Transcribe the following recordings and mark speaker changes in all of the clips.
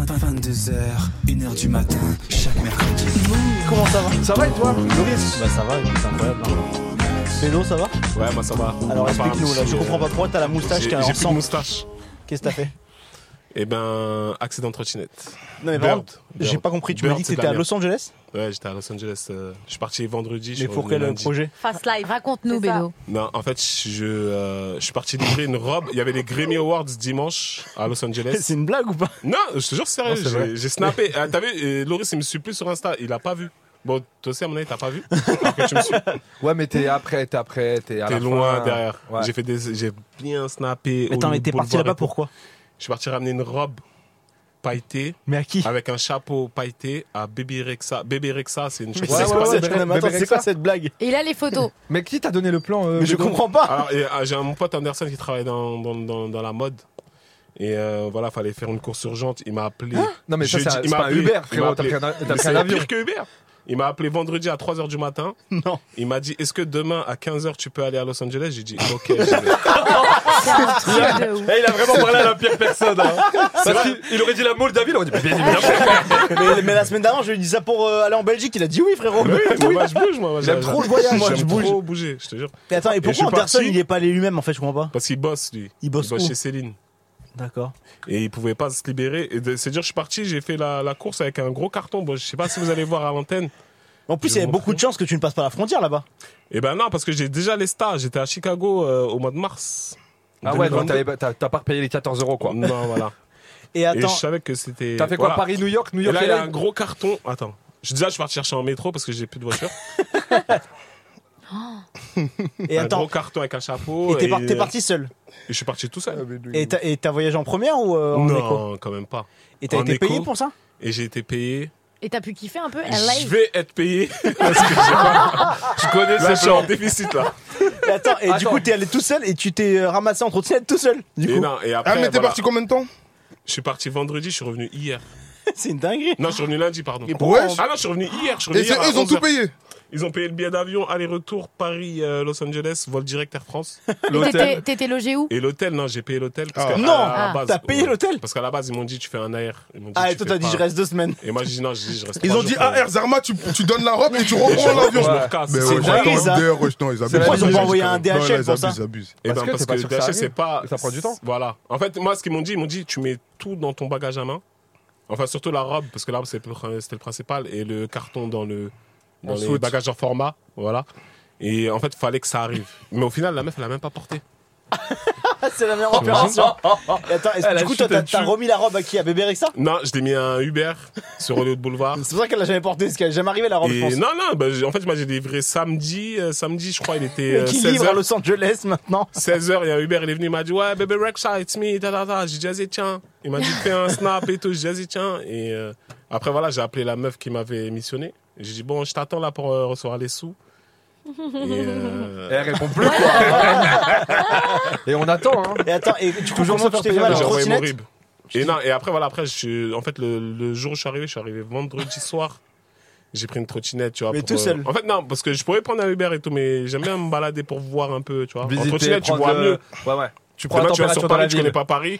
Speaker 1: 22h, 1h du matin, chaque mercredi.
Speaker 2: Comment ça va
Speaker 3: Ça va et toi, Loris
Speaker 2: Bah ça va, écoute, c'est incroyable. Hein. Hello, ça va
Speaker 3: Ouais, moi ça va.
Speaker 2: Alors
Speaker 3: À part un
Speaker 2: explique-nous, là,
Speaker 3: petit,
Speaker 2: je
Speaker 3: euh,
Speaker 2: comprends pas pourquoi t'as la moustache
Speaker 3: j'ai-
Speaker 2: qui a un
Speaker 3: J'ai plus de
Speaker 2: ensemble.
Speaker 3: moustache.
Speaker 2: Qu'est-ce que t'as fait
Speaker 3: Eh ben, accident de trottinette.
Speaker 2: Non mais par
Speaker 3: Bird.
Speaker 2: contre,
Speaker 3: Bird.
Speaker 2: j'ai pas compris, tu m'as
Speaker 3: Bird,
Speaker 2: dit que
Speaker 3: c'est
Speaker 2: c'était à
Speaker 3: la
Speaker 2: Los Angeles
Speaker 3: Ouais, j'étais à Los Angeles. euh, je suis parti vendredi. je suis
Speaker 2: Mais pour
Speaker 3: revenu
Speaker 2: quel euh,
Speaker 3: lundi.
Speaker 2: projet
Speaker 4: Fast Live.
Speaker 5: Raconte-nous,
Speaker 4: C'est ça.
Speaker 5: Bélo.
Speaker 3: Non, en fait, je, euh, je suis parti livrer une robe. Il y avait les Grammy Awards dimanche à Los Angeles.
Speaker 2: C'est une blague ou pas
Speaker 3: Non, je te jure, sérieux,
Speaker 2: Non, c'est vrai.
Speaker 3: j'ai- j'ai snappé. Ah, T'as vu, euh, Loris, il me suit plus sur Insta. Il a pas vu. Bon, toi aussi, à mon avis, t'as pas vu. Alors que tu me suis.
Speaker 6: Ouais, mais t'es après, t'es après, t'es à la
Speaker 3: T'es loin
Speaker 6: fin.
Speaker 3: derrière.
Speaker 6: Ouais.
Speaker 3: J'ai fait des, j'ai bien snappé.
Speaker 2: Attends, mais
Speaker 3: Hollywood
Speaker 2: t'es parti
Speaker 3: Boulevard
Speaker 2: là-bas
Speaker 3: et tout.
Speaker 2: pourquoi
Speaker 3: Je suis parti ramener une robe pailletée.
Speaker 2: Mais à qui
Speaker 3: avec un chapeau pailleté à Baby Rexa. Baby Rexa, c'est une
Speaker 2: Mais
Speaker 3: chanson.
Speaker 6: Ouais,
Speaker 2: c'est
Speaker 6: ouais,
Speaker 2: quoi
Speaker 6: ouais,
Speaker 2: cette-
Speaker 6: Bébé-
Speaker 2: non, mais attends,
Speaker 6: Bébé
Speaker 2: c'est quoi
Speaker 6: Rexa.
Speaker 2: cette blague
Speaker 5: Et là, les photos.
Speaker 6: Mais qui t'a donné le plan euh,
Speaker 2: Mais je
Speaker 6: Bédo
Speaker 2: comprends pas
Speaker 3: Alors, et, ah, j'ai un- mon pote, un Anderson, qui travaille dans, dans, dans, dans la mode. Et euh, voilà, fallait faire une course urgente. Il m'a appelé.
Speaker 6: Hein Non, mais ça,
Speaker 3: jeudi.
Speaker 6: c'est un-
Speaker 3: Il
Speaker 6: c'est
Speaker 3: m'a
Speaker 6: pas un
Speaker 3: appelé.
Speaker 6: Uber,
Speaker 3: Il m'a
Speaker 6: frérot. T'as
Speaker 3: appelé.
Speaker 6: pris un, t'as
Speaker 3: Mais
Speaker 6: pris un
Speaker 3: C'est
Speaker 6: avion.
Speaker 3: pire que Uber. Il m'a appelé vendredi à 3h du matin.
Speaker 2: Non.
Speaker 3: Il m'a dit Est-ce que demain à 15h tu peux aller à Los Angeles J'ai dit Ok. j'y vais.
Speaker 2: Eh, il a vraiment parlé à la pire personne.
Speaker 3: hein.
Speaker 6: Il aurait dit la Moldavie, il aurait dit bien
Speaker 2: mais, mais la semaine d'avant, je lui ai dit ça pour euh, aller en Belgique, il a dit oui, frérot.
Speaker 3: Mais oui, moi, moi, je bouge. Moi,
Speaker 6: J'aime trop le voyage.
Speaker 3: Moi, je
Speaker 6: J'aime
Speaker 3: bouge.
Speaker 6: trop
Speaker 3: trop bouger, je te jure.
Speaker 2: Mais attends, et
Speaker 3: je suis
Speaker 2: pourquoi Anderson
Speaker 3: parti.
Speaker 2: il est pas allé lui-même en fait, je comprends pas.
Speaker 3: Parce qu'il bosse, lui.
Speaker 2: Il bosse où
Speaker 3: chez Céline.
Speaker 2: D'accord.
Speaker 3: et il pouvait pas se libérer. Et de- C'est-à-dire, je suis parti, j'ai fait la, la course avec un gros carton. Bon, je sais pas si vous allez voir à l'antenne.
Speaker 2: En plus,
Speaker 3: Je
Speaker 2: il y avait
Speaker 3: m'en
Speaker 2: beaucoup de chances que tu ne passes pas la frontière là-bas.
Speaker 3: Et ben non, parce que j'ai déjà les stars. J'étais à Chicago euh, au mois de mars.
Speaker 6: Ah ouais,
Speaker 3: 2022.
Speaker 6: donc t'avais- t'as t'as pas repayé les 14 euros, quoi.
Speaker 3: Non, voilà.
Speaker 2: Et
Speaker 3: et je
Speaker 2: attends,
Speaker 3: savais que c'était.
Speaker 6: T'as fait quoi
Speaker 3: voilà.
Speaker 6: Paris-New York New
Speaker 3: Et
Speaker 6: York
Speaker 3: là, il y a
Speaker 6: LA?
Speaker 3: un gros carton. Attends. Je, déjà, je suis parti chercher en métro parce que j'ai plus de voiture.
Speaker 2: et
Speaker 3: un
Speaker 2: attends,
Speaker 3: gros carton avec un chapeau.
Speaker 2: et t'es par- t'es
Speaker 3: euh,
Speaker 2: parti seul.
Speaker 3: et je suis parti tout
Speaker 7: Ah,
Speaker 3: seul.
Speaker 2: Et t'as- et t'as voyagé en première ou euh, en écho
Speaker 3: non, quand même pas.
Speaker 2: Et t'as
Speaker 3: en
Speaker 2: été payé
Speaker 3: écho.
Speaker 2: pour ça
Speaker 3: Et j'ai été payé.
Speaker 5: Et t'as pu kiffer un peu
Speaker 3: Je
Speaker 5: LA
Speaker 3: vais être payé parce que j'ai pas- je connais ce
Speaker 6: Là,
Speaker 3: plan.
Speaker 6: je suis
Speaker 3: en déficit là.
Speaker 2: Et attends, et du
Speaker 6: Attends.
Speaker 2: coup, t'es allé tout seul et tu t'es euh, ramassé entre trottinette tout seul. Du
Speaker 3: Et
Speaker 2: coup,
Speaker 3: non, et après.
Speaker 7: Ah, mais t'es
Speaker 3: voilà.
Speaker 7: parti combien de temps
Speaker 3: Je suis parti vendredi, je suis revenu hier.
Speaker 2: c'est une dinguerie.
Speaker 3: Non, je suis revenu lundi, pardon.
Speaker 2: Et pourquoi
Speaker 7: Ouais.
Speaker 3: Ah non, je suis revenu hier. Je suis
Speaker 7: Et
Speaker 3: revenu
Speaker 7: c'est
Speaker 3: hier à
Speaker 7: eux, ils ont
Speaker 3: 11
Speaker 7: tout
Speaker 3: heures.
Speaker 7: payé.
Speaker 3: Ils ont payé le billet d'avion, aller-retour, Paris, euh, Los Angeles, vol direct Air France.
Speaker 5: Et t'étais- T'étais logé où
Speaker 3: Et l'hôtel, non, j'ai payé l'hôtel. parce
Speaker 7: Ah.
Speaker 3: que à-
Speaker 2: Non,
Speaker 3: à la
Speaker 5: Ah.
Speaker 3: base-
Speaker 2: t'as payé l'hôtel
Speaker 3: Parce qu'à la base, ils m'ont dit tu fais un AR. Ils m'ont dit,
Speaker 2: Ah,
Speaker 3: tu
Speaker 2: et toi,
Speaker 3: fais
Speaker 2: t'as dit
Speaker 3: pas-
Speaker 2: je reste deux semaines.
Speaker 3: Et moi, j'ai dit non, j'ai dit je reste
Speaker 7: Ils
Speaker 3: trois
Speaker 7: ont dit
Speaker 3: jours,
Speaker 7: AR Zarma, tu, tu donnes la robe et tu reprends l'avion.
Speaker 3: Je
Speaker 6: Ouais.
Speaker 3: me recasse.
Speaker 7: Mais
Speaker 2: C'est
Speaker 7: ouais,
Speaker 2: dingue,
Speaker 7: j'attends
Speaker 2: ça.
Speaker 3: hein.
Speaker 7: MDR, ouais, non, ils abusent.
Speaker 6: Pourquoi ils ont
Speaker 7: abusent,
Speaker 2: pas envoyé
Speaker 7: quand
Speaker 2: un
Speaker 7: même.
Speaker 2: DHL
Speaker 7: Non, là, ils
Speaker 2: pour ça
Speaker 7: abusent, ils abusent.
Speaker 3: Et
Speaker 6: Parce
Speaker 3: ben,
Speaker 6: que
Speaker 3: parce
Speaker 6: t'es pas
Speaker 3: que
Speaker 6: sûr que ça
Speaker 3: DHL, c'est
Speaker 6: arrive.
Speaker 3: pas.
Speaker 6: Et ça prend du temps.
Speaker 3: Voilà. En fait, moi, ce qu'ils m'ont dit, ils m'ont dit tu mets tout dans ton bagage à main. Enfin, surtout la robe, parce que la robe, c'est le pr- c'était le principal. Et le carton dans le dans
Speaker 6: En
Speaker 3: les
Speaker 6: soute.
Speaker 3: bagages en format. Voilà. Et en fait, fallait que ça arrive. Mais au final, la meuf, elle a même pas porté.
Speaker 2: Ah, c'est la meilleure opération. Et attends,
Speaker 3: Ah,
Speaker 2: est-ce que
Speaker 6: Elle
Speaker 2: du
Speaker 6: a
Speaker 2: coup, toi,
Speaker 6: chuté
Speaker 2: t'as
Speaker 6: dessus.
Speaker 2: t'as remis la robe à qui À Bébé Rexa
Speaker 3: Non, je l'ai mis à un Uber sur Hollywood Boulevard.
Speaker 2: C'est pour ça qu'elle l'a jamais portée, parce qu'elle est jamais arrivée la robe,
Speaker 3: Et
Speaker 2: je pense.
Speaker 3: non, non, bah, j'ai- en fait, moi j'ai livré samedi. euh, samedi, je crois, il était
Speaker 2: Mais
Speaker 3: euh,
Speaker 2: qui livre à
Speaker 3: 16h.
Speaker 2: Los Angeles maintenant
Speaker 3: 16h, il y a Uber, il est venu, il m'a dit Ouais, bébé Rexa, it's me, ta ta ta. J'ai dit, vas-y, tiens. Il m'a dit Fais un snap et tout. J'ai dit, vas-y, tiens. Et euh, après, voilà, j'ai appelé la meuf qui m'avait missionné. J'ai dit Bon, je t'attends là pour euh, recevoir les sous. Et, euh,
Speaker 6: Elle répond plus, quoi. Et on attend, hein.
Speaker 2: Et attends, et du coup,
Speaker 6: Toujours
Speaker 2: comment
Speaker 6: moins
Speaker 2: tu t'es
Speaker 6: faire
Speaker 2: fait
Speaker 6: payer,
Speaker 2: mal en
Speaker 3: j'ai envoyé mon
Speaker 2: trottinette
Speaker 3: rib. Et non, et après, voilà, après, je suis- en fait, le, le jour où je suis arrivé, je suis arrivé vendredi soir. J'ai pris une trottinette, tu vois.
Speaker 2: Mais
Speaker 3: pour,
Speaker 2: tout
Speaker 3: euh,
Speaker 2: seul.
Speaker 3: En fait, non, parce que je pourrais prendre un Uber et tout, mais j'aime bien me balader pour voir un peu, tu vois. en
Speaker 6: Visiter,
Speaker 3: trottinette, tu
Speaker 6: prendre
Speaker 3: vois
Speaker 6: le-
Speaker 3: mieux.
Speaker 6: Ouais, ouais. Tu prends
Speaker 3: Demain,
Speaker 6: la
Speaker 3: tu vas sur
Speaker 6: température de
Speaker 3: Paris, tu connais
Speaker 6: la ville.
Speaker 3: pas Paris.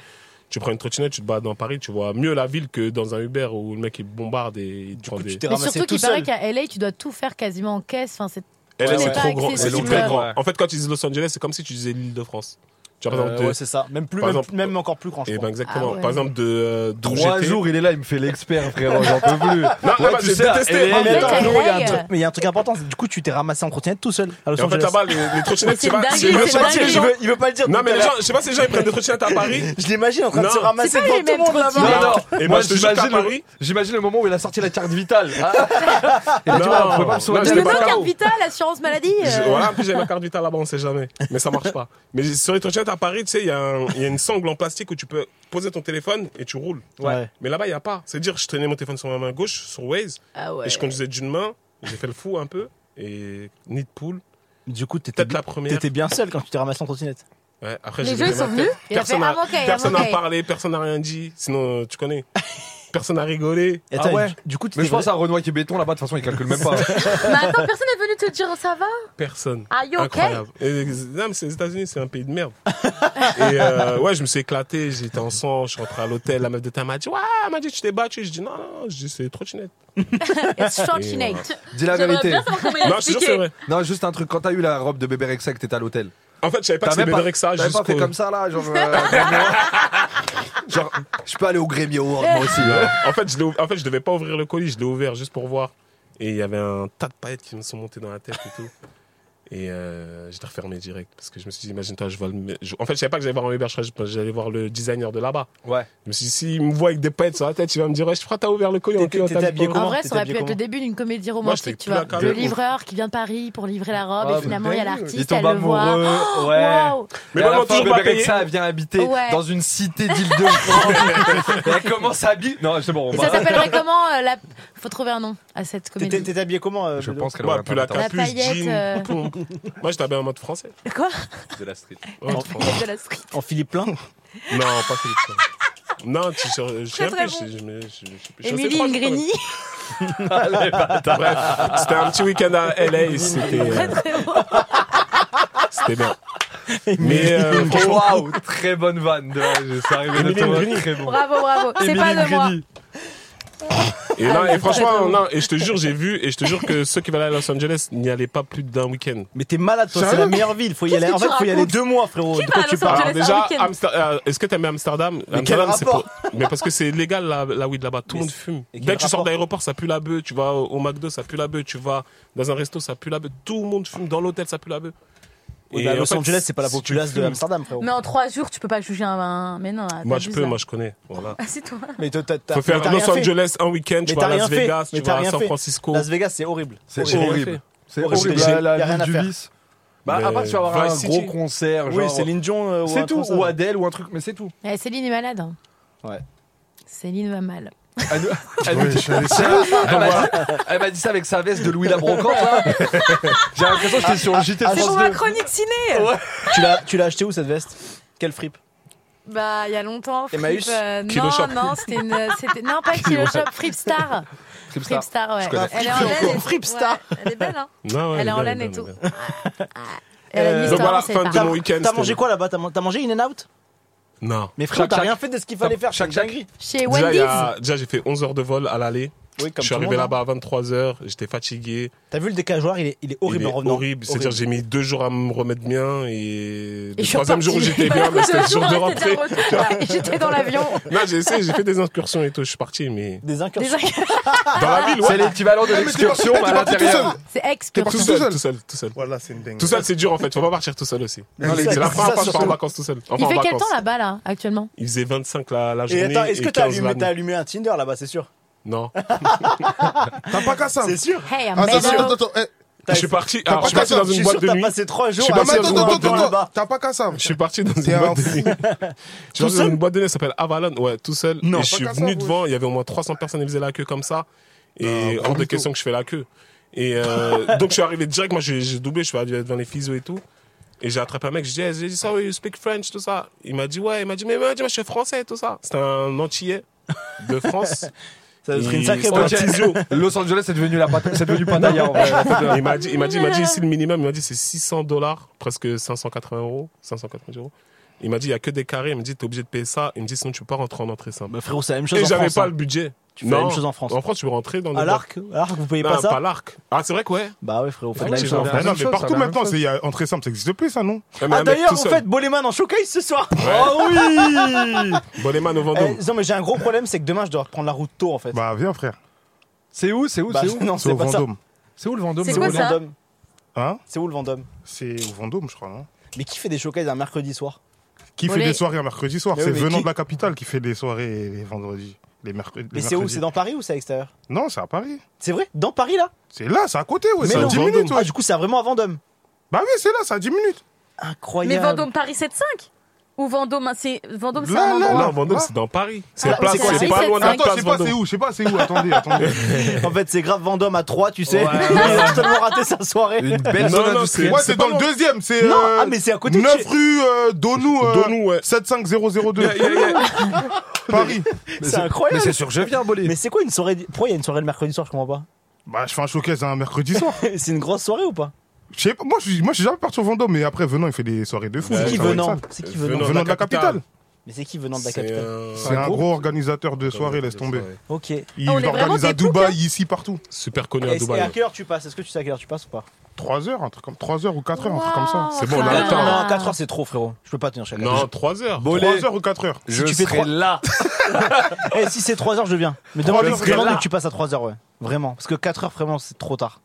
Speaker 3: Tu prends une trottinette, tu te bats dans Paris, tu vois mieux la ville que dans un Uber où le mec il bombarde et il te prend des.
Speaker 2: Tu t'es
Speaker 5: Mais
Speaker 2: ramassé
Speaker 5: surtout
Speaker 2: tout
Speaker 5: qu'il
Speaker 2: seul.
Speaker 5: paraît qu'à LA, tu dois tout faire quasiment en caisse. Enfin, c'est
Speaker 3: Elle
Speaker 2: Ouais,
Speaker 3: c'est
Speaker 2: ouais.
Speaker 3: trop
Speaker 5: pas
Speaker 3: grand, c'est
Speaker 5: accessible.
Speaker 3: très grand.
Speaker 6: Ouais.
Speaker 3: En fait, quand tu dis Los Angeles, c'est comme si tu disais l'île de France. Tu vois, par exemple,
Speaker 2: Euh,
Speaker 3: de-
Speaker 2: Ouais, c'est ça. Même plus,
Speaker 3: Par
Speaker 2: même-
Speaker 3: exemple-
Speaker 2: même encore plus grand, je
Speaker 3: eh ben,
Speaker 2: crois.
Speaker 3: exactement.
Speaker 5: Ah ouais.
Speaker 3: Par exemple, de euh, d'où
Speaker 6: Trois
Speaker 3: j'étais.
Speaker 6: jours, il est là, il me fait l'expert, frérot, j'en peux plus.
Speaker 3: Non,
Speaker 6: Ouais,
Speaker 3: là-bas,
Speaker 6: tu
Speaker 3: j'ai
Speaker 6: sais,
Speaker 3: détesté.
Speaker 6: elle est-
Speaker 3: En
Speaker 2: Mais
Speaker 3: fait,
Speaker 2: attends,
Speaker 5: elle
Speaker 2: Arnaud, il y a un
Speaker 5: est-
Speaker 2: truc- mais il y a un truc important, c'est que du coup, tu t'es ramassé en trottinette tout seul à Los
Speaker 3: Et en fait,
Speaker 2: Angeles.
Speaker 3: là-bas, les, les trottinettes,
Speaker 5: C'est
Speaker 3: c'est pas.
Speaker 5: dingue,
Speaker 3: c'est- je sais pas
Speaker 5: dingue.
Speaker 3: si les
Speaker 2: Il
Speaker 3: gens-
Speaker 2: veut, il veut pas le dire.
Speaker 3: Non,
Speaker 2: tout
Speaker 3: mais
Speaker 2: à
Speaker 3: les gens,
Speaker 2: l'heure.
Speaker 3: je sais pas si les gens ils prennent des trottinettes à Paris.
Speaker 2: Je l'imagine en train de
Speaker 3: Non.
Speaker 2: se ramasser
Speaker 5: C'est pas
Speaker 2: devant
Speaker 5: les
Speaker 2: tout le
Speaker 5: mêmes
Speaker 2: monde là-bas.
Speaker 5: trottinettes.
Speaker 6: Non, non.
Speaker 3: Et moi,
Speaker 6: moi,
Speaker 3: je te jure qu'à
Speaker 6: j'imagine le,
Speaker 3: Paris-
Speaker 6: j'imagine le moment où il a sorti la carte vitale. Ah. Et là, tu
Speaker 3: Non.
Speaker 6: vois, on pouvait pas me
Speaker 3: Non,
Speaker 6: soigner.
Speaker 3: j'étais
Speaker 5: Mais
Speaker 3: pas euh.
Speaker 5: non,
Speaker 3: KO.
Speaker 5: carte vitale, assurance maladie.
Speaker 3: Je-
Speaker 5: euh,
Speaker 3: Voilà, en plus j'ai ma carte vitale là-bas, on sait jamais. Mais ça marche pas. Mais sur les trottinettes à Paris, tu sais, il y, a un- il y a une sangle en plastique où tu peux poser ton téléphone et tu roules.
Speaker 2: Ouais.
Speaker 3: Mais là-bas, il n'y a pas. C'est-à-dire, je traînais mon téléphone sur ma main gauche, sur Waze,
Speaker 5: Ah ouais.
Speaker 3: et je conduisais d'une main, j'ai fait le fou un peu, et nid de poule.
Speaker 2: Du coup, t'étais
Speaker 3: Peut-être la première.
Speaker 2: t'étais bien seul quand tu t'es ramassé en trottinette.
Speaker 3: Ouais, après,
Speaker 5: Les
Speaker 3: j'ai
Speaker 5: gens, ils
Speaker 3: levé ma
Speaker 5: sont
Speaker 3: tête.
Speaker 5: venus. Il a fait
Speaker 3: Personne n'a
Speaker 5: I'm okay, I'm
Speaker 3: personne n'a
Speaker 5: okay.
Speaker 3: parlé, personne n'a rien dit. Sinon, euh, tu connais. personne n'a rigolé.
Speaker 2: Et
Speaker 3: Ah
Speaker 2: t'as-
Speaker 3: ouais
Speaker 2: Du coup, tu
Speaker 6: Mais
Speaker 2: t'es
Speaker 6: je pense
Speaker 2: vrai-
Speaker 6: à Renoir qui est béton là-bas, de toute façon, il calcule même pas.
Speaker 4: Mais attends, personne n'est venu te dire ça va
Speaker 3: Personne.
Speaker 4: Are you okay
Speaker 3: Incroyable. Et- euh, non, mais c'est les États-Unis, c'est un pays de merde. et euh, ouais, je me suis éclaté, j'étais en sang, je suis rentré à l'hôtel, la meuf de ta m'a dit Ouais, elle m'a dit, tu t'es battu. Je dis Non, non, non, je dis, c'est trottinette.
Speaker 5: It's fortunate.
Speaker 6: Dis la
Speaker 4: J'aimerais
Speaker 6: vérité.
Speaker 4: bien savoir comment il a
Speaker 3: Non, je te jure, c'est
Speaker 4: expliqué.
Speaker 3: vrai.
Speaker 6: Non, juste un truc. Quand t'as eu la robe de bébé Rexha que t'étais à l'hôtel,
Speaker 3: En fait, je savais pas que
Speaker 6: t'as
Speaker 3: c'était
Speaker 6: même
Speaker 3: Bébé
Speaker 6: pas,
Speaker 3: Rexha
Speaker 6: t'as même pas
Speaker 3: jusqu'au.
Speaker 6: fait comme ça là, genre. euh, Grémio. genre, je peux aller au Grammy Award moi aussi. hein.
Speaker 3: Non. En fait, je l'ai ou- en fait, je devais pas ouvrir le colis, je l'ai ouvert juste pour voir. Et il y avait un tas de paillettes qui me sont montées dans la tête et tout. Et euh, je l'ai refermé direct parce que je me suis dit, imagine-toi, je vois le. me- je- En fait, je savais pas que j'allais voir un Uber, je crois que j'allais voir le designer de là-bas.
Speaker 6: Ouais.
Speaker 3: Je me suis dit, s'il me voit avec des paillettes sur la tête, il va me dire, ouais, je crois que t'as ouvert le colis en
Speaker 2: T'étais-
Speaker 3: culotte,
Speaker 2: t'étais
Speaker 3: t'as mis
Speaker 2: habillé
Speaker 3: pas-
Speaker 5: En
Speaker 2: Comment
Speaker 5: vrai,
Speaker 2: T'étais
Speaker 5: ça aurait pu
Speaker 2: habillé
Speaker 5: être le
Speaker 2: comment
Speaker 5: début d'une comédie
Speaker 3: j'étais
Speaker 5: romantique, tu
Speaker 3: plus
Speaker 5: vois.
Speaker 3: la carrière.
Speaker 5: Le livreur qui vient de Paris pour livrer la robe
Speaker 6: Ah,
Speaker 5: et finalement il y a
Speaker 6: mais
Speaker 5: l'artiste,
Speaker 6: il
Speaker 5: elle
Speaker 6: tombe
Speaker 5: le voit. Ah, Oh,
Speaker 6: amoureux. Ouais.
Speaker 5: Waouh
Speaker 3: Mais
Speaker 6: Et à
Speaker 3: moi, on
Speaker 6: la
Speaker 3: m'a
Speaker 6: fin,
Speaker 3: toujours
Speaker 6: bébé
Speaker 3: pas payé.
Speaker 6: Rexha, elle vient habiter
Speaker 5: Ouais.
Speaker 6: dans une cité d'Île-de-France. et elle commence à habiller. Non, c'est bon. bah. on
Speaker 5: Et
Speaker 6: va-
Speaker 5: ça s'appellerait comment euh, la... Faut trouver un nom à cette
Speaker 2: T'étais
Speaker 5: comédie.
Speaker 2: t'étais habillé comment euh,
Speaker 6: Je
Speaker 2: Bédo
Speaker 6: pense qu'elle
Speaker 3: Bah,
Speaker 6: aurait
Speaker 3: plus la
Speaker 6: pas
Speaker 5: La
Speaker 3: capuche,
Speaker 5: paillette,
Speaker 3: jean,
Speaker 5: euh.
Speaker 3: pompe. Moi, je t'avais en mode français.
Speaker 5: Quoi
Speaker 6: de la street.
Speaker 3: En mode français.
Speaker 5: De la street.
Speaker 2: En Philippe Plein
Speaker 3: Non, pas Philippe. Plein. Non, tu sais, je sais
Speaker 5: Très, très
Speaker 3: plus.
Speaker 5: bon.
Speaker 3: je- je- je- je- je- je- je- je-
Speaker 5: Émilie
Speaker 3: je-
Speaker 5: Ingrini. Ah,
Speaker 3: Bref, c'était un petit week-end à LA. C'était euh,
Speaker 5: Très très bon.
Speaker 3: c'était bien. Mais euh, franchement,
Speaker 6: Waouh, très bonne vanne. de- C'est arrivé de
Speaker 3: Émilie
Speaker 6: toi.
Speaker 3: Grigny.
Speaker 6: Très bon.
Speaker 5: Bravo, bravo. C'est pas de moi.
Speaker 3: et, non, et franchement, non, et je te jure, j'ai vu, et je te jure que ceux qui veulent aller à Los Angeles n'y allaient pas plus d'un week-end.
Speaker 2: Mais t'es malade, toi, c'est
Speaker 7: Sérieux
Speaker 2: la meilleure ville. Faut y
Speaker 4: Qu'est-ce
Speaker 2: aller.
Speaker 4: que
Speaker 2: En fait,
Speaker 4: tu
Speaker 2: faut y aller
Speaker 4: racontes
Speaker 2: deux mois, frérot.
Speaker 4: Qui
Speaker 2: De quoi
Speaker 4: va à
Speaker 2: tu
Speaker 4: Los Angeles
Speaker 2: parles
Speaker 3: Alors déjà,
Speaker 4: un week-end.
Speaker 3: Amster- euh, est-ce que t'aimes Amsterdam
Speaker 2: quel
Speaker 3: Amsterdam, c'est
Speaker 2: rapport
Speaker 3: Mais parce que c'est légal la, la weed là-bas, tout le
Speaker 2: Mais
Speaker 3: monde fume.
Speaker 2: et
Speaker 3: Dès
Speaker 2: quel
Speaker 3: que tu sors
Speaker 2: rapport
Speaker 3: d'aéroport, ça pue la bœuf. Tu vas au, au McDo, ça pue la bœuf. Tu vas dans un resto, ça pue la bœuf. Tout le monde fume. Dans l'hôtel, ça pue la bœuf.
Speaker 2: Ouais, mais à
Speaker 3: en
Speaker 2: bah, Los
Speaker 3: fait,
Speaker 2: Angeles, c'est pas la
Speaker 3: si tu
Speaker 2: populace de
Speaker 3: fumes-
Speaker 2: Amsterdam, frérot.
Speaker 4: Mais en trois jours, tu peux pas juger un. un- Mais non.
Speaker 3: Moi,
Speaker 4: t'abuses,
Speaker 3: je peux,
Speaker 4: là.
Speaker 3: moi, je connais. Voilà.
Speaker 4: Ah, c'est toi.
Speaker 2: Mais t'as- t'as- t'as-
Speaker 3: Faut faire
Speaker 2: mais t'as
Speaker 3: Los
Speaker 2: rien fait.
Speaker 3: Angeles un week-end, tu
Speaker 2: Mais
Speaker 3: vas
Speaker 2: t'as
Speaker 3: à Las
Speaker 2: rien fait.
Speaker 3: Vegas,
Speaker 2: Mais
Speaker 3: tu
Speaker 2: t'as
Speaker 3: vas à
Speaker 2: rien
Speaker 3: San
Speaker 2: fait.
Speaker 3: Francisco.
Speaker 2: Las Vegas, c'est horrible.
Speaker 6: C'est
Speaker 3: Horrible.
Speaker 6: horrible. C'est
Speaker 2: Horrible.
Speaker 6: horrible.
Speaker 2: J'ai-
Speaker 6: La, la
Speaker 2: y a rien
Speaker 6: ville
Speaker 2: à
Speaker 6: du
Speaker 2: faire.
Speaker 6: vice. Bah,
Speaker 3: Mais
Speaker 6: à part que tu vas avoir
Speaker 3: Vice
Speaker 6: un
Speaker 3: City.
Speaker 6: gros concert,
Speaker 2: Oui,
Speaker 6: genre.
Speaker 2: c'est l'Indion. euh, ou
Speaker 6: C'est
Speaker 2: un
Speaker 6: tout,
Speaker 2: truc comme
Speaker 6: ou
Speaker 2: ça.
Speaker 6: Adèle, ou un truc, mais c'est tout.
Speaker 5: Eh, Céline est malade. hein.
Speaker 2: Ouais.
Speaker 5: Céline va mal.
Speaker 6: Elle, nous- elle nous
Speaker 7: Ouais, je
Speaker 6: dit-
Speaker 7: suis allé-
Speaker 6: elle m'a dit, elle m'a dit ça avec sa veste de Louis Labrocante, là. J'ai l'impression que j'étais sur le JT
Speaker 2: ah,
Speaker 4: C'est
Speaker 6: France
Speaker 4: pour
Speaker 6: 2.
Speaker 4: ma chronique ciné
Speaker 2: Tu l'as- Tu l'as acheté où cette veste Quelle fripe
Speaker 5: Bah, il y a longtemps. Fripp,
Speaker 2: Emmaüs
Speaker 5: euh, non,
Speaker 3: Kiloshop.
Speaker 5: non, c'était une. c'était- Non, pas Kiloshop, Fripstar.
Speaker 6: Tripstar.
Speaker 5: Fripstar, ouais.
Speaker 6: connais
Speaker 5: Elle est en laine.
Speaker 2: Fripstar.
Speaker 5: Ouais, Elle est belle, hein.
Speaker 3: Non, ouais,
Speaker 5: Elle est en
Speaker 3: bien,
Speaker 5: laine
Speaker 3: bien,
Speaker 5: et tout.
Speaker 3: bien.
Speaker 5: Elle a une
Speaker 2: Euh,
Speaker 5: histoire,
Speaker 3: donc voilà,
Speaker 5: on sait
Speaker 3: fin
Speaker 5: pas.
Speaker 3: de
Speaker 2: T'as
Speaker 3: mon week-end,
Speaker 2: t'as
Speaker 3: c'était-
Speaker 2: mangé quoi là-bas T'as man- t'as mangé in and out
Speaker 3: Non.
Speaker 2: Mais frérot, t'as
Speaker 6: chaque-
Speaker 2: rien fait de ce qu'il fallait faire. Chaque dinguerie.
Speaker 5: Chez
Speaker 3: Déjà, il y
Speaker 5: Wendy's.
Speaker 3: a- déjà, j'ai fait 11 heures de vol à l'aller.
Speaker 2: Oui,
Speaker 3: Je suis
Speaker 2: tout le
Speaker 3: arrivé
Speaker 2: monde, hein.
Speaker 3: là-bas à 23h, j'étais fatigué.
Speaker 2: T'as vu le décageoir Il est il est horrible
Speaker 3: Il est
Speaker 2: en revenant.
Speaker 3: horrible. C'est-à-dire, j'ai mis deux jours à me remettre bien et,
Speaker 5: Et
Speaker 3: le
Speaker 5: je suis
Speaker 3: troisième jour où
Speaker 5: repartie.
Speaker 3: j'étais bien, mais c'était le jour de rentrée.
Speaker 5: Et J'étais dans l'avion.
Speaker 3: Non, j'ai essayé, j'ai fait des incursions et tout, je suis parti, mais
Speaker 2: Des
Speaker 5: Déjà,
Speaker 2: incursions.
Speaker 3: dans la ville,
Speaker 6: C'est
Speaker 3: ouais.
Speaker 6: l'équivalent de
Speaker 7: Ah, mais t'es parti-
Speaker 6: l'excursion, mais à
Speaker 7: t'es parti tout
Speaker 6: l'intérieur.
Speaker 7: seul.
Speaker 5: c'est
Speaker 7: parti
Speaker 5: excursion.
Speaker 7: tout seul.
Speaker 3: tout seul, tout seul.
Speaker 7: Voilà, c'est une dingue.
Speaker 3: Tout seul, c'est dur en fait. Faut pas partir tout seul aussi.
Speaker 7: Non, les-
Speaker 3: C'est la
Speaker 2: ça,
Speaker 3: première fois que je pars en
Speaker 2: surtout.
Speaker 3: vacances tout seul. Enfin,
Speaker 5: Il fait
Speaker 3: en
Speaker 5: quel
Speaker 3: vacances.
Speaker 5: temps là-bas, là, actuellement
Speaker 3: Il faisait 25 la, la
Speaker 2: Et
Speaker 3: journée.
Speaker 2: attends, est-ce que
Speaker 3: et
Speaker 2: t'as
Speaker 3: 15
Speaker 2: allumé,
Speaker 3: la nuit.
Speaker 2: t'as allumé un Tinder là-bas, c'est sûr
Speaker 3: Non.
Speaker 7: T'as pas qu'à ça.
Speaker 2: C'est sûr
Speaker 5: Hey, I'm
Speaker 7: Attends,
Speaker 5: mellow.
Speaker 7: attends, attends, attends. eh,
Speaker 3: Ah, Je suis parti, alors,
Speaker 7: pas
Speaker 3: je suis parti dans
Speaker 2: Je
Speaker 3: une
Speaker 2: suis
Speaker 3: boîte
Speaker 2: sûr
Speaker 3: de
Speaker 2: t'as
Speaker 3: nuit.
Speaker 2: passé trois jours
Speaker 3: suis
Speaker 2: à
Speaker 3: pas
Speaker 7: Non, mais
Speaker 2: essayer
Speaker 3: sûr
Speaker 2: de
Speaker 3: qu'on
Speaker 7: attends,
Speaker 3: va
Speaker 7: attends,
Speaker 2: trouver un
Speaker 7: attends, attends.
Speaker 2: endroit là-bas.
Speaker 7: T'as pas qu'à ça.
Speaker 3: Je suis parti dans une
Speaker 7: T'es un
Speaker 3: boîte de
Speaker 7: fou.
Speaker 3: nuit. Je suis dans une boîte de nuit, ça s'appelle Avalon, ouais, tout seul.
Speaker 2: Non,
Speaker 3: et je suis
Speaker 7: pas
Speaker 3: venu
Speaker 7: ça,
Speaker 3: devant, il y avait au moins 300 personnes qui faisaient la queue comme ça. Et
Speaker 7: Non,
Speaker 3: hors de
Speaker 7: plutôt.
Speaker 3: question que je fais la queue. Et euh, donc je suis arrivé direct, moi j'ai j'ai doublé, je suis allé devant les physios et tout. Et j'ai attrapé un mec, je dis, hey, j'ai dit ça, oui, you speak French, tout ça. Il m'a dit, ouais, il m'a dit, mais, mais, mais je suis français, tout ça. C'était un Antillais de France.
Speaker 2: Ça serait une
Speaker 3: Il-
Speaker 2: sacrée
Speaker 3: c'est
Speaker 2: boîte.
Speaker 3: un physio.
Speaker 6: Los Angeles, c'est devenu la pat- c'est devenu Pattaya, en vrai.
Speaker 3: Et Il m'a dit, il m'a dit, il m'a dit, ici le minimum, il m'a dit c'est 600 dollars, presque 580 euros, 580 euros. Il m'a dit, il n'y a que des carrés. Il me dit, t'es obligé de payer ça. Il me dit, sinon tu peux pas rentrer en entrée simple.
Speaker 2: Bah, frérot, c'est la même chose
Speaker 3: Et
Speaker 2: en
Speaker 3: j'avais
Speaker 2: France,
Speaker 3: pas
Speaker 2: hein.
Speaker 3: le budget.
Speaker 2: Tu fais la même chose en France.
Speaker 3: En France, tu peux rentrer dans des
Speaker 2: À
Speaker 3: boîtes-
Speaker 2: l'arc À l'arc, vous payez
Speaker 3: Non,
Speaker 2: pas
Speaker 3: pas
Speaker 2: ça
Speaker 3: l'arc. Ah, c'est vrai que ouais.
Speaker 2: Bah ouais, frérot,
Speaker 3: Ah,
Speaker 2: faites la
Speaker 3: tu
Speaker 2: même
Speaker 3: vas
Speaker 2: chose.
Speaker 3: en
Speaker 7: Bah non,
Speaker 6: Même
Speaker 7: mais
Speaker 6: chose,
Speaker 7: partout
Speaker 6: la même
Speaker 7: maintenant,
Speaker 6: chose.
Speaker 7: c'est il y a entrée simple, ça existe plus, ça, non
Speaker 3: Ah, mais
Speaker 2: Ah
Speaker 3: un mec
Speaker 2: d'ailleurs,
Speaker 3: tout
Speaker 2: en
Speaker 3: seul.
Speaker 2: fait, Boleman en showcase ce soir Oh oui
Speaker 3: Boleman au
Speaker 2: Eh,
Speaker 3: Vendôme.
Speaker 2: Non, mais j'ai un gros problème, c'est que demain, je dois reprendre la route tôt en fait.
Speaker 7: Bah viens, frère.
Speaker 6: C'est où, c'est où,
Speaker 2: Bah,
Speaker 6: c'est où
Speaker 2: non,
Speaker 7: C'est
Speaker 2: c'est
Speaker 7: au
Speaker 2: pas ça.
Speaker 7: Vendôme.
Speaker 6: C'est où le Vendôme
Speaker 4: C'est
Speaker 2: C'est où
Speaker 4: quoi
Speaker 2: le
Speaker 4: ça
Speaker 2: Vendôme
Speaker 7: Hein
Speaker 2: C'est où le Vendôme
Speaker 7: C'est au Vendôme, je crois, non
Speaker 2: Mais qui fait des showcases un mercredi soir
Speaker 7: Qui fait
Speaker 5: Olé.
Speaker 7: des soirées un mercredi soir
Speaker 2: Mais
Speaker 7: C'est
Speaker 2: oui, mais
Speaker 7: venant
Speaker 2: qui-
Speaker 7: de la capitale qui fait des soirées les vendredis. Les mercredis.
Speaker 2: Mais c'est où C'est dans Paris ou c'est à l'extérieur
Speaker 7: Non, c'est à Paris.
Speaker 2: C'est vrai Dans Paris là
Speaker 7: C'est là, c'est à côté, ouais.
Speaker 2: Mais
Speaker 7: C'est à
Speaker 2: non.
Speaker 7: 10 minutes,
Speaker 2: Ah,
Speaker 7: ouais.
Speaker 2: du coup, c'est vraiment à Vendôme.
Speaker 7: Bah oui, c'est là, c'est à 10 minutes.
Speaker 2: Incroyable.
Speaker 4: Mais Vendôme Paris 7-5 Ou Vendôme, hein, c'est Vendôme, c'est
Speaker 7: Là,
Speaker 4: un
Speaker 7: là,
Speaker 4: endroit.
Speaker 7: là.
Speaker 3: Non, Vendôme,
Speaker 7: Ah.
Speaker 3: c'est dans Paris.
Speaker 2: Ah,
Speaker 3: C'est
Speaker 2: c'est
Speaker 3: place,
Speaker 2: quoi,
Speaker 3: c'est
Speaker 5: Paris,
Speaker 3: pas
Speaker 5: c'est-
Speaker 3: loin de la
Speaker 7: Attends, je
Speaker 3: place
Speaker 7: sais pas c'est
Speaker 3: Vendôme.
Speaker 7: où, je sais pas c'est où. Attendez, attendez.
Speaker 2: En fait, c'est grave Vendôme à 3, tu sais.
Speaker 6: Ouais.
Speaker 2: Il a tellement raté sa soirée.
Speaker 6: Une belle
Speaker 3: Non,
Speaker 6: zone
Speaker 3: non,
Speaker 6: industrielle.
Speaker 7: Ouais,
Speaker 3: c'est
Speaker 7: c'est
Speaker 3: pas
Speaker 7: dans le
Speaker 3: loin.
Speaker 7: deuxième, c'est.
Speaker 2: Non,
Speaker 7: euh,
Speaker 2: ah, mais c'est à côté de
Speaker 7: 9
Speaker 2: chez-
Speaker 7: rue euh, Donou. euh,
Speaker 3: Donou, ouais.
Speaker 7: 75002.
Speaker 3: Yeah, yeah, yeah.
Speaker 7: Paris.
Speaker 6: Mais
Speaker 2: C'est incroyable.
Speaker 6: Mais c'est sûr, que je viens voler.
Speaker 2: Mais c'est quoi une soirée di- Pourquoi il y a une soirée le mercredi soir Je comprends
Speaker 7: Bah, je fais un showcase un mercredi soir.
Speaker 2: pas. c'est une grosse soirée ou pas
Speaker 7: Je sais pas, moi, je suis moi, je suis jamais parti au Vendôme, mais après, venant, il fait des soirées de fou.
Speaker 3: Ouais,
Speaker 2: C'est qui
Speaker 7: Ça va être
Speaker 2: venant
Speaker 7: sale.
Speaker 2: C'est qui
Speaker 3: Venant.
Speaker 2: venant
Speaker 7: Venant de la capitale.
Speaker 2: Mais c'est qui venant de la
Speaker 3: C'est
Speaker 2: capitale
Speaker 3: un-
Speaker 7: C'est euh, un gros organisateur de soirées, laisse tomber.
Speaker 2: Ok. Et
Speaker 7: Il
Speaker 4: Ah, on est vraiment
Speaker 7: organise à
Speaker 4: des poucs,
Speaker 7: Dubaï, ici, partout.
Speaker 3: Super connu à
Speaker 2: et à
Speaker 3: Dubaï.
Speaker 2: quelle heure tu passes Est-ce que tu sais à quelle heure tu passes ou pas
Speaker 7: 3 heures, un truc comme 3 heures ou 4 heures, un truc comme ça.
Speaker 5: Wow,
Speaker 3: C'est bon, on
Speaker 5: frère.
Speaker 3: a le temps.
Speaker 2: Non, 4 heures c'est trop frérot. Je peux pas tenir chaque
Speaker 3: Non, 3 heures.
Speaker 6: Bolé,
Speaker 7: 3 heures ou 4 heures.
Speaker 6: je
Speaker 2: tu fais
Speaker 6: serai
Speaker 2: trois-
Speaker 6: là.
Speaker 2: Eh, si c'est 3 heures, je viens. Mais
Speaker 7: Trois
Speaker 2: demande
Speaker 7: heures,
Speaker 2: demande
Speaker 7: là.
Speaker 2: que tu passes à 3 heures, ouais. Vraiment. Parce que 4 heures, vraiment, c'est trop tard.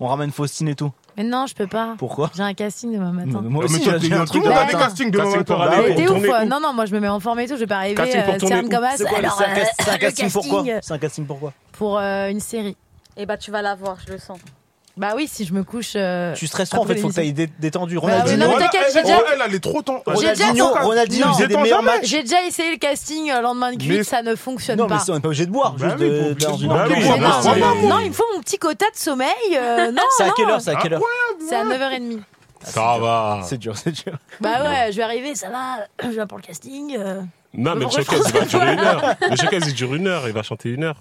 Speaker 2: On ramène Faustine et tout.
Speaker 5: Mais non, je peux pas.
Speaker 2: Pourquoi
Speaker 5: J'ai un casting demain matin.
Speaker 2: Moi
Speaker 7: mais toi, t'es-
Speaker 2: j'ai un
Speaker 7: tout
Speaker 2: truc
Speaker 7: le monde
Speaker 2: de
Speaker 7: a des
Speaker 2: matin.
Speaker 7: castings demain
Speaker 3: Casting pour
Speaker 7: matin.
Speaker 3: aller
Speaker 5: Mais
Speaker 3: où
Speaker 5: t'es ouf,
Speaker 3: Tourner
Speaker 5: euh,
Speaker 3: où
Speaker 5: Non, non, moi je me mets en forme et tout, je vais pas arriver.
Speaker 3: Casting pour
Speaker 5: euh,
Speaker 3: tourner
Speaker 5: Sam
Speaker 3: où
Speaker 5: Gomez,
Speaker 2: C'est quoi le-
Speaker 5: alors,
Speaker 2: C'est un,
Speaker 5: euh,
Speaker 2: cas- c'est un
Speaker 5: le
Speaker 2: casting pour quoi
Speaker 5: casting
Speaker 2: C'est un casting pour quoi
Speaker 5: Pour euh, une série.
Speaker 4: Et bah, tu vas la voir, je le sens.
Speaker 5: Bah oui, si je me couche. euh,
Speaker 2: Tu stresses trop en
Speaker 5: Après
Speaker 2: fait, faut que
Speaker 5: l'émission.
Speaker 2: t'ailles dé- détendu.
Speaker 5: Bah oui,
Speaker 2: Ronaldinho,
Speaker 5: non, mais
Speaker 7: Voilà,
Speaker 5: t'inquiète, j'ai
Speaker 7: elle-
Speaker 5: déjà-
Speaker 7: elle, elle est trop temps.
Speaker 5: J'ai déjà-
Speaker 2: Ronaldinho, Ronaldinho
Speaker 5: Non.
Speaker 2: faisait des
Speaker 7: Détends
Speaker 2: meilleurs
Speaker 7: jamais.
Speaker 2: matchs.
Speaker 5: J'ai déjà essayé le casting euh, lendemain de cuite,
Speaker 7: Mais-
Speaker 5: ça ne fonctionne
Speaker 2: Non, mais
Speaker 5: pas.
Speaker 2: c'est- on n'est pas obligé de boire,
Speaker 7: Bah
Speaker 2: juste
Speaker 7: oui,
Speaker 2: de-
Speaker 7: faut
Speaker 2: dans une
Speaker 7: boire.
Speaker 2: enquête.
Speaker 7: Bah oui,
Speaker 5: Mais
Speaker 7: on
Speaker 5: non,
Speaker 7: va se
Speaker 5: non,
Speaker 7: réveiller.
Speaker 5: non, il me faut mon petit quota de sommeil. euh, non,
Speaker 2: C'est à
Speaker 5: non,
Speaker 2: quelle heure C'est à quelle heure
Speaker 5: C'est à 9h30.
Speaker 3: Ça va.
Speaker 2: Ah, C'est dur, c'est dur.
Speaker 5: Bah ouais, je vais arriver, ça va, je viens pour le casting. euh.
Speaker 3: Non, mais le
Speaker 5: Pourquoi
Speaker 3: showcase,
Speaker 5: je
Speaker 3: il va
Speaker 5: pense
Speaker 3: durer une heure. Le showcase, il dure une heure. Il va chanter une heure.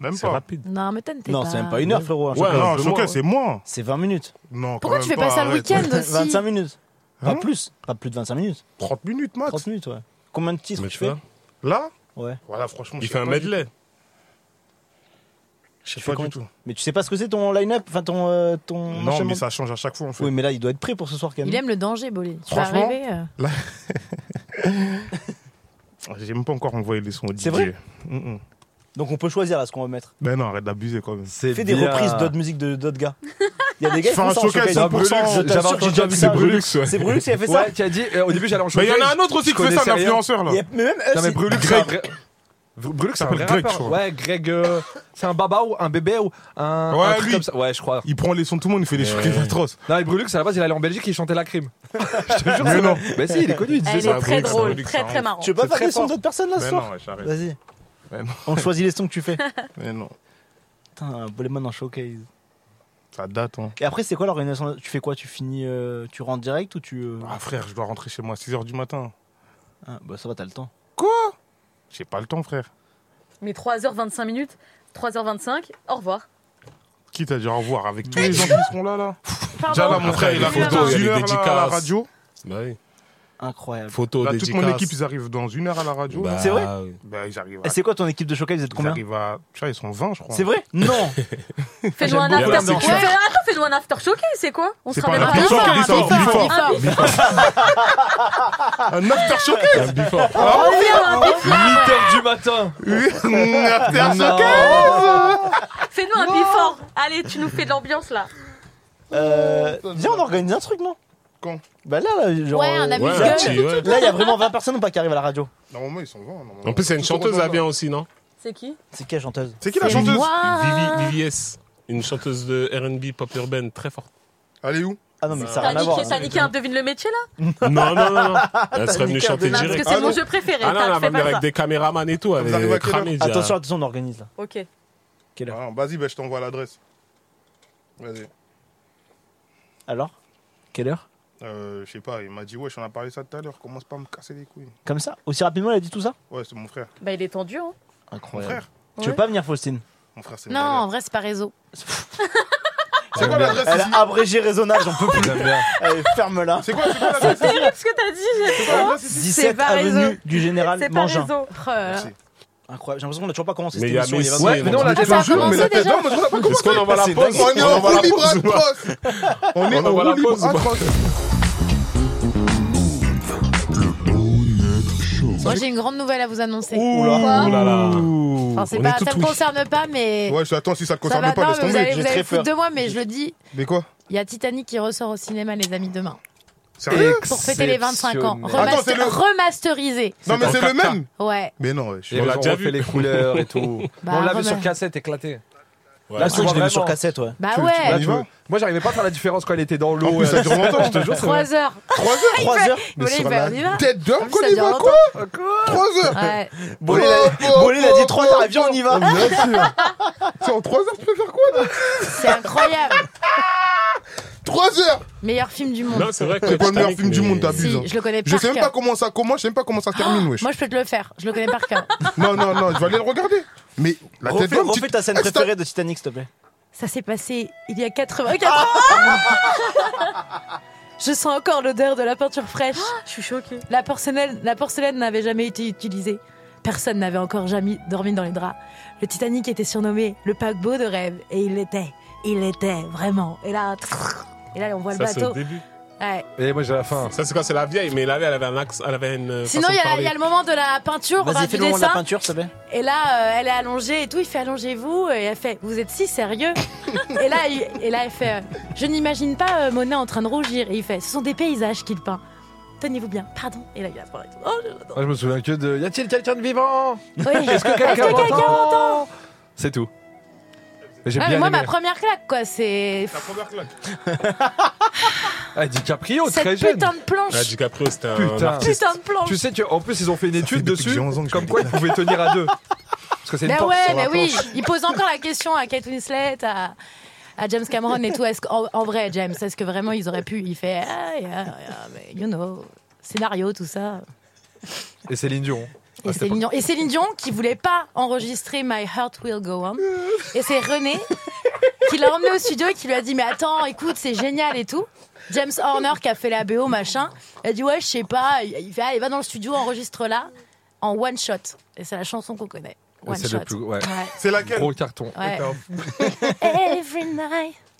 Speaker 7: Même
Speaker 3: C'est
Speaker 7: pas.
Speaker 3: rapide.
Speaker 5: Non, mais t'es
Speaker 2: Non, c'est même pas une heure, frérot. un
Speaker 3: Ouais.
Speaker 2: showcase.
Speaker 7: Non,
Speaker 3: un peu
Speaker 7: le showcase,
Speaker 3: moins.
Speaker 7: c'est moi.
Speaker 2: C'est 20 minutes.
Speaker 7: Non,
Speaker 5: Pourquoi
Speaker 7: quand
Speaker 5: tu
Speaker 7: même
Speaker 5: fais pas ça le
Speaker 7: arrête.
Speaker 5: week-end aussi
Speaker 2: 25 minutes. Pas
Speaker 7: Hein
Speaker 2: plus. Pas plus de 25 minutes.
Speaker 7: 30 minutes max.
Speaker 2: 30 minutes, ouais. Combien de titres
Speaker 3: Mais
Speaker 2: tu
Speaker 3: tu
Speaker 2: fais
Speaker 3: vois,
Speaker 7: Là
Speaker 2: Ouais.
Speaker 7: Voilà, franchement,
Speaker 3: il
Speaker 7: je
Speaker 3: fait un
Speaker 7: sais pas du-
Speaker 3: medley.
Speaker 7: Je sais
Speaker 2: Tu fais
Speaker 7: pas du
Speaker 2: combien-
Speaker 7: tout.
Speaker 2: Mais tu sais pas ce que c'est ton line-up Enfin, ton. euh, ton
Speaker 7: Non,
Speaker 2: enchaînement
Speaker 7: mais ça change à chaque fois, en fait.
Speaker 2: Oui, mais là, il doit être prêt pour ce soir quand même.
Speaker 5: Il aime le danger, Bolé. Tu vas
Speaker 7: Franchement,
Speaker 5: arriver. euh.
Speaker 7: J'ai même pas encore envoyé les sons au DJ.
Speaker 2: C'est vrai
Speaker 7: Mm, mm.
Speaker 2: Donc on peut choisir là ce qu'on va mettre.
Speaker 7: Ben non, arrête d'abuser quand même.
Speaker 6: C'est
Speaker 2: Fais des
Speaker 6: bien.
Speaker 2: reprises d'autres musiques de- d'autres gars. Il y a des gars qui
Speaker 7: Fais un
Speaker 2: font ça en
Speaker 7: showcase
Speaker 2: showcase.
Speaker 7: 100%,
Speaker 2: Je t'assure,
Speaker 6: j'avais
Speaker 2: j'ai déjà
Speaker 6: entendu
Speaker 2: vu
Speaker 6: que
Speaker 2: ça.
Speaker 6: c'est Brulux, ouais.
Speaker 2: C'est Brulux qui a fait ça.
Speaker 6: Ouais, tu as dit, euh, au début j'allais en
Speaker 7: Mais il
Speaker 6: showcase.
Speaker 7: y en a un autre aussi
Speaker 6: je
Speaker 7: qui fait ça,
Speaker 6: connaissais
Speaker 7: un
Speaker 6: rien.
Speaker 7: influenceur là.
Speaker 2: Il y a- Mais même eux,
Speaker 6: Non, mais
Speaker 2: si-
Speaker 6: Brulux, c'est un vrai- Brulux, c'est un
Speaker 7: s'appelle
Speaker 6: vrai
Speaker 7: Greg, je
Speaker 6: rappeur.
Speaker 7: crois.
Speaker 6: Ouais, Greg, euh, c'est un baba ou un bébé ou un,
Speaker 7: Ouais,
Speaker 6: un truc
Speaker 7: lui. Euh,
Speaker 6: comme ça. Ouais, je crois.
Speaker 7: Il prend les sons de tout le monde, il fait des showcases atroces.
Speaker 6: Non, mais Brulux, à la base, il allait en Belgique, il chantait la crime. je te jure, mais non. Mais si, il est connu, il disait
Speaker 4: Elle
Speaker 6: ça.
Speaker 4: est très
Speaker 3: Brooks,
Speaker 4: drôle,
Speaker 3: Brooks,
Speaker 4: très
Speaker 3: ça
Speaker 4: très marrant.
Speaker 2: Tu veux pas
Speaker 6: C'est
Speaker 2: faire
Speaker 6: très
Speaker 2: des sons
Speaker 6: fort.
Speaker 2: d'autres personnes là ce
Speaker 7: Mais
Speaker 2: soir
Speaker 7: non, ouais, j'arrête.
Speaker 2: Vas-y.
Speaker 7: Mais non.
Speaker 2: On choisit les sons que tu fais.
Speaker 7: Mais non.
Speaker 2: Putain, Boleman en showcase.
Speaker 7: Ça date, hein.
Speaker 2: Et après, c'est quoi l'organisation Tu fais quoi Tu finis. euh, tu rentres direct ou tu. euh,
Speaker 7: Ah frère, je dois rentrer chez moi à 6h du matin.
Speaker 2: ah, bah ça va, t'as le temps.
Speaker 7: J'ai pas le temps, frère.
Speaker 4: Mais 3h25 minutes, 3h25, au revoir.
Speaker 7: Qui t'a dit au revoir avec tous les gens qui seront là, là Déjà là,
Speaker 4: Pardon.
Speaker 7: mon frère, il arrive
Speaker 4: Pardon.
Speaker 7: dans
Speaker 3: Il
Speaker 7: une
Speaker 3: y a
Speaker 7: heure
Speaker 3: des
Speaker 7: là, à la
Speaker 3: dédicaces.
Speaker 7: radio.
Speaker 3: Bah oui.
Speaker 2: Incroyable.
Speaker 3: Photo,
Speaker 7: Là, toute
Speaker 3: dédicace.
Speaker 7: mon équipe, ils arrivent dans une heure à la radio.
Speaker 3: Bah,
Speaker 2: C'est vrai
Speaker 3: oui.
Speaker 7: Bah, ils arrivent à...
Speaker 2: Et c'est quoi ton équipe de showcase Vous êtes
Speaker 7: Ils
Speaker 2: combien
Speaker 7: arrivent à... Tu vois, ils sont 20, je crois.
Speaker 2: C'est vrai Non
Speaker 4: Fais-nous un
Speaker 3: beaucoup
Speaker 4: after.
Speaker 3: la
Speaker 4: Ouais.
Speaker 3: sécurité.
Speaker 4: Fais- Attends, fais-nous un after choqué, c'est quoi On
Speaker 7: C'est
Speaker 4: se
Speaker 7: pas
Speaker 4: ramène
Speaker 7: un
Speaker 4: pas
Speaker 7: after
Speaker 4: avant
Speaker 7: choqué,
Speaker 5: un
Speaker 7: sort,
Speaker 5: bifort,
Speaker 7: bifort.
Speaker 5: un bifort.
Speaker 7: Un after show
Speaker 3: Un before.
Speaker 4: On fait un-
Speaker 6: 8h du matin.
Speaker 7: Un after show
Speaker 4: Fais-nous un before. Allez, tu nous fais de l'ambiance là.
Speaker 2: Euh, Viens, on organise un truc, non
Speaker 7: Quand
Speaker 2: Bah là, là, genre.
Speaker 5: Ouais,
Speaker 2: euh,
Speaker 5: un
Speaker 3: Ouais,
Speaker 5: amuse
Speaker 3: un petit, ouais.
Speaker 2: Là, il y a vraiment 20 personnes ou pas qui arrivent à la radio
Speaker 7: Normalement, ils sont 20. normalement.
Speaker 3: En plus, il y a une
Speaker 7: Tout
Speaker 3: chanteuse à
Speaker 7: retourne là.
Speaker 3: bien aussi, non
Speaker 4: C'est qui
Speaker 2: C'est quelle chanteuse
Speaker 7: C'est qui la
Speaker 5: C'est
Speaker 7: chanteuse
Speaker 5: moi. Ah.
Speaker 3: Vivi, Vivi S. Une chanteuse de RB pop urbaine très forte.
Speaker 7: Elle est où
Speaker 2: Ah non, mais ça n'a
Speaker 4: T'as
Speaker 2: rien à voir.
Speaker 4: niqué, t'as niqué un devine le métier là
Speaker 2: Mm.
Speaker 3: Non, non, non. non. Elle serait venue
Speaker 2: niqué un
Speaker 3: chanter
Speaker 7: peu.
Speaker 4: Non, Parce que
Speaker 3: direct.
Speaker 4: c'est
Speaker 7: Ah
Speaker 4: mon
Speaker 7: non.
Speaker 4: jeu préféré.
Speaker 3: Ah non,
Speaker 4: t'as-
Speaker 3: elle va
Speaker 4: fais
Speaker 3: venir
Speaker 4: pas
Speaker 3: avec
Speaker 4: ça.
Speaker 3: des caméramans et tout. Elle
Speaker 7: arrivez à
Speaker 3: est
Speaker 7: quelle heure
Speaker 3: cramée. déjà.
Speaker 2: Attention, attention, on organise là.
Speaker 4: Ok.
Speaker 2: Quelle heure
Speaker 7: Ah, Vas-y, bah, je t'envoie l'adresse. Vas-y.
Speaker 2: Alors Quelle heure
Speaker 7: Euh, je sais pas, il m'a dit, ouais, j'en ai parlé ça tout à l'heure, commence pas à me casser les couilles.
Speaker 2: Comme ça Aussi rapidement, elle a dit tout ça
Speaker 7: Ouais, c'est mon frère.
Speaker 4: Bah, il est tendu, hein.
Speaker 7: Mon
Speaker 2: Incroyable.
Speaker 7: frère
Speaker 2: Tu veux pas venir, Faustine
Speaker 7: Mon frère, c'est une
Speaker 5: Non, en
Speaker 7: galère.
Speaker 5: vrai, c'est pas réseau.
Speaker 7: C'est quoi l'adresse
Speaker 2: Elle
Speaker 7: ici
Speaker 2: a abrégé raisonnable, j'en
Speaker 3: Ah,
Speaker 2: peux plus.
Speaker 6: J'aime bien.
Speaker 2: Allez, ferme-la.
Speaker 7: C'est quoi c'est quoi l'adresse ici
Speaker 4: Terrible ce que t'as dit.
Speaker 7: C'est quoi l'adresse ici
Speaker 2: 17
Speaker 5: pas Oh réseau.
Speaker 2: avenue du Général
Speaker 4: C'est pas
Speaker 2: Mangin.
Speaker 4: réseau.
Speaker 5: Preuve.
Speaker 7: Merci.
Speaker 2: Incroyable, j'ai l'impression qu'on a toujours pas commencé
Speaker 3: Mais
Speaker 2: cette
Speaker 3: il y a
Speaker 2: émission. il est
Speaker 3: Messi.
Speaker 2: vingt-
Speaker 6: Ouais, mais non, on l'a
Speaker 5: Ah,
Speaker 6: déjà
Speaker 5: ça a
Speaker 6: vendu,
Speaker 5: commencé
Speaker 6: mais la tête
Speaker 5: déjà
Speaker 6: d'homme, on l'a pas
Speaker 3: Est-ce qu'on envoie la
Speaker 2: C'est
Speaker 3: pause
Speaker 7: On est en
Speaker 3: envoie
Speaker 7: roue
Speaker 3: la
Speaker 7: libre
Speaker 3: pause
Speaker 7: à
Speaker 3: ou pas
Speaker 7: atroce On est
Speaker 3: On
Speaker 7: en
Speaker 3: envoie la
Speaker 7: roue libre
Speaker 3: pause ou pas
Speaker 7: atroce
Speaker 5: Moi, j'ai une grande nouvelle à vous annoncer.
Speaker 7: Oula
Speaker 3: Oh là là.
Speaker 5: Enfin, c'est
Speaker 3: On
Speaker 5: pas,
Speaker 3: est tout
Speaker 5: ça me
Speaker 3: touche.
Speaker 5: concerne pas, mais.
Speaker 7: Ouais, je attends si ça te
Speaker 5: ça va,
Speaker 7: concerne pas,
Speaker 5: non,
Speaker 7: laisse
Speaker 5: mais vous
Speaker 7: tomber.
Speaker 5: allez,
Speaker 2: j'ai
Speaker 5: vous allez
Speaker 2: très
Speaker 5: foutre
Speaker 2: peur.
Speaker 5: de moi, mais je le dis,
Speaker 7: Mais quoi
Speaker 5: il y a Titanic qui ressort au cinéma, les amis, demain.
Speaker 7: Sérieux
Speaker 5: Pour fêter les 25 ans.
Speaker 6: Exceptionnel.
Speaker 7: Attends, c'est
Speaker 5: Remaster-
Speaker 7: le-
Speaker 5: Remasterisé.
Speaker 7: Non, mais
Speaker 3: en
Speaker 7: c'est le
Speaker 3: 4K.
Speaker 7: même
Speaker 5: Ouais.
Speaker 7: Mais non, ouais, je suis
Speaker 6: Et
Speaker 3: On
Speaker 6: on
Speaker 3: l'a
Speaker 6: l'a
Speaker 3: déjà vu.
Speaker 6: fait les couleurs et tout.
Speaker 5: Bah,
Speaker 6: on l'a vu
Speaker 5: remets.
Speaker 6: sur cassette éclaté. Ah,
Speaker 3: Ouais.
Speaker 2: Là, je l'ai vu
Speaker 6: Vraiment.
Speaker 2: sur cassette, ouais.
Speaker 5: Bah
Speaker 7: Tu- tu-
Speaker 5: ouais.
Speaker 7: On
Speaker 6: Là,
Speaker 7: y
Speaker 6: tu
Speaker 7: va
Speaker 6: vois, Moi, j'arrivais pas à faire la différence quand elle était dans l'eau.
Speaker 7: plus, ça
Speaker 6: euh,
Speaker 7: dure longtemps.
Speaker 6: je te jure, c'est vrai.
Speaker 5: 3 heures.
Speaker 7: 3 heures
Speaker 2: 3 heures
Speaker 5: Bolé, il fait, on y va.
Speaker 7: Tête d'homme
Speaker 5: Ça
Speaker 7: qu'on y
Speaker 5: dure
Speaker 7: va
Speaker 5: longtemps.
Speaker 7: quoi 3 heures
Speaker 5: Ouais.
Speaker 2: Bolé, il a- Bolé, il a dit 3 heures, viens, on y va.
Speaker 7: Bien
Speaker 5: Ah,
Speaker 7: sûr C'est en 3 heures, tu peux faire quoi là
Speaker 5: C'est incroyable.
Speaker 7: 3 heures
Speaker 5: Meilleur film du monde.
Speaker 3: Non, c'est vrai que.
Speaker 7: C'est pas le meilleur
Speaker 3: Titanic,
Speaker 7: film du
Speaker 3: mais-
Speaker 7: monde, t'abuses. hein.
Speaker 5: Si, je le connais
Speaker 7: Je
Speaker 5: par
Speaker 7: sais même
Speaker 5: cœur. Ah,
Speaker 7: pas comment ça commence, je sais même pas comment ça se termine, wesh.
Speaker 5: Oh, Moi, je peux te le faire. Je le connais par cœur.
Speaker 7: Non, non, non, je vais aller le regarder. Mais la tête
Speaker 2: Refais,
Speaker 7: d'homme, tu-
Speaker 2: refais ta scène
Speaker 7: Ah, c'est ta-
Speaker 2: préférée de Titanic, s'il te plaît.
Speaker 5: Ça s'est passé il y a 84 ans. Je sens encore l'odeur de la peinture fraîche.
Speaker 4: Je suis choquée.
Speaker 5: La porcelaine, la porcelaine n'avait jamais été utilisée. Personne n'avait encore jamais dormi dans les draps. Le Titanic était surnommé le paquebot de rêve. Et il l'était. Il l'était, vraiment. Et là, trrr, et là on voit
Speaker 3: Ça,
Speaker 5: le
Speaker 3: c'est le
Speaker 5: bateau.
Speaker 3: début.
Speaker 5: Ouais.
Speaker 6: Et moi, j'ai la fin.
Speaker 3: Ça, c'est quand c'est la vieille, mais la vieille, elle avait un axe, elle avait une. euh,
Speaker 5: Sinon,
Speaker 3: façon
Speaker 5: il
Speaker 3: de
Speaker 5: y, a-
Speaker 3: parler.
Speaker 5: il y a le moment de la peinture,
Speaker 2: Vas-y,
Speaker 5: rap
Speaker 2: fais
Speaker 5: du
Speaker 2: le moment de la
Speaker 5: dessin.
Speaker 2: peinture, s'il te plaît.
Speaker 5: Et là, euh, elle est allongée et tout. Il fait allongez-vous. Et elle fait vous êtes si sérieux. et là, il- et là, elle fait euh, je n'imagine pas euh, Mona en train de rougir. Et il fait ce sont des paysages qu'il peint. Tenez-vous bien, pardon. Et là, il a Oh,
Speaker 6: Moi, je me souviens que de. Y a-t-il quelqu'un de vivant
Speaker 5: je- Oui.
Speaker 6: Est-ce que quelqu'un m'entend C'est tout. Mais J'ai
Speaker 5: Ah, mais
Speaker 6: bien
Speaker 5: moi,
Speaker 6: aimé.
Speaker 5: ma première claque, quoi, c'est
Speaker 3: La première claque.
Speaker 6: Ah, DiCaprio, très
Speaker 5: cette
Speaker 6: jeune.
Speaker 5: putain de planche.
Speaker 3: Ah, DiCaprio, c'était un.
Speaker 6: Putain.
Speaker 3: artiste.
Speaker 5: Putain de planche.
Speaker 6: Tu sais qu'en plus, ils ont fait une
Speaker 7: fait
Speaker 6: étude
Speaker 7: depuis que
Speaker 6: dessus,
Speaker 7: j'ai 11 ans que je
Speaker 6: comme
Speaker 7: fais
Speaker 6: quoi
Speaker 7: des
Speaker 6: ils pouvaient tenir à deux. Parce que c'est une
Speaker 5: Mais
Speaker 6: porte
Speaker 5: Ben
Speaker 6: sur
Speaker 5: Bah ouais,
Speaker 6: la
Speaker 5: mais oui,
Speaker 6: planche.
Speaker 5: il pose encore la question à Kate Winslet, à, à James Cameron et tout. Est-ce que- en, en vrai, James, est-ce que vraiment ils auraient pu Il fait, ah, yeah, yeah, mais you know, scénario, tout ça.
Speaker 6: Et Céline Dion.
Speaker 5: Et
Speaker 6: Ah, c'était
Speaker 5: Céline Dion, et Céline Dion qui voulait pas enregistrer My Heart Will Go On. Et c'est René qui l'a emmené au studio et qui lui a dit Mais attends, écoute, c'est génial et tout. James Horner qui a fait la BO, machin. Elle a dit Ouais, je sais pas. Il fait Allez, va dans le studio, enregistre là, en one shot. Et c'est la chanson qu'on connaît.
Speaker 6: Et
Speaker 5: One
Speaker 6: c'est
Speaker 5: shot.
Speaker 6: le plus ouais.
Speaker 5: Ouais,
Speaker 7: C'est laquelle
Speaker 6: gros carton.
Speaker 5: ouais.
Speaker 7: Putain.
Speaker 5: Every night.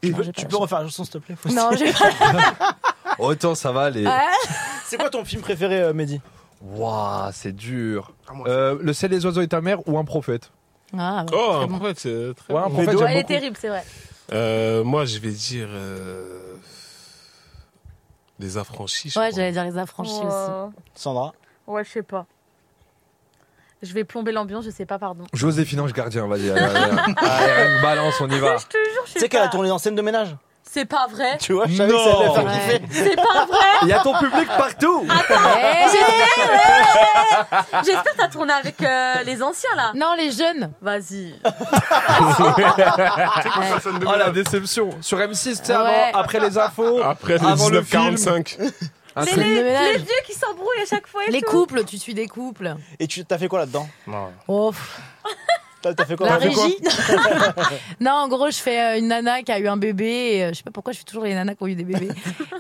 Speaker 5: Non, j'ai pas
Speaker 2: Tu
Speaker 5: la
Speaker 2: peux refaire la chanson, s'il te plaît. faut-
Speaker 5: chanson. Non, j'ai pas.
Speaker 6: Autant Oh, ça va les.
Speaker 5: Ouais.
Speaker 2: C'est quoi ton film préféré, euh, Mehdi
Speaker 6: Waouh, c'est dur.
Speaker 7: Ah, moi,
Speaker 6: Euh, le ciel, les oiseaux et ta mère ou un prophète.
Speaker 5: Ah, ouais,
Speaker 3: Oh,
Speaker 5: très
Speaker 3: un
Speaker 5: bon.
Speaker 3: prophète, c'est très.
Speaker 6: Ouais, un
Speaker 3: bon.
Speaker 6: prophète.
Speaker 5: Ouais, elle
Speaker 6: J'aime
Speaker 5: est
Speaker 6: beaucoup.
Speaker 5: terrible, c'est vrai.
Speaker 3: Euh, moi, je vais dire. euh, Les affranchis. je
Speaker 5: Ouais,
Speaker 3: crois.
Speaker 5: j'allais dire les affranchis aussi.
Speaker 4: Wow.
Speaker 2: Sandra.
Speaker 4: Ouais, je sais pas. Je vais plomber l'ambiance, je sais pas, pardon.
Speaker 6: Joséphine Ange Gardien, vas-y. allez, allez, allez. Allez, balance, on y va.
Speaker 4: Je te jure, je
Speaker 2: Tu
Speaker 4: sais
Speaker 2: sais qu'elle a
Speaker 4: pas.
Speaker 2: tourné dans scène de ménage
Speaker 4: C'est pas vrai.
Speaker 2: Tu vois, je savais que ça allait faire kiffer.
Speaker 4: C'est pas vrai.
Speaker 6: Il y a ton public partout.
Speaker 5: Hey.
Speaker 4: J'espère que t'as tourné avec euh, les anciens là.
Speaker 5: Non, les jeunes.
Speaker 4: Vas-y.
Speaker 6: Ah la déception. Sur M6, tu sais, avant,
Speaker 5: Ouais.
Speaker 6: après les infos.
Speaker 3: Après les
Speaker 6: Avant le
Speaker 3: 1945.
Speaker 6: un
Speaker 4: C'est
Speaker 6: truc-
Speaker 5: de
Speaker 4: les,
Speaker 5: ménage.
Speaker 4: les vieux qui s'embrouillent à chaque fois et
Speaker 5: Les
Speaker 4: tout.
Speaker 5: couples, tu suis des couples.
Speaker 2: Et tu t'as fait quoi là-dedans
Speaker 7: Non.
Speaker 5: Oh, pff,
Speaker 2: T'as t'as fait quoi
Speaker 5: la
Speaker 2: là-dedans
Speaker 5: régie. non, en gros, je fais euh, une nana qui a eu un bébé. et, euh, je sais pas pourquoi je fais toujours les nanas qui ont eu des bébés.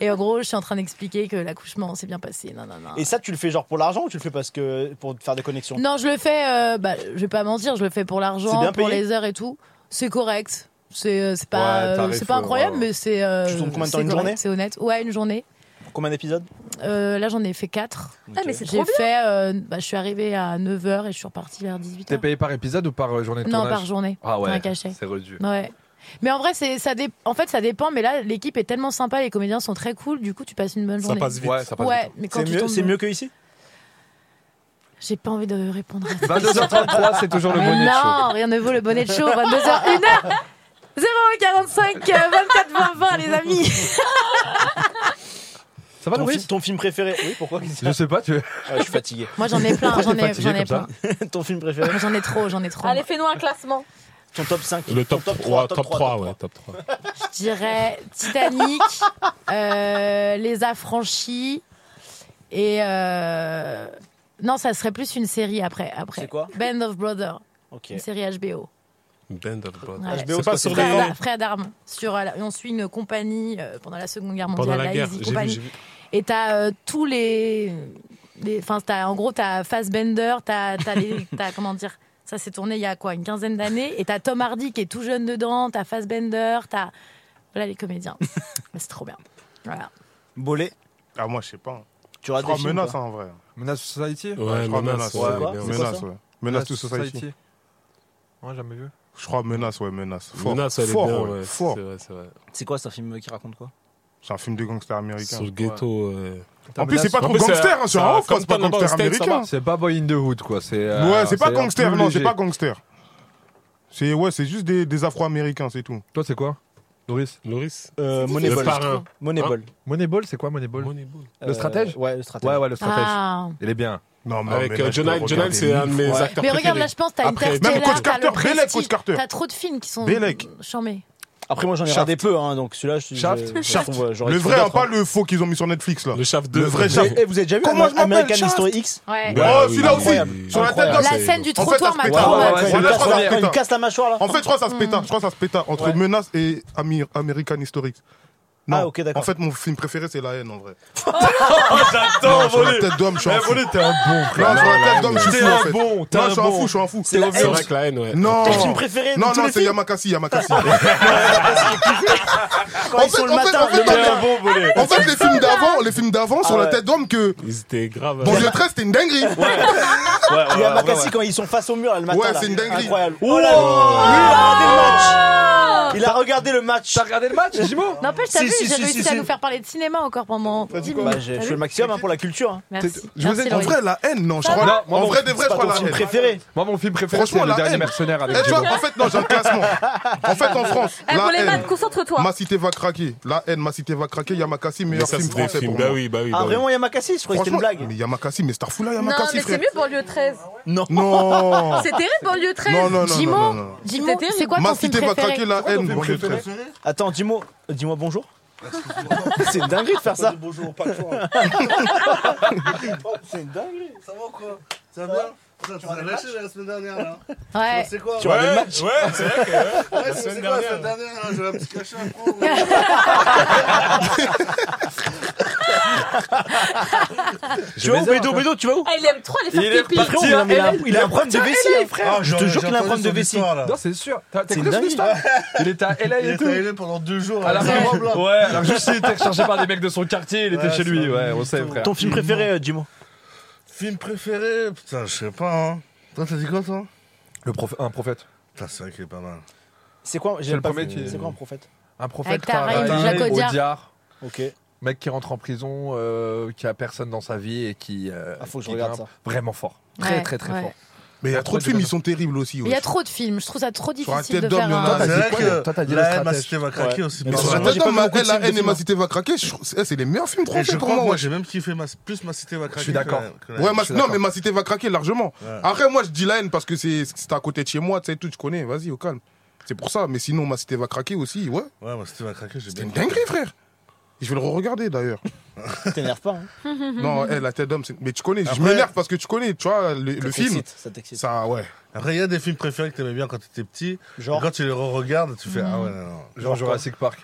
Speaker 5: et en gros, je suis en train d'expliquer que l'accouchement s'est bien passé. Non, non, non.
Speaker 2: Et ça, tu le fais genre pour l'argent ou tu le fais parce que pour faire des connexions
Speaker 5: Non, je le fais. euh, bah, je vais pas mentir, je le fais pour
Speaker 2: C'est
Speaker 5: l'argent,
Speaker 2: bien
Speaker 5: pour
Speaker 2: payé
Speaker 5: les heures et tout. C'est correct. C'est euh, c'est pas
Speaker 6: Ouais,
Speaker 5: euh,
Speaker 6: tarif,
Speaker 5: c'est pas
Speaker 6: euh,
Speaker 5: incroyable,
Speaker 6: ouais, ouais.
Speaker 5: mais c'est. euh,
Speaker 2: Tu tournes combien de temps,
Speaker 5: c'est
Speaker 2: une
Speaker 5: correct,
Speaker 2: journée
Speaker 5: C'est honnête. Ouais, une journée.
Speaker 2: Combien d'épisodes
Speaker 5: Euh, là, j'en ai fait 4
Speaker 4: Ah, mais c'est
Speaker 5: J'ai
Speaker 4: trop bien.
Speaker 5: fait. euh, bah, je suis arrivée à 9h et je suis repartie vers 18h.
Speaker 6: T'es payé par épisode ou par euh, journée de
Speaker 5: Non,
Speaker 6: tournage
Speaker 5: par journée.
Speaker 6: Ah
Speaker 5: Par un
Speaker 6: ouais,
Speaker 5: cachet.
Speaker 6: c'est redu.
Speaker 5: Ouais. Mais en vrai, c'est ça dé- en fait, ça dépend. Mais là, l'équipe est tellement sympa, les comédiens sont très cool. Du coup, tu passes une bonne
Speaker 3: Ça
Speaker 5: journée.
Speaker 3: passe vite.
Speaker 6: Ouais, ça passe
Speaker 5: ouais, mais quand
Speaker 2: C'est
Speaker 5: tu
Speaker 2: mieux,
Speaker 5: tombes,
Speaker 2: c'est mieux que ici
Speaker 5: j'ai pas envie de répondre. à ça.
Speaker 6: 22h33, c'est toujours le
Speaker 5: Mais
Speaker 6: bonnet de show.
Speaker 5: non, rien ne vaut le bonnet de show. 22h, 1h 045 24 20 20 les amis.
Speaker 6: Ça va,
Speaker 2: ton,
Speaker 6: Loris
Speaker 2: fi- ton film préféré Oui, pourquoi
Speaker 6: Je sais pas, tu
Speaker 2: Ah, Je suis fatigué.
Speaker 5: Moi j'en ai plein,
Speaker 6: Pourquoi
Speaker 5: j'en
Speaker 6: t'es
Speaker 5: ai,
Speaker 6: fatigué
Speaker 5: j'en ai
Speaker 6: comme ça
Speaker 5: plein.
Speaker 2: ton film préféré
Speaker 5: J'en ai trop, j'en ai trop.
Speaker 4: Allez, fais-nous un classement.
Speaker 2: Ton top 5
Speaker 3: Le top,
Speaker 2: ton
Speaker 3: 3, top 3,
Speaker 2: top
Speaker 3: ouais, top 3.
Speaker 5: Je dirais Titanic, euh, Les Affranchis et euh, non, ça serait plus une série après. Après.
Speaker 2: C'est quoi
Speaker 5: Band of Brothers,
Speaker 2: Ok.
Speaker 5: une série HBO.
Speaker 3: Band of Brothers.
Speaker 5: Ouais.
Speaker 3: C'est
Speaker 2: HBO,
Speaker 3: pas
Speaker 2: quoi,
Speaker 3: sur
Speaker 5: Frère
Speaker 3: les.
Speaker 5: d'ar- Frère d'armes. Sur, euh, la- on suit une compagnie euh, pendant la Seconde Guerre mondiale,
Speaker 3: Pendant la guerre,
Speaker 5: Easy
Speaker 3: j'ai vu,
Speaker 5: Company.
Speaker 3: j'ai vu.
Speaker 5: Et t'as euh, tous les, les- enfin, t'as- en gros, t'as Fassbender, t'as, t'as les, t'as- comment dire, ça s'est tourné il y a quoi, une quinzaine d'années, et t'as Tom Hardy qui est tout jeune dedans, t'as Fassbender, t'as, voilà les comédiens. Mais c'est trop bien. Voilà.
Speaker 2: Bolé,
Speaker 7: Ah, moi, je sais pas.
Speaker 2: tu auras
Speaker 7: Je
Speaker 2: des
Speaker 7: crois
Speaker 2: films,
Speaker 7: menace,
Speaker 2: quoi.
Speaker 7: hein, en vrai.
Speaker 6: Menace Society
Speaker 3: Ouais,
Speaker 7: je crois
Speaker 3: menace.
Speaker 7: menace.
Speaker 3: ouais,
Speaker 2: ouais,
Speaker 3: bien,
Speaker 2: quoi. C'est
Speaker 3: ouais.
Speaker 2: quoi,
Speaker 7: Menace,
Speaker 2: ça
Speaker 7: ouais. Menace to Society.
Speaker 6: Ouais, jamais vu.
Speaker 7: Je crois menace, ouais, menace. Fort.
Speaker 3: Menace, elle est
Speaker 7: Fort,
Speaker 3: bien,
Speaker 7: ouais,
Speaker 3: ouais,
Speaker 7: fort.
Speaker 3: C'est vrai, c'est vrai.
Speaker 2: C'est quoi, c'est un film qui raconte quoi
Speaker 7: C'est un film de gangster américain.
Speaker 3: Sur le ghetto. euh,
Speaker 7: En plus, c'est pas
Speaker 3: En
Speaker 7: trop
Speaker 3: plus, c'est-
Speaker 7: gangster, hein, sur
Speaker 3: ça-
Speaker 7: un off, quoi, c'est pas
Speaker 3: Compton,
Speaker 7: gangster
Speaker 3: Upstate, ça
Speaker 7: américain.
Speaker 6: C'est pas Boy in the Hood, quoi. C'est, euh,
Speaker 7: Ouais, c'est pas
Speaker 6: un
Speaker 7: gangster,
Speaker 6: plus
Speaker 7: non,
Speaker 6: léger.
Speaker 7: c'est pas gangster. C'est ouais, c'est juste des, des Afro-Américains, c'est tout.
Speaker 6: Toi, c'est quoi Doris
Speaker 3: Loris.
Speaker 2: euh,
Speaker 3: Le
Speaker 2: Moneyball.
Speaker 3: parrain.
Speaker 2: Moneyball.
Speaker 6: Hein Moneyball, c'est quoi Moneyball
Speaker 3: Moneyball.
Speaker 6: Le stratège
Speaker 2: Ouais, le stratège.
Speaker 6: Euh, Ouais, ouais, le stratège.
Speaker 5: Ah.
Speaker 6: Il est bien.
Speaker 7: Non, Ah, mais
Speaker 3: Avec
Speaker 7: là,
Speaker 3: euh,
Speaker 7: je peux
Speaker 3: John Hill. John Hill,
Speaker 7: regarder
Speaker 3: c'est un de
Speaker 7: mille
Speaker 3: mes
Speaker 7: fois.
Speaker 3: acteurs
Speaker 5: Mais
Speaker 3: préférés.
Speaker 5: regarde, là, je pense, t'as
Speaker 3: Après, même
Speaker 5: Interstellar,
Speaker 7: Coach
Speaker 5: t'as
Speaker 7: Carter,
Speaker 5: le
Speaker 7: Bélec, Coach
Speaker 5: Prestige,
Speaker 7: Carter.
Speaker 5: t'as trop de films qui sont
Speaker 7: Bélec.
Speaker 5: charmés.
Speaker 2: Après, moi, j'en ai
Speaker 7: Shaft.
Speaker 2: regardé peu, hein, donc celui-là, je,
Speaker 3: Shaft.
Speaker 2: je- je-
Speaker 3: Shaft.
Speaker 2: trouve, euh, j'aurais
Speaker 7: Le
Speaker 2: pu
Speaker 7: vrai, hein,
Speaker 2: d'autres,
Speaker 7: pas
Speaker 2: hein.
Speaker 7: le faux qu'ils ont mis sur Netflix là.
Speaker 3: Le chef
Speaker 7: Le
Speaker 3: 2.
Speaker 7: vrai
Speaker 3: c'est-
Speaker 7: chef.
Speaker 2: Eh, vous avez déjà vu
Speaker 7: Comment
Speaker 2: Ama-
Speaker 7: je m'appelle,
Speaker 2: American
Speaker 7: Shaft
Speaker 2: History X
Speaker 4: Ouais.
Speaker 3: Ouais,
Speaker 7: Oh,
Speaker 3: oui,
Speaker 7: celui-là
Speaker 3: oui.
Speaker 7: aussi Sur la tête
Speaker 2: Incroyable.
Speaker 7: là
Speaker 5: La
Speaker 3: c'est-
Speaker 5: scène du
Speaker 7: En fait, ça
Speaker 5: trottoir
Speaker 7: se
Speaker 5: m'a
Speaker 7: pète. Ah
Speaker 6: Ouais, ouais,
Speaker 5: traumatisé.
Speaker 2: Quand
Speaker 6: ouais, c'est
Speaker 2: il
Speaker 6: la
Speaker 2: casse-
Speaker 7: première,
Speaker 2: quand il
Speaker 7: putain.
Speaker 2: casse la mâchoire, là
Speaker 7: hein. En fait, je crois que ça se péta. Je crois que ça se péta entre
Speaker 2: Ouais.
Speaker 7: Menace et Amir- American Historic. Non.
Speaker 2: Ah, ok, d'accord.
Speaker 7: En fait, mon film préféré, c'est La haine en vrai.
Speaker 6: J'adore,
Speaker 7: Non, sur la tête d'homme, je suis un fou. Non,
Speaker 6: t'es un bon,
Speaker 7: sur la tête d'homme, je suis
Speaker 6: T'es
Speaker 7: fou. en
Speaker 6: un
Speaker 7: fait.
Speaker 6: bon, t'es
Speaker 7: Non, je
Speaker 6: un
Speaker 7: suis un
Speaker 6: bon.
Speaker 7: fou, je suis un fou.
Speaker 6: C'est la
Speaker 3: C'est
Speaker 6: haine.
Speaker 3: vrai que la haine, ouais.
Speaker 7: Non.
Speaker 2: Ton film préféré de
Speaker 7: Non,
Speaker 2: tous
Speaker 7: non,
Speaker 2: les
Speaker 7: c'est
Speaker 2: films
Speaker 7: Yamakasi, Yamakasi.
Speaker 2: Quand ils sont le
Speaker 7: en fait,
Speaker 2: matin,
Speaker 7: en fait,
Speaker 2: le
Speaker 7: t'as-
Speaker 2: matin.
Speaker 6: bon volet.
Speaker 7: En fait, les films d'avant, les films d'avant, sur
Speaker 2: Ah
Speaker 7: la
Speaker 2: ouais.
Speaker 7: tête d'homme que
Speaker 3: Ils étaient graves.
Speaker 7: Bon, le 13, c'était une dinguerie.
Speaker 2: Il y a Makassi quand ils sont face au mur là, le matin.
Speaker 7: Ouais,
Speaker 2: là.
Speaker 7: c'est une dinguerie.
Speaker 2: Incroyable. Oh là là. Lui, il a regardé le match. Il a regardé le match.
Speaker 6: T'as regardé
Speaker 5: Ah.
Speaker 6: le match, Jimo
Speaker 5: N'empêche, t'as
Speaker 6: Si,
Speaker 5: vu,
Speaker 6: si,
Speaker 5: j'ai
Speaker 6: si,
Speaker 5: réussi
Speaker 6: si,
Speaker 5: à
Speaker 6: si.
Speaker 5: nous faire parler de cinéma encore pendant 10 minutes.
Speaker 2: Bah, j'ai-
Speaker 5: T'as
Speaker 2: je fais
Speaker 5: vu
Speaker 2: le maximum hein, pour la culture. hein.
Speaker 5: Merci.
Speaker 6: Je vous ai-
Speaker 5: Merci,
Speaker 7: En
Speaker 5: Laurie.
Speaker 7: vrai, la haine, non, je
Speaker 5: Ça
Speaker 7: crois.
Speaker 6: va Non,
Speaker 7: en
Speaker 6: moi,
Speaker 7: vrai, des vrais,
Speaker 2: C'est
Speaker 7: je
Speaker 2: pas
Speaker 7: crois
Speaker 2: ton
Speaker 7: la
Speaker 2: film
Speaker 7: haine.
Speaker 2: préféré.
Speaker 6: Moi, mon film préféré,
Speaker 7: Franchement,
Speaker 6: c'est Le
Speaker 7: la
Speaker 6: Dernier
Speaker 7: haine.
Speaker 6: Mercenaire
Speaker 7: Eh,
Speaker 6: avec
Speaker 7: tu
Speaker 6: Jimo.
Speaker 7: vois, en fait, non, j'ai un classement. En fait, en France,
Speaker 4: Eh,
Speaker 7: la haine,
Speaker 4: Boleman, concentre-toi.
Speaker 7: ma cité va craquer. La haine, ma cité va craquer. Yamakasi,
Speaker 3: Mais
Speaker 7: meilleur
Speaker 3: ça,
Speaker 7: film
Speaker 3: c'est des
Speaker 7: français
Speaker 3: films.
Speaker 7: pour
Speaker 3: Bah
Speaker 7: moi.
Speaker 3: oui, bah oui.
Speaker 2: Ah,
Speaker 3: bah oui.
Speaker 2: vraiment, il y a Makassi Je croyais que c'était une blague.
Speaker 7: mais Yamakasi, mais c'est fou là,
Speaker 4: Non,
Speaker 7: Yamakasi,
Speaker 4: mais c'est
Speaker 7: frère.
Speaker 4: mieux banlieue 13.
Speaker 2: Non.
Speaker 7: Non.
Speaker 4: C'est terrible banlieue 13.
Speaker 7: Oh. Non, non, non, non,
Speaker 5: Dis-moi,
Speaker 7: non, non.
Speaker 5: dis-moi,
Speaker 4: C'était
Speaker 5: c'est quoi ton
Speaker 7: Ma
Speaker 5: film
Speaker 7: cité va
Speaker 5: préféré
Speaker 7: craquer la haine,
Speaker 6: ton
Speaker 7: bon
Speaker 6: film
Speaker 7: Dieu, frère.
Speaker 2: Attends, dis-moi, dis-moi bonjour.
Speaker 8: Ah,
Speaker 2: C'est une dinguerie de faire ça.
Speaker 8: Bonjour, pas de joie.
Speaker 2: C'est une dinguerie.
Speaker 8: Ça va ou quoi Ça va bien Putain, tu m'as lâché la semaine dernière là.
Speaker 5: Ouais.
Speaker 8: C'est quoi
Speaker 2: Tu vois le
Speaker 3: Ouais,
Speaker 2: match.
Speaker 3: ouais, c'est vrai que. ouais.
Speaker 8: Ouais,
Speaker 3: La
Speaker 8: c'est-
Speaker 3: semaine
Speaker 8: c'est quoi la
Speaker 3: dernière.
Speaker 8: semaine dernière là J'avais un petit cachet à prendre. ouais.
Speaker 2: Tu vois, Bédo, Bédo, tu vas où
Speaker 4: Ah, il aime trop les
Speaker 6: Il est
Speaker 4: faire pipi.
Speaker 2: Frérot,
Speaker 6: parti hein.
Speaker 2: il a-
Speaker 6: à
Speaker 2: il a-
Speaker 6: LA.
Speaker 2: il a un problème de vessie, hein, frère.
Speaker 8: Ah,
Speaker 2: Je te
Speaker 8: j'ai-
Speaker 2: jure
Speaker 8: j'ai
Speaker 2: qu'il a un
Speaker 8: entendu
Speaker 2: problème de
Speaker 8: son
Speaker 2: vessie.
Speaker 8: histoire, là.
Speaker 6: Non, c'est sûr. T'as t'as
Speaker 2: C'est
Speaker 6: cru
Speaker 2: une
Speaker 6: son histoire Il était à LA
Speaker 8: Il
Speaker 6: et
Speaker 8: était
Speaker 6: tout.
Speaker 8: ailé pendant deux jours.
Speaker 6: À la
Speaker 8: là.
Speaker 6: fin,
Speaker 8: Ouais.
Speaker 6: ouais, alors juste il était recherché par des mecs de son quartier, il était
Speaker 8: Ouais,
Speaker 6: chez lui,
Speaker 8: c'est
Speaker 6: ouais,
Speaker 8: un
Speaker 6: on sait,
Speaker 8: mytho.
Speaker 6: frère.
Speaker 2: Ton film préféré, euh, Jimo
Speaker 8: Film préféré Putain, je sais pas. Hein. Toi, t'as dit quoi toi
Speaker 6: Le prof... Un prophète.
Speaker 8: Putain, c'est vrai qu'il est pas mal.
Speaker 2: C'est quoi
Speaker 6: C'est
Speaker 2: J'ai
Speaker 6: le
Speaker 2: pas
Speaker 6: premier
Speaker 2: vu.
Speaker 6: qui-
Speaker 2: C'est quoi un prophète
Speaker 6: Un prophète
Speaker 5: Avec Taraï,
Speaker 6: Taraï,
Speaker 8: Jacques
Speaker 5: Audiard.
Speaker 6: Audiard,
Speaker 2: Ok.
Speaker 6: mec qui rentre en prison, euh, qui a personne dans sa vie et qui. euh,
Speaker 2: Ah, faut que je
Speaker 6: qui
Speaker 2: regarde
Speaker 6: grimpe.
Speaker 2: ça.
Speaker 6: Vraiment fort. Très,
Speaker 5: Ouais,
Speaker 6: très, très
Speaker 5: ouais.
Speaker 6: fort.
Speaker 7: Mais il y a trop de films, ils sont terribles aussi.
Speaker 5: Il y a trop de films, je trouve ça trop
Speaker 7: Sur la
Speaker 5: difficile de
Speaker 7: tête d'homme,
Speaker 5: faire
Speaker 7: il y en a
Speaker 5: un.
Speaker 7: Ah,
Speaker 8: c'est
Speaker 7: c'est
Speaker 8: vrai
Speaker 7: quoi,
Speaker 8: que
Speaker 6: toi, t'as dit le
Speaker 8: la haine, ma
Speaker 6: stratège.
Speaker 8: cité va craquer
Speaker 2: Ouais.
Speaker 8: aussi.
Speaker 2: Mais
Speaker 8: pas
Speaker 2: sur
Speaker 7: Sur
Speaker 8: mal.
Speaker 7: la
Speaker 2: Moi,
Speaker 7: tête
Speaker 2: j'ai pas
Speaker 7: d'homme,
Speaker 2: vu
Speaker 7: la
Speaker 2: beaucoup de
Speaker 7: haine, la
Speaker 2: films de
Speaker 7: haine et
Speaker 2: films.
Speaker 7: ma cité va craquer. je- eh, C'est les meilleurs films
Speaker 8: Et
Speaker 7: français
Speaker 8: je
Speaker 7: pour
Speaker 8: crois que
Speaker 7: moi.
Speaker 8: moi,
Speaker 7: ouais.
Speaker 8: j'ai même kiffé ma- plus ma cité va craquer.
Speaker 6: suis d'accord.
Speaker 8: que- que la
Speaker 7: Ouais,
Speaker 8: haine.
Speaker 7: ma-
Speaker 6: je suis
Speaker 7: non,
Speaker 6: d'accord.
Speaker 7: mais ma cité va craquer largement.
Speaker 8: Ouais.
Speaker 7: Après, moi, je dis la haine parce que c'est c'est à côté de chez moi, tu sais, tout, je connais, vas-y, au calme. C'est pour ça, mais sinon, ma cité va craquer aussi, ouais.
Speaker 8: Ouais, ma cité va craquer, j'ai
Speaker 7: C'était
Speaker 8: bien.
Speaker 7: une dinguerie, frère. Je vais le re-regarder d'ailleurs.
Speaker 2: T'énerve pas. hein.
Speaker 7: non, eh, la tête d'homme, c'est- mais tu connais, je
Speaker 8: Après-
Speaker 7: m'énerve parce que tu connais, tu vois, le, le
Speaker 2: Ça
Speaker 7: film.
Speaker 2: t'excite, Ça t'excite.
Speaker 7: Ça, ouais.
Speaker 8: Après, il y a des films préférés que t'aimais bien quand t'étais petit.
Speaker 2: Genre
Speaker 8: Et quand tu les re-regardes, tu fais Ah ouais, non, non.
Speaker 6: Genre Jurassic Park.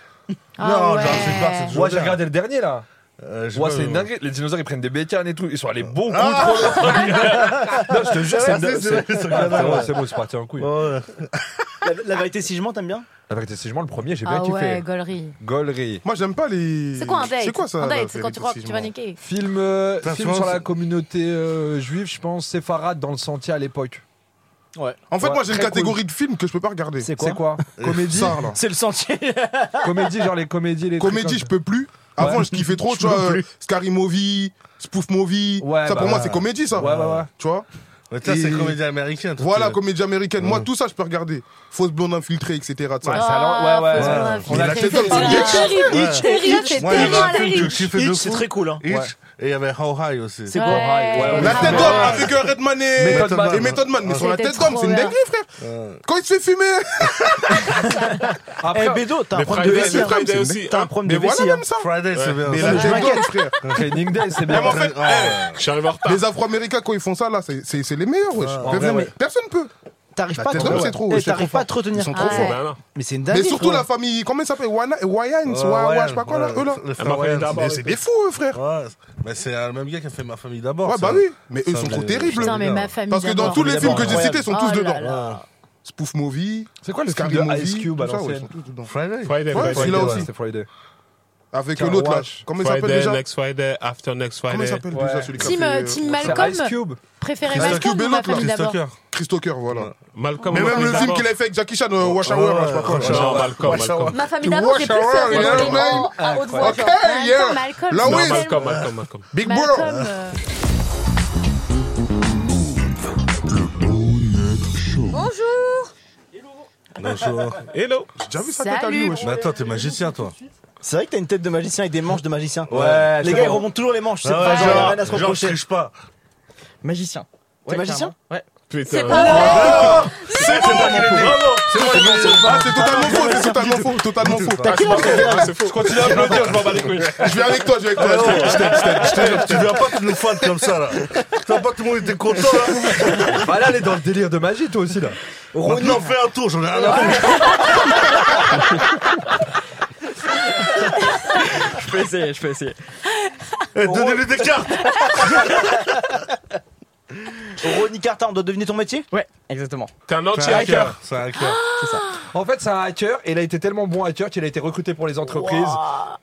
Speaker 5: Ah
Speaker 8: non,
Speaker 5: ouais.
Speaker 8: Jurassic Park, c'est toujours.
Speaker 6: Moi, j'ai
Speaker 8: bien.
Speaker 6: regardé le dernier là.
Speaker 8: Euh, j'ai
Speaker 6: Ouais,
Speaker 8: pas
Speaker 6: c'est
Speaker 8: vu,
Speaker 6: une
Speaker 8: moi.
Speaker 6: dinguerie. Les dinosaures ils prennent des bécanes et tout. Ils sont allés beaucoup
Speaker 8: Ah
Speaker 6: trop loin. non, je te jure, c'est une
Speaker 8: c'est- c'est-
Speaker 6: dinguerie.
Speaker 8: c'est-
Speaker 6: C'est bon, c'est bon, c'est parti en couille.
Speaker 8: Ouais.
Speaker 2: la, la vérité, si je mens, t'aimes bien
Speaker 6: La vérité, c'est vraiment le premier, j'ai bien
Speaker 5: Ah ouais,
Speaker 6: kiffé.
Speaker 5: gaulerie.
Speaker 6: Gollery.
Speaker 7: Moi, j'aime pas les.
Speaker 5: C'est quoi un date
Speaker 7: C'est quoi ça
Speaker 5: Un
Speaker 7: la
Speaker 5: date, c'est quand tu crois que
Speaker 7: vérité,
Speaker 5: tu vas
Speaker 7: si je
Speaker 5: niquer.
Speaker 6: Film, euh,
Speaker 8: Putain,
Speaker 6: film
Speaker 8: tu vois,
Speaker 6: sur la
Speaker 8: c'est-
Speaker 6: communauté euh, juive, je pense, séfarade dans le sentier à l'époque.
Speaker 7: mens. En fait,
Speaker 6: Ouais,
Speaker 7: moi, j'ai une
Speaker 6: très
Speaker 7: catégorie de films que je peux pas regarder.
Speaker 2: C'est quoi
Speaker 6: C'est quoi Comédie
Speaker 7: Ça, là.
Speaker 2: C'est le sentier.
Speaker 6: Comédie, genre les comédies, les trucs
Speaker 7: Comédie, je peux
Speaker 6: comme
Speaker 7: plus. Avant, je kiffais trop,
Speaker 6: Je
Speaker 7: tu vois,
Speaker 6: peux
Speaker 7: euh,
Speaker 6: plus.
Speaker 7: Scary Movie, Spoof Movie.
Speaker 6: Ouais,
Speaker 7: ça,
Speaker 6: bah
Speaker 7: pour moi,
Speaker 6: ouais.
Speaker 7: c'est comédie, ça.
Speaker 6: ça. Ouais, ouais, ouais.
Speaker 7: Tu vois
Speaker 8: Mais ça, c'est
Speaker 7: Et-
Speaker 8: comédie américaine. toi,
Speaker 7: Voilà,
Speaker 8: t'es-
Speaker 7: comédie américaine. Moi,
Speaker 8: Ouais.
Speaker 7: tout ça, je peux regarder. Fausse blonde infiltrée, etc. de ça.
Speaker 6: Ouais, ça lance- ouais, ouais,
Speaker 5: Ah,
Speaker 8: ouais.
Speaker 5: faut
Speaker 6: On
Speaker 5: se
Speaker 6: a
Speaker 5: la
Speaker 7: acheté
Speaker 5: faire.
Speaker 7: d'autres billets.
Speaker 5: C'est terrible,
Speaker 8: Ouais.
Speaker 5: c'est terrible, c'est
Speaker 8: Moi, il y avait
Speaker 5: tellement
Speaker 8: un
Speaker 5: la
Speaker 8: film que je
Speaker 5: riche.
Speaker 8: kiffais de
Speaker 2: Hitch, C'est
Speaker 8: fou.
Speaker 2: très cool. hein.
Speaker 8: Hitch,
Speaker 6: Ouais.
Speaker 8: Et il y avait How High aussi.
Speaker 2: C'est quoi
Speaker 6: Ouais,
Speaker 7: La tête
Speaker 6: Ouais.
Speaker 7: d'homme avec euh, Redman et
Speaker 6: Method Man.
Speaker 7: et Method Man. Mais sur la
Speaker 5: C'était
Speaker 7: tête d'homme,
Speaker 5: trop
Speaker 7: c'est une
Speaker 5: bien.
Speaker 7: dinguerie, frère. Quand il se fait fumer,
Speaker 6: ça. Après,
Speaker 2: Eh Bédo, t'as un
Speaker 3: Mais
Speaker 2: problème de
Speaker 3: Friday,
Speaker 2: vessie.
Speaker 3: mais
Speaker 2: hein.
Speaker 3: Friday aussi.
Speaker 2: T'as un
Speaker 3: hein.
Speaker 2: problème
Speaker 7: Mais
Speaker 2: de vessie.
Speaker 7: voilà,
Speaker 2: hein.
Speaker 7: même ça.
Speaker 8: Friday, c'est bien.
Speaker 7: Mais
Speaker 8: ça.
Speaker 7: la
Speaker 2: je
Speaker 7: tête
Speaker 2: m'inquiète.
Speaker 7: d'homme, frère.
Speaker 6: Training Day, c'est bien.
Speaker 7: Mais en fait,
Speaker 8: Ah,
Speaker 3: Je suis arrivé eh, en retard.
Speaker 7: Les Afro-Américains, quand ils font ça, là, c'est- c'est c'est les meilleurs, wesh.
Speaker 8: Ouais,
Speaker 2: en vrai, ouais.
Speaker 7: Personne peut.
Speaker 2: T'arrives
Speaker 7: La
Speaker 2: pas à
Speaker 7: tête
Speaker 2: te
Speaker 7: d'homme, c'est trop,
Speaker 2: retenir. Eh,
Speaker 7: c'est
Speaker 2: T'arrives
Speaker 7: trop
Speaker 2: pas à te retenir.
Speaker 7: Ils sont
Speaker 5: Ah
Speaker 7: trop
Speaker 5: ouais.
Speaker 3: Oh,
Speaker 7: forts.
Speaker 3: ben non.
Speaker 2: Mais c'est une
Speaker 7: Mais
Speaker 2: dinguerie.
Speaker 7: surtout
Speaker 2: frérot.
Speaker 7: la famille, comment ils s'appellent Wayans, euh, Wayans,
Speaker 8: ouais, euh, ouais,
Speaker 7: Wayans, je sais pas quoi là,
Speaker 8: ouais,
Speaker 7: eux là.
Speaker 8: le frère
Speaker 3: m'a fait
Speaker 8: Wayans.
Speaker 3: d'abord.
Speaker 7: Mais c'est des fous, eux, frère.
Speaker 8: Ouais, mais c'est euh, le même gars qui a fait Ma famille d'abord.
Speaker 7: Ouais,
Speaker 8: ça.
Speaker 7: bah oui, mais eux
Speaker 8: Ça,
Speaker 7: sont
Speaker 8: mais-
Speaker 7: trop terribles.
Speaker 5: Putain, mais ma
Speaker 8: Parce
Speaker 5: famille.
Speaker 7: Parce que dans
Speaker 5: d'abord.
Speaker 7: tous les films que j'ai
Speaker 2: Incroyable.
Speaker 7: cités, ils sont tous
Speaker 5: Oh là
Speaker 7: dedans.
Speaker 5: là.
Speaker 7: Spoof Movie,
Speaker 6: C'est quoi le film
Speaker 7: Scary
Speaker 6: de Ice
Speaker 7: Movie,
Speaker 6: Cube
Speaker 7: tout
Speaker 6: à
Speaker 7: ça, ouais, ils
Speaker 6: l'ancienne
Speaker 7: sont tous dedans.
Speaker 8: Friday.
Speaker 3: Friday, eh,
Speaker 7: Ouais,
Speaker 3: Friday.
Speaker 7: celui-là
Speaker 6: Friday,
Speaker 7: aussi.
Speaker 6: ouais, C'est Friday.
Speaker 7: Avec
Speaker 6: Car
Speaker 7: l'autre là,
Speaker 6: Wash.
Speaker 7: comment il s'appelle
Speaker 3: Friday,
Speaker 7: déjà
Speaker 3: next Friday, after next
Speaker 7: Comment il
Speaker 3: Friday.
Speaker 7: s'appelle
Speaker 6: Ouais.
Speaker 7: déjà celui qui a
Speaker 5: Team,
Speaker 7: fait,
Speaker 5: euh,
Speaker 7: euh,
Speaker 5: Team
Speaker 6: C'est
Speaker 5: Malcolm,
Speaker 6: Ice Cube.
Speaker 5: préféré
Speaker 7: Christophe
Speaker 5: Malcolm
Speaker 7: Cube et
Speaker 5: ou ma
Speaker 7: l'autre, là.
Speaker 5: famille d'abord
Speaker 8: Christopher.
Speaker 7: Chris Tucker, voilà.
Speaker 3: Malcolm.
Speaker 7: Mais même
Speaker 3: Malcolm
Speaker 7: le film
Speaker 3: d'abord.
Speaker 7: qu'il a fait avec Jackie Chan, euh, Wash Hour, là, je sais pas quoi.
Speaker 8: Ouais,
Speaker 3: Non,
Speaker 8: ouais.
Speaker 3: Malcolm,
Speaker 8: Ouais,
Speaker 3: Malcolm.
Speaker 4: Ma famille d'abord, j'ai plus
Speaker 7: Shower,
Speaker 4: serré
Speaker 7: il
Speaker 4: dans
Speaker 7: a
Speaker 4: les
Speaker 7: le
Speaker 4: grands à haute voix.
Speaker 7: Ok, yeah.
Speaker 5: Malcolm,
Speaker 7: Là,
Speaker 5: c'est
Speaker 7: oui.
Speaker 3: Non,
Speaker 5: tellement-
Speaker 3: Malcolm, Malcolm, Malcolm.
Speaker 7: Big Brother.
Speaker 5: Malcolm. euh,
Speaker 4: Bonjour.
Speaker 8: Bonjour.
Speaker 3: Hello.
Speaker 7: J'ai déjà vu sa tête à lui,
Speaker 5: Salut.
Speaker 7: wesh.
Speaker 8: Mais attends, t'es magicien, toi.
Speaker 2: C'est vrai que t'as une tête de magicien avec des manches de magicien.
Speaker 8: Ouais,
Speaker 2: Les
Speaker 8: c'est
Speaker 2: gars, ils
Speaker 8: bon.
Speaker 2: remontent toujours les manches. C'est
Speaker 8: Ah
Speaker 2: pas
Speaker 8: ouais,
Speaker 2: genre, il y a rien à se
Speaker 8: genre, je
Speaker 2: reprocher.
Speaker 8: triche pas.
Speaker 9: Magicien.
Speaker 2: T'es magicien
Speaker 9: clairement. Ouais.
Speaker 3: Putain.
Speaker 7: C'est pas moi qui l'ai dit.
Speaker 6: C'est moi, je m'en
Speaker 7: Ah, c'est totalement faux, c'est totalement faux, totalement faux.
Speaker 3: Ah, c'est pas faux, ah, c'est faux. Je continue à applaudir, je m'en bats les couilles.
Speaker 7: Je vais avec toi, je vais avec toi. je vais-
Speaker 8: Tu viens pas toutes nous fans comme ça là. Tu vois pas tout le monde était content là.
Speaker 6: fous. Bah là, elle est dans le délire de magie, toi aussi, là.
Speaker 8: Maintenant fais un tour, j'en ai rien à foutre.
Speaker 9: Je peux essayer, je peux essayer.
Speaker 8: Eh, Donnez-lui des cartes.
Speaker 2: Ronnie Carter, on doit deviner ton métier
Speaker 9: Ouais, exactement.
Speaker 3: T'es un anti-hacker.
Speaker 8: C'est un hacker.
Speaker 6: En fait, c'est un hacker, et il a été tellement bon hacker qu'il a été recruté pour les entreprises.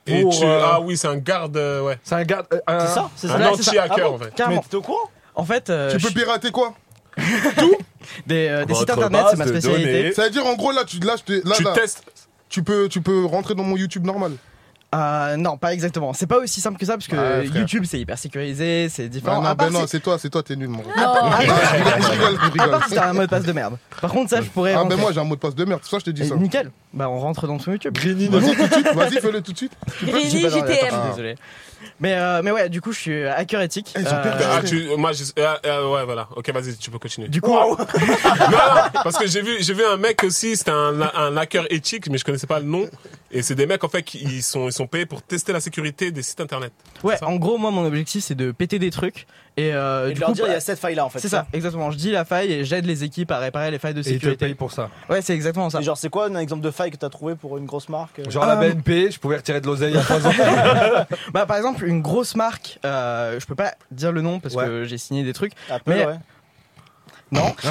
Speaker 3: Et
Speaker 6: Pour,
Speaker 3: tu.
Speaker 6: euh,
Speaker 3: Ah oui, c'est un garde, euh, ouais.
Speaker 6: C'est un gars. euh, un-
Speaker 2: C'est ça C'est ça
Speaker 3: Un
Speaker 9: Ouais, c'est ça.
Speaker 3: anti-hacker,
Speaker 9: Ah bon
Speaker 3: en fait.
Speaker 2: Mais
Speaker 9: Carrément.
Speaker 2: t'es au courant
Speaker 9: En fait, euh,
Speaker 7: Tu
Speaker 9: je-
Speaker 7: peux pirater quoi
Speaker 9: des, euh, des sites
Speaker 3: Votre
Speaker 9: internet,
Speaker 3: base
Speaker 9: c'est ma
Speaker 3: de
Speaker 9: spécialité.
Speaker 3: données.
Speaker 7: Ça veut dire en gros là, tu, là, je te- là,
Speaker 3: Tu
Speaker 7: là,
Speaker 3: testes.
Speaker 7: tu peux, tu peux rentrer dans mon YouTube normal.
Speaker 9: Euh, non, pas exactement. C'est pas aussi simple que ça parce que
Speaker 7: Ouais, Ah, frère.
Speaker 9: YouTube c'est hyper sécurisé, c'est
Speaker 7: Ah
Speaker 9: différent.
Speaker 7: non,
Speaker 9: à
Speaker 7: ben
Speaker 9: part
Speaker 7: non,
Speaker 9: si-
Speaker 7: c'est toi, c'est toi, t'es nul, mon gars.
Speaker 5: Non.
Speaker 9: Ah,
Speaker 7: Je rigole, je rigole, Eh, je
Speaker 9: à part si
Speaker 7: rigole.
Speaker 9: t'as un mot de passe de merde. Par contre, ça je pourrais.
Speaker 7: Ah ben
Speaker 9: rentrer.
Speaker 7: moi j'ai un mot de passe de merde, c'est pour ça que je te dis
Speaker 9: Eh,
Speaker 7: ça.
Speaker 9: Nickel. Bah on rentre dans son YouTube.
Speaker 7: Vas-y tout de suite, vas-y fais-le tout de suite.
Speaker 9: Je suis
Speaker 5: Grini
Speaker 9: pas dans la- attends,
Speaker 5: JTM.
Speaker 9: je suis désolé. Mais euh, mais ouais, du coup, je suis hacker éthique.
Speaker 7: Eh, ils ont
Speaker 9: Euh,
Speaker 7: perdu.
Speaker 3: Ah, tu. Moi, je. ah, ah, Ouais, voilà. Ok, vas-y, tu peux continuer.
Speaker 9: du coup,
Speaker 3: Non, non, parce que j'ai vu, j'ai vu un mec aussi, c'était un, un hacker éthique, mais je connaissais pas le nom. Et c'est des mecs, en fait, qui ils sont, ils sont payés pour tester la sécurité des sites internet.
Speaker 9: ouais,
Speaker 3: ça.
Speaker 9: en gros, moi, mon objectif, c'est de péter des trucs et, euh,
Speaker 2: Et
Speaker 9: du
Speaker 2: de leur
Speaker 9: coup,
Speaker 2: dire, il y a cette faille là en fait.
Speaker 9: c'est ça, exactement. Je dis la faille et j'aide les équipes à réparer les failles de
Speaker 6: Et il te
Speaker 9: sécurité.
Speaker 6: paye pour ça.
Speaker 9: Ouais, c'est exactement ça.
Speaker 2: Et genre, c'est quoi un exemple de faille que t'as trouvé pour une grosse marque euh
Speaker 6: Genre la
Speaker 9: Euh,
Speaker 6: BNP, je pouvais retirer de l'oseille à 3 ans.
Speaker 9: Bah, par exemple, une grosse marque, euh, je peux pas dire le nom parce
Speaker 6: Ouais.
Speaker 9: que j'ai signé des trucs.
Speaker 2: Apple,
Speaker 9: mais-
Speaker 2: ouais.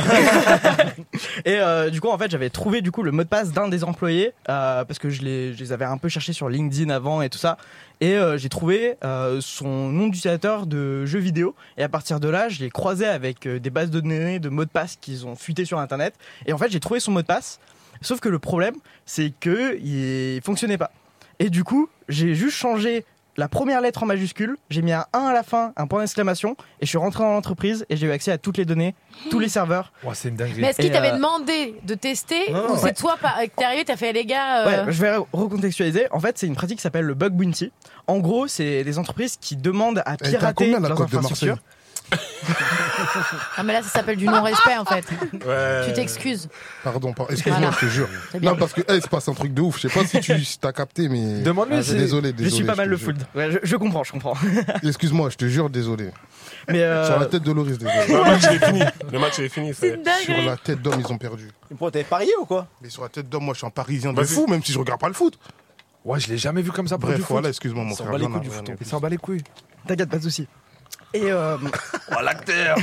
Speaker 9: Et euh, du coup, en fait, j'avais trouvé du coup le mot de passe d'un des employés euh, parce que je les, je les avais un peu cherchés sur LinkedIn avant et tout ça. Et euh, j'ai trouvé euh, son nom d'utilisateur de jeux vidéo. Et à partir de là, je l'ai croisé avec euh, des bases de données de mots de passe qu'ils ont fuité sur Internet. Et en fait, j'ai trouvé son mot de passe. Sauf que le problème, c'est que il fonctionnait pas. Et du coup, j'ai juste changé la première lettre en majuscule, j'ai mis un 1 à la fin, un point d'exclamation, et je suis rentré dans l'entreprise et j'ai eu accès à toutes les données, tous les serveurs.
Speaker 6: c'est une dinguerie.
Speaker 5: Mais est-ce qu'il
Speaker 9: Et,
Speaker 5: t'avait
Speaker 9: euh,
Speaker 5: demandé de tester
Speaker 8: Non.
Speaker 5: ou c'est toi par- que t'es arrivé, t'as fait les gars euh,
Speaker 9: Ouais, je vais re- recontextualiser. En fait, c'est une pratique qui s'appelle le bug bounty. En gros, c'est des entreprises qui demandent à
Speaker 7: Elle était à
Speaker 9: pirater
Speaker 7: combien la
Speaker 9: leurs
Speaker 7: cote de Marseille
Speaker 9: infrastructures.
Speaker 5: Non mais là ça s'appelle du non-respect en fait.
Speaker 3: Ouais.
Speaker 5: Tu t'excuses.
Speaker 7: Pardon, par- excuse-moi,
Speaker 5: Voilà.
Speaker 7: je te jure.
Speaker 5: C'est bien.
Speaker 7: Non parce que eh, il se passe un truc de ouf, je sais pas si tu si t'as capté mais. Ah,
Speaker 6: Demande-lui si-
Speaker 7: Désolé, désolé.
Speaker 9: Je suis pas mal
Speaker 7: te
Speaker 9: le
Speaker 7: jure.
Speaker 9: food. Ouais, je, je comprends, je comprends.
Speaker 7: Excuse-moi, je te jure, désolé.
Speaker 9: Mais euh,
Speaker 7: Sur la tête de Loris, désolé.
Speaker 3: Le match, il est fini. Le match, il est fini.
Speaker 5: C'est
Speaker 3: c'est-
Speaker 7: Sur
Speaker 5: dingue.
Speaker 7: la tête d'homme, ils ont perdu.
Speaker 2: Et Pourquoi t'avais parié ou quoi
Speaker 7: Mais sur la tête d'homme, moi je suis un parisien de
Speaker 3: Vas-y.
Speaker 7: fou, même si je regarde pas le foot.
Speaker 6: Ouais, je l'ai jamais vu comme ça pour
Speaker 7: Bref,
Speaker 6: du foot.
Speaker 7: voilà, excuse-moi mon
Speaker 2: s'en
Speaker 7: frère.
Speaker 2: bat les
Speaker 7: Bernard.
Speaker 2: couilles du foot, en
Speaker 6: Il s'en bat les couilles.
Speaker 7: Oh,
Speaker 9: t'inquiète, pas de soucis. Et, euh,
Speaker 8: Oh l'acteur.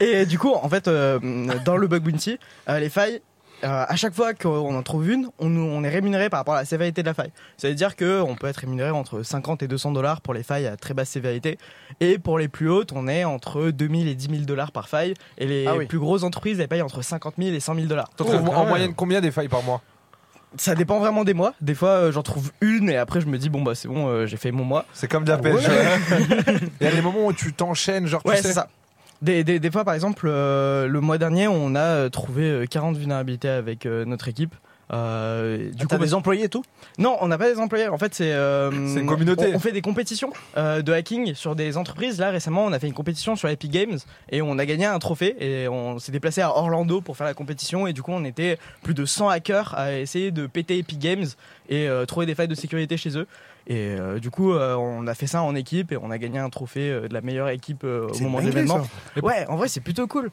Speaker 9: et du coup, en fait, euh, dans le bug bounty, euh, les failles, euh, à chaque fois qu'on en trouve une, on, nous- on est rémunéré par rapport à la sévérité de la faille. Ça veut dire qu'on peut être rémunéré entre 50 et 200 dollars pour les failles à très basse sévérité. Et pour les plus hautes, on est entre 2000 et 10 000 dollars par faille. Et les
Speaker 2: Ah oui.
Speaker 9: plus grosses entreprises, elles payent entre 50 000 et 100 000 dollars.
Speaker 6: T'en
Speaker 8: Oh,
Speaker 6: trouves
Speaker 8: quand
Speaker 6: en
Speaker 8: même.
Speaker 6: moyenne combien des failles par mois
Speaker 9: Ça dépend vraiment des mois. Des fois, euh, j'en trouve une et après, je me dis, bon, bah c'est bon, euh, j'ai fait mon mois.
Speaker 6: C'est comme de la pêche. Il y a des moments où tu t'enchaînes, genre
Speaker 9: Ouais,
Speaker 6: tu sais.
Speaker 9: c'est ça. Des, des, des fois, par exemple, euh, le mois dernier, on a euh, trouvé euh, 40 vulnérabilités avec euh, notre équipe. Euh, du
Speaker 2: Du coup,
Speaker 9: coup, bah,
Speaker 2: Ah, des employés et tout
Speaker 9: Non, on n'a pas des employés. En fait, c'est. euh,
Speaker 6: C'est une communauté.
Speaker 9: On, on fait des compétitions euh, de hacking sur des entreprises. Là, récemment, on a fait une compétition sur Epic Games et on a gagné un trophée. Et on s'est déplacé à Orlando pour faire la compétition. Et du coup, on était plus de 100 hackers à essayer de péter Epic Games et euh, trouver des failles de sécurité chez eux. Et euh, du coup, euh, on a fait ça en équipe et on a gagné un trophée euh, de la meilleure équipe euh, au
Speaker 7: C'est
Speaker 9: moment de
Speaker 7: dingue,
Speaker 9: l'événement. Ouais, en vrai, c'est plutôt cool.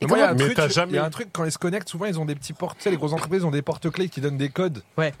Speaker 6: Mais moi, il y a un
Speaker 3: Mais
Speaker 6: truc,
Speaker 3: t'as
Speaker 6: tu-
Speaker 3: jamais-
Speaker 6: il y a un truc, quand ils se connectent, souvent ils ont des petits portes. Tu sais, les grosses entreprises ont des porte-clés qui donnent des codes.
Speaker 9: Ouais.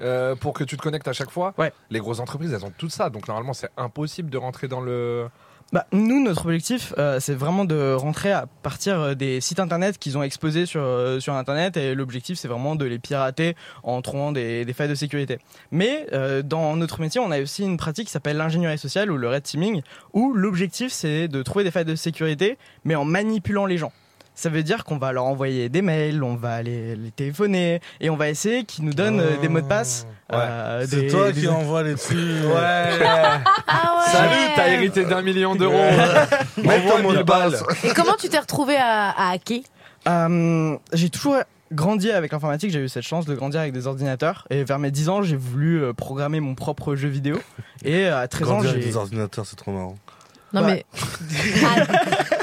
Speaker 6: Euh, pour que tu te connectes à chaque fois.
Speaker 9: Ouais.
Speaker 6: Les grosses entreprises, elles ont tout ça. Donc normalement, c'est impossible de rentrer dans le.
Speaker 9: Bah, nous, notre objectif, euh, c'est vraiment de rentrer à partir euh, des sites internet qu'ils ont exposés sur, euh, sur internet et l'objectif, c'est vraiment de les pirater en trouvant des, des failles de sécurité. Mais euh, dans notre métier, on a aussi une pratique qui s'appelle l'ingénierie sociale ou le red teaming où l'objectif, c'est de trouver des failles de sécurité mais en manipulant les gens. Ça veut dire qu'on va leur envoyer des mails, on va les, les téléphoner et on va essayer qu'ils nous donnent euh, des mots de passe.
Speaker 6: Ouais.
Speaker 9: euh,
Speaker 8: C'est
Speaker 9: des-
Speaker 8: toi
Speaker 9: des-
Speaker 8: qui envoie les trucs.
Speaker 6: Ouais.
Speaker 5: Ah ouais.
Speaker 6: Salut, t'as hérité d'un million d'euros. Mets ton mot de balle.
Speaker 5: Et comment tu t'es retrouvé à, à hacker
Speaker 9: Euh, j'ai toujours grandi avec l'informatique, j'ai eu cette chance de grandir avec des ordinateurs. Et vers mes 10 ans, j'ai voulu euh, programmer mon propre jeu vidéo. Et euh, à 13 ans,
Speaker 8: Grandir avec
Speaker 9: j'ai.
Speaker 8: des ordinateurs, c'est trop marrant.
Speaker 5: Non
Speaker 9: Bah.
Speaker 5: mais. Ah,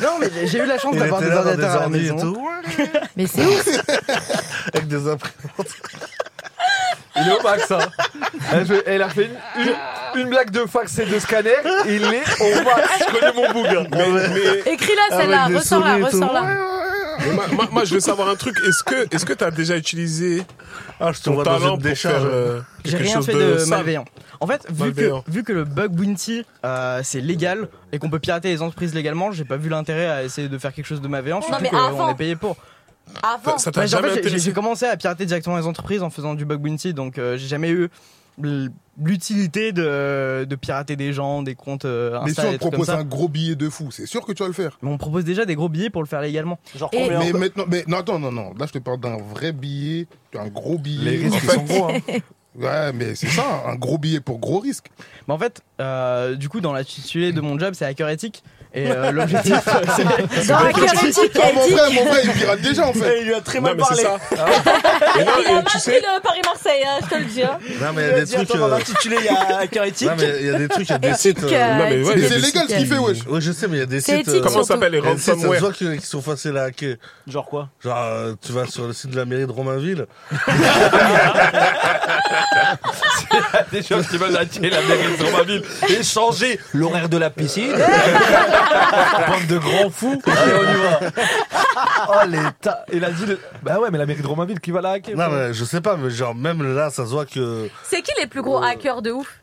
Speaker 9: Non, mais j'ai- j'ai eu la chance
Speaker 8: Il
Speaker 9: d'avoir
Speaker 8: était
Speaker 9: des
Speaker 8: là dans des
Speaker 9: ordinateurs à la
Speaker 8: ordi et
Speaker 9: maison.
Speaker 8: tout.
Speaker 5: Mais c'est ouf.
Speaker 8: Avec des imprimantes.
Speaker 6: Il est au max, hein. Elle, fait- elle a fait une, une- une blague de fax et de scanner. Il est au max. Je connais mon bouga.
Speaker 5: Écris-la
Speaker 3: Ah
Speaker 9: Ah
Speaker 5: celle-là,
Speaker 8: Avec des
Speaker 5: ressors-la,
Speaker 8: souris et tout.
Speaker 5: ressors-la.
Speaker 3: Mais moi, moi- moi, je veux savoir un truc. Est-ce que, est-ce que t'as déjà utilisé
Speaker 8: Ah, je te
Speaker 3: ton
Speaker 8: vois dans
Speaker 3: talent pour
Speaker 8: une
Speaker 3: faire
Speaker 8: décharge.
Speaker 3: euh,
Speaker 9: J'ai
Speaker 3: quelque
Speaker 9: rien
Speaker 3: chose
Speaker 9: fait de,
Speaker 3: sale
Speaker 9: malveillant. En fait, vu que,
Speaker 3: Malveillant.
Speaker 9: vu que le bug bounty euh, c'est légal et qu'on peut pirater les entreprises légalement, j'ai pas vu l'intérêt à essayer de faire quelque chose de malveillant, surtout
Speaker 5: mais
Speaker 9: qu'on
Speaker 5: avant.
Speaker 9: est payé pour.
Speaker 5: Avant.
Speaker 3: Ça t'a
Speaker 9: Bah, j'ai- en
Speaker 3: jamais
Speaker 9: fait, j'ai-
Speaker 3: intéressé
Speaker 9: j'ai commencé à pirater directement les entreprises en faisant du bug bounty, donc euh, j'ai jamais eu l- l'utilité de, de pirater des gens, des comptes euh,
Speaker 7: Mais si
Speaker 9: Insta et
Speaker 7: on
Speaker 9: des
Speaker 7: te
Speaker 9: trucs comme
Speaker 7: propose
Speaker 9: ça.
Speaker 7: un gros billet de fou, c'est sûr que tu vas le faire.
Speaker 9: Mais on propose déjà des gros billets pour le faire légalement.
Speaker 2: Genre
Speaker 5: Et-
Speaker 2: combien
Speaker 7: Mais maintenant, mais non, attends, non, non. Là, je te parle d'un vrai billet, un gros billet.
Speaker 6: Les risques,
Speaker 7: En
Speaker 6: ils
Speaker 7: fait,
Speaker 6: sont gros. hein.
Speaker 7: Ouais, mais c'est ça, un gros billet pour gros risque.
Speaker 9: Mais en fait, euh, du coup, dans l'intitulé de mon job, c'est hacker éthique. Et euh, l'objectif, euh, c'est-
Speaker 5: Dans la curiosité
Speaker 7: Ah, mon
Speaker 5: éthique.
Speaker 7: frère, mon frère, il pirate déjà en fait.
Speaker 2: Il lui a très
Speaker 3: Non,
Speaker 2: mal
Speaker 3: mais c'est
Speaker 2: parlé.
Speaker 3: ça. Et non,
Speaker 5: Il a
Speaker 3: et
Speaker 5: mal
Speaker 3: tu
Speaker 5: pris
Speaker 3: sais,
Speaker 5: le Paris-Marseille, hein, je te le dis. hein.
Speaker 8: Non,
Speaker 2: Il lui
Speaker 8: mais il y
Speaker 2: a
Speaker 8: a des
Speaker 2: dit, attends,
Speaker 8: trucs.
Speaker 2: dans
Speaker 8: euh,
Speaker 2: l'intitulé, il y a hacker éthique.
Speaker 8: Non, mais il y a des trucs, il y a des sites. euh,
Speaker 5: Éthique, euh,
Speaker 3: Non, mais ouais,
Speaker 7: Mais
Speaker 3: il y a
Speaker 7: c'est
Speaker 3: des
Speaker 7: légal ce
Speaker 5: sites
Speaker 7: qu'il fait, wesh.
Speaker 8: Ouais, je sais, mais il y a des
Speaker 5: C'est
Speaker 8: sites.
Speaker 5: éthique,
Speaker 8: euh,
Speaker 3: comment ça
Speaker 5: surtout.
Speaker 3: s'appelle les
Speaker 8: il y a des sites, ça se
Speaker 3: ransomware
Speaker 8: voit que- qui sont faciles à hacker.
Speaker 2: Genre quoi
Speaker 8: Genre, euh, tu vas sur le site de la mairie de Romainville.
Speaker 6: Des gens qui veulent hacker la mairie de Romainville et changer l'horaire de la piscine. Bande de grands fous. Allez, on y va. Oh, les ta- Il a dit. le- Bah ouais, mais la mairie de Romainville, qui va la hacker
Speaker 8: Non, mais je sais pas, mais genre, même là, ça se voit que.
Speaker 4: C'est qui les plus
Speaker 7: Euh,
Speaker 4: gros hackers de ouf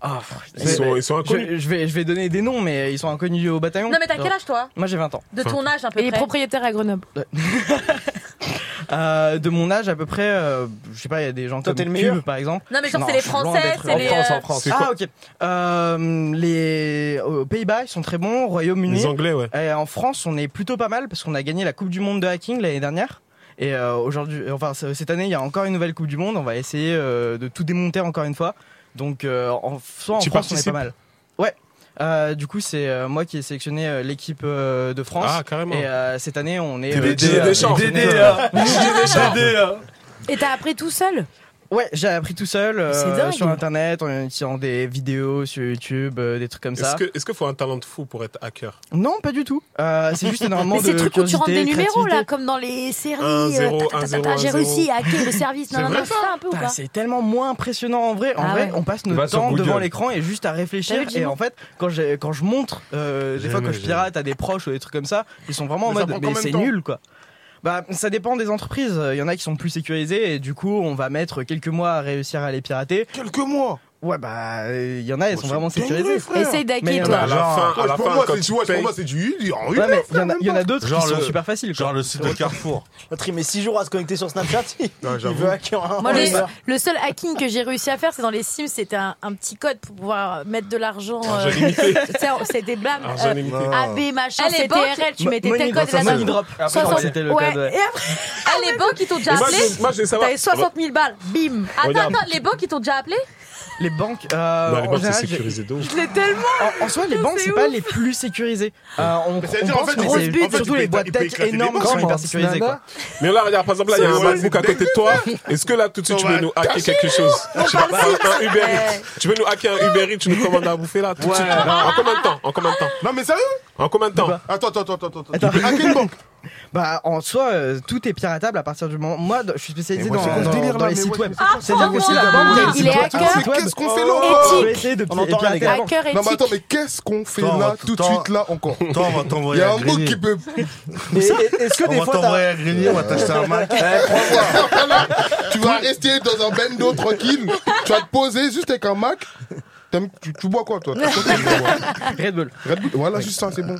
Speaker 9: Ah, pff,
Speaker 3: ils sont, ils sont inconnus.
Speaker 9: je, je vais, je vais donner des noms, mais ils sont inconnus au bataillon.
Speaker 4: Non, mais t'as quel âge toi
Speaker 9: Moi j'ai 20 ans.
Speaker 4: De ton âge à peu
Speaker 5: Et il est
Speaker 4: près.
Speaker 5: propriétaire à Grenoble.
Speaker 9: Euh, de mon âge à peu près, euh, je sais pas, il y a des gens
Speaker 2: Toi, t'es
Speaker 9: comme
Speaker 2: le meilleur
Speaker 9: Cube par exemple.
Speaker 4: Non, mais genre,
Speaker 9: Non,
Speaker 4: c'est les
Speaker 9: je suis loin
Speaker 4: Français,
Speaker 9: d'être-
Speaker 4: c'est
Speaker 9: en
Speaker 4: les.
Speaker 9: France,
Speaker 4: euh,
Speaker 9: en France.
Speaker 3: C'est
Speaker 9: Ah
Speaker 3: quoi
Speaker 9: ok. Euh, les aux Pays-Bas ils sont très bons, au Royaume-Uni.
Speaker 3: Les Anglais, ouais.
Speaker 9: Et en France on est plutôt pas mal parce qu'on a gagné la Coupe du Monde de hacking l'année dernière. Et euh, aujourd'hui, enfin c- cette année il y a encore une nouvelle Coupe du Monde. On va essayer euh, de tout démonter encore une fois. Donc euh, en, soit en
Speaker 3: Tu
Speaker 9: France on est
Speaker 3: participes
Speaker 9: pas mal. Ouais. Euh, du coup c'est euh, moi qui ai sélectionné euh, l'équipe euh, de France.
Speaker 3: Ah, carrément.
Speaker 9: Et euh, cette année, on est.
Speaker 3: T'es
Speaker 9: euh,
Speaker 3: Didier
Speaker 9: Didier
Speaker 3: Deschamps.
Speaker 9: Deschamps.
Speaker 4: hein.
Speaker 5: Et t'as appris tout seul
Speaker 9: Ouais, j'ai appris tout seul euh,
Speaker 5: C'est dingue.
Speaker 9: sur internet, en utilisant des vidéos sur YouTube, euh, des trucs comme
Speaker 3: Est-ce
Speaker 9: ça.
Speaker 3: que- est-ce qu'il faut un talent de fou pour être hacker
Speaker 9: Non, pas du tout. Euh, c'est juste énormément
Speaker 5: Mais
Speaker 9: de
Speaker 5: ces trucs où tu
Speaker 9: curiosité,
Speaker 5: rentres des numéros
Speaker 9: créativité.
Speaker 5: là, comme dans les séries.
Speaker 3: Un,
Speaker 5: euh,
Speaker 3: zéro,
Speaker 5: ta, ta, ta,
Speaker 3: un, zéro,
Speaker 5: ta,
Speaker 3: un,
Speaker 5: J'ai
Speaker 3: zéro.
Speaker 5: réussi à hacker le service. Non,
Speaker 3: C'est
Speaker 5: non,
Speaker 3: vrai,
Speaker 5: non, c'est ça un peu ou
Speaker 9: Putain,
Speaker 5: pas
Speaker 9: C'est tellement moins impressionnant en vrai. En
Speaker 5: Ah
Speaker 9: vrai,
Speaker 5: ouais.
Speaker 9: on passe
Speaker 6: Va
Speaker 9: notre
Speaker 6: sur
Speaker 9: temps
Speaker 6: Google.
Speaker 9: devant l'écran et juste à
Speaker 5: T'as
Speaker 9: réfléchir.
Speaker 5: vu,
Speaker 9: Et
Speaker 5: Jimmy
Speaker 9: en fait, quand, j'ai- quand je montre, euh, des
Speaker 8: J'ai
Speaker 9: fois quand
Speaker 8: jamais,
Speaker 9: je
Speaker 8: j'ai
Speaker 9: pirate à des proches ou des trucs comme ça, ils sont vraiment
Speaker 7: Mais ça
Speaker 9: en
Speaker 7: prend
Speaker 9: mode
Speaker 7: combien
Speaker 9: mais
Speaker 7: de
Speaker 9: c'est
Speaker 7: temps
Speaker 9: nul quoi. Bah, ça dépend des entreprises. Il y en a qui sont plus sécurisées et du coup, on va mettre quelques mois à réussir à les pirater.
Speaker 7: Quelques mois.
Speaker 9: Ouais, bah, il y en a, elles sont
Speaker 7: c'est
Speaker 9: vraiment
Speaker 7: dingue,
Speaker 9: sécurisées.
Speaker 7: frère.
Speaker 5: Essaye
Speaker 9: Mais,
Speaker 5: d'hacker
Speaker 9: euh,
Speaker 5: toi.
Speaker 3: À la
Speaker 8: Genre,
Speaker 3: fin, à
Speaker 7: Wesh,
Speaker 3: la
Speaker 7: pour
Speaker 3: fin,
Speaker 7: moi,
Speaker 3: quand
Speaker 7: c'est du,
Speaker 3: tu
Speaker 7: wesh, pour
Speaker 3: payes-
Speaker 7: moi, Bah, c'est du, il y en a eu,
Speaker 9: Ouais, mais il y en
Speaker 7: frère,
Speaker 9: a-
Speaker 7: même
Speaker 9: il y en a,
Speaker 7: pas.
Speaker 9: d'autres qui
Speaker 8: Genre
Speaker 9: sont
Speaker 8: le-
Speaker 9: super faciles. quoi.
Speaker 8: Genre le site de Carrefour.
Speaker 2: Notre il met 6 jours à se connecter sur Snapchat. Il
Speaker 7: j'avoue.
Speaker 2: veut hacker un.
Speaker 5: Moi,
Speaker 2: Ouais,
Speaker 5: le,
Speaker 2: ça.
Speaker 5: le seul hacking que j'ai réussi à faire, c'est dans les Sims, c'était un, un petit code pour pouvoir mettre de l'argent.
Speaker 3: Argent
Speaker 5: euh,
Speaker 3: limité.
Speaker 5: tu sais, c'est des blagues.
Speaker 3: Argent
Speaker 5: euh,
Speaker 3: limité.
Speaker 8: Ah.
Speaker 5: AB, machin,
Speaker 4: À l'époque,
Speaker 5: CTRL, tu mettais tel
Speaker 9: Money-
Speaker 5: code et
Speaker 9: ça,
Speaker 5: là,
Speaker 9: Money
Speaker 5: t'as-
Speaker 9: drop.
Speaker 6: Après,
Speaker 9: Soixante-
Speaker 6: on va-
Speaker 9: c'était le
Speaker 5: Ouais,
Speaker 9: code, ouais.
Speaker 5: et après,
Speaker 4: Ah, les banques, ils t'ont déjà
Speaker 3: Moi,
Speaker 4: appelé
Speaker 3: je, moi, je vais savoir.
Speaker 5: t'avais 60 000 balles, bim
Speaker 4: Attends,
Speaker 3: Regarde.
Speaker 4: attends, les banques, ils t'ont déjà appelé
Speaker 9: Les banques, euh,
Speaker 3: Non, les
Speaker 9: en
Speaker 3: banques, c'est
Speaker 9: général, j'ai-
Speaker 3: sécurisé de ouf.
Speaker 5: Je l'ai tellement
Speaker 9: en, en soi, les banques, c'est pas les plus sécurisées. Euh, on, on
Speaker 7: Mais c'est-à-dire, en
Speaker 9: pense
Speaker 7: fait,
Speaker 9: que
Speaker 7: ils- en
Speaker 9: c'est-
Speaker 7: fait, ils
Speaker 9: surtout
Speaker 7: payent-
Speaker 9: les boîtes
Speaker 7: ils payent
Speaker 9: tech
Speaker 7: grâce à des
Speaker 9: énormes qui
Speaker 7: banques,
Speaker 9: sont hyper sécurisées. Quoi.
Speaker 3: Mais là, regarde, par exemple, là, il y a un
Speaker 7: C'est-
Speaker 3: MacBook à côté de toi. Est-ce que là, tout de suite,
Speaker 7: On
Speaker 3: tu
Speaker 7: va
Speaker 3: veux nous hacker quelque chose Je sais pas, un Uber Eats. Tu veux nous hacker un Uber Eats, tu nous commandes à bouffer là tout de suite En combien de temps En combien de temps
Speaker 7: Non, mais sérieux
Speaker 3: En combien de
Speaker 9: Bah,
Speaker 3: temps
Speaker 7: Attends, attends, attends, attends.
Speaker 9: Attends.
Speaker 7: attends. Tu peux hacker une banque
Speaker 9: Bah, en soi, euh, tout est piratable à partir du moment. Moi, je suis spécialisé
Speaker 7: Mais moi,
Speaker 9: dans,
Speaker 7: c'est quoi ce
Speaker 9: dans-
Speaker 7: délire,
Speaker 9: dans
Speaker 7: là,
Speaker 9: les
Speaker 7: mais Ah,
Speaker 9: sites
Speaker 7: ouais,
Speaker 9: web.
Speaker 7: mais
Speaker 9: C'est-à-dire que si la banque a un
Speaker 5: Il
Speaker 9: site
Speaker 5: est
Speaker 9: web-
Speaker 5: hacker.
Speaker 9: un site
Speaker 7: Mais
Speaker 9: web,
Speaker 7: qu'est-ce qu'on fait
Speaker 9: on
Speaker 7: là
Speaker 5: Éthique.
Speaker 9: peut essayer de
Speaker 2: On entend rien, les
Speaker 9: pirater
Speaker 2: gars.
Speaker 9: avant.
Speaker 5: hacker
Speaker 7: Non, mais
Speaker 5: éthique.
Speaker 7: attends, mais qu'est-ce qu'on fait
Speaker 8: Attends, on
Speaker 7: là
Speaker 8: va-
Speaker 7: tout de
Speaker 8: attends.
Speaker 7: suite là encore
Speaker 8: Toi, on va
Speaker 7: Il y
Speaker 8: t'envoyer
Speaker 7: a
Speaker 8: à
Speaker 7: un mot
Speaker 8: Grigny.
Speaker 7: qui peut.
Speaker 2: Mais est- Est-ce que
Speaker 8: On
Speaker 2: des
Speaker 8: va
Speaker 2: fois t'as-
Speaker 8: t'envoyer à Grigny, on va t'acheter un Mac.
Speaker 7: Eh, tu vas rester dans un bendo tranquille. Tu vas te poser juste avec un Mac. T'aimes- Tu, tu bois quoi, toi
Speaker 9: Red Bull.
Speaker 7: Red Bull Voilà, juste ça, c'est bon.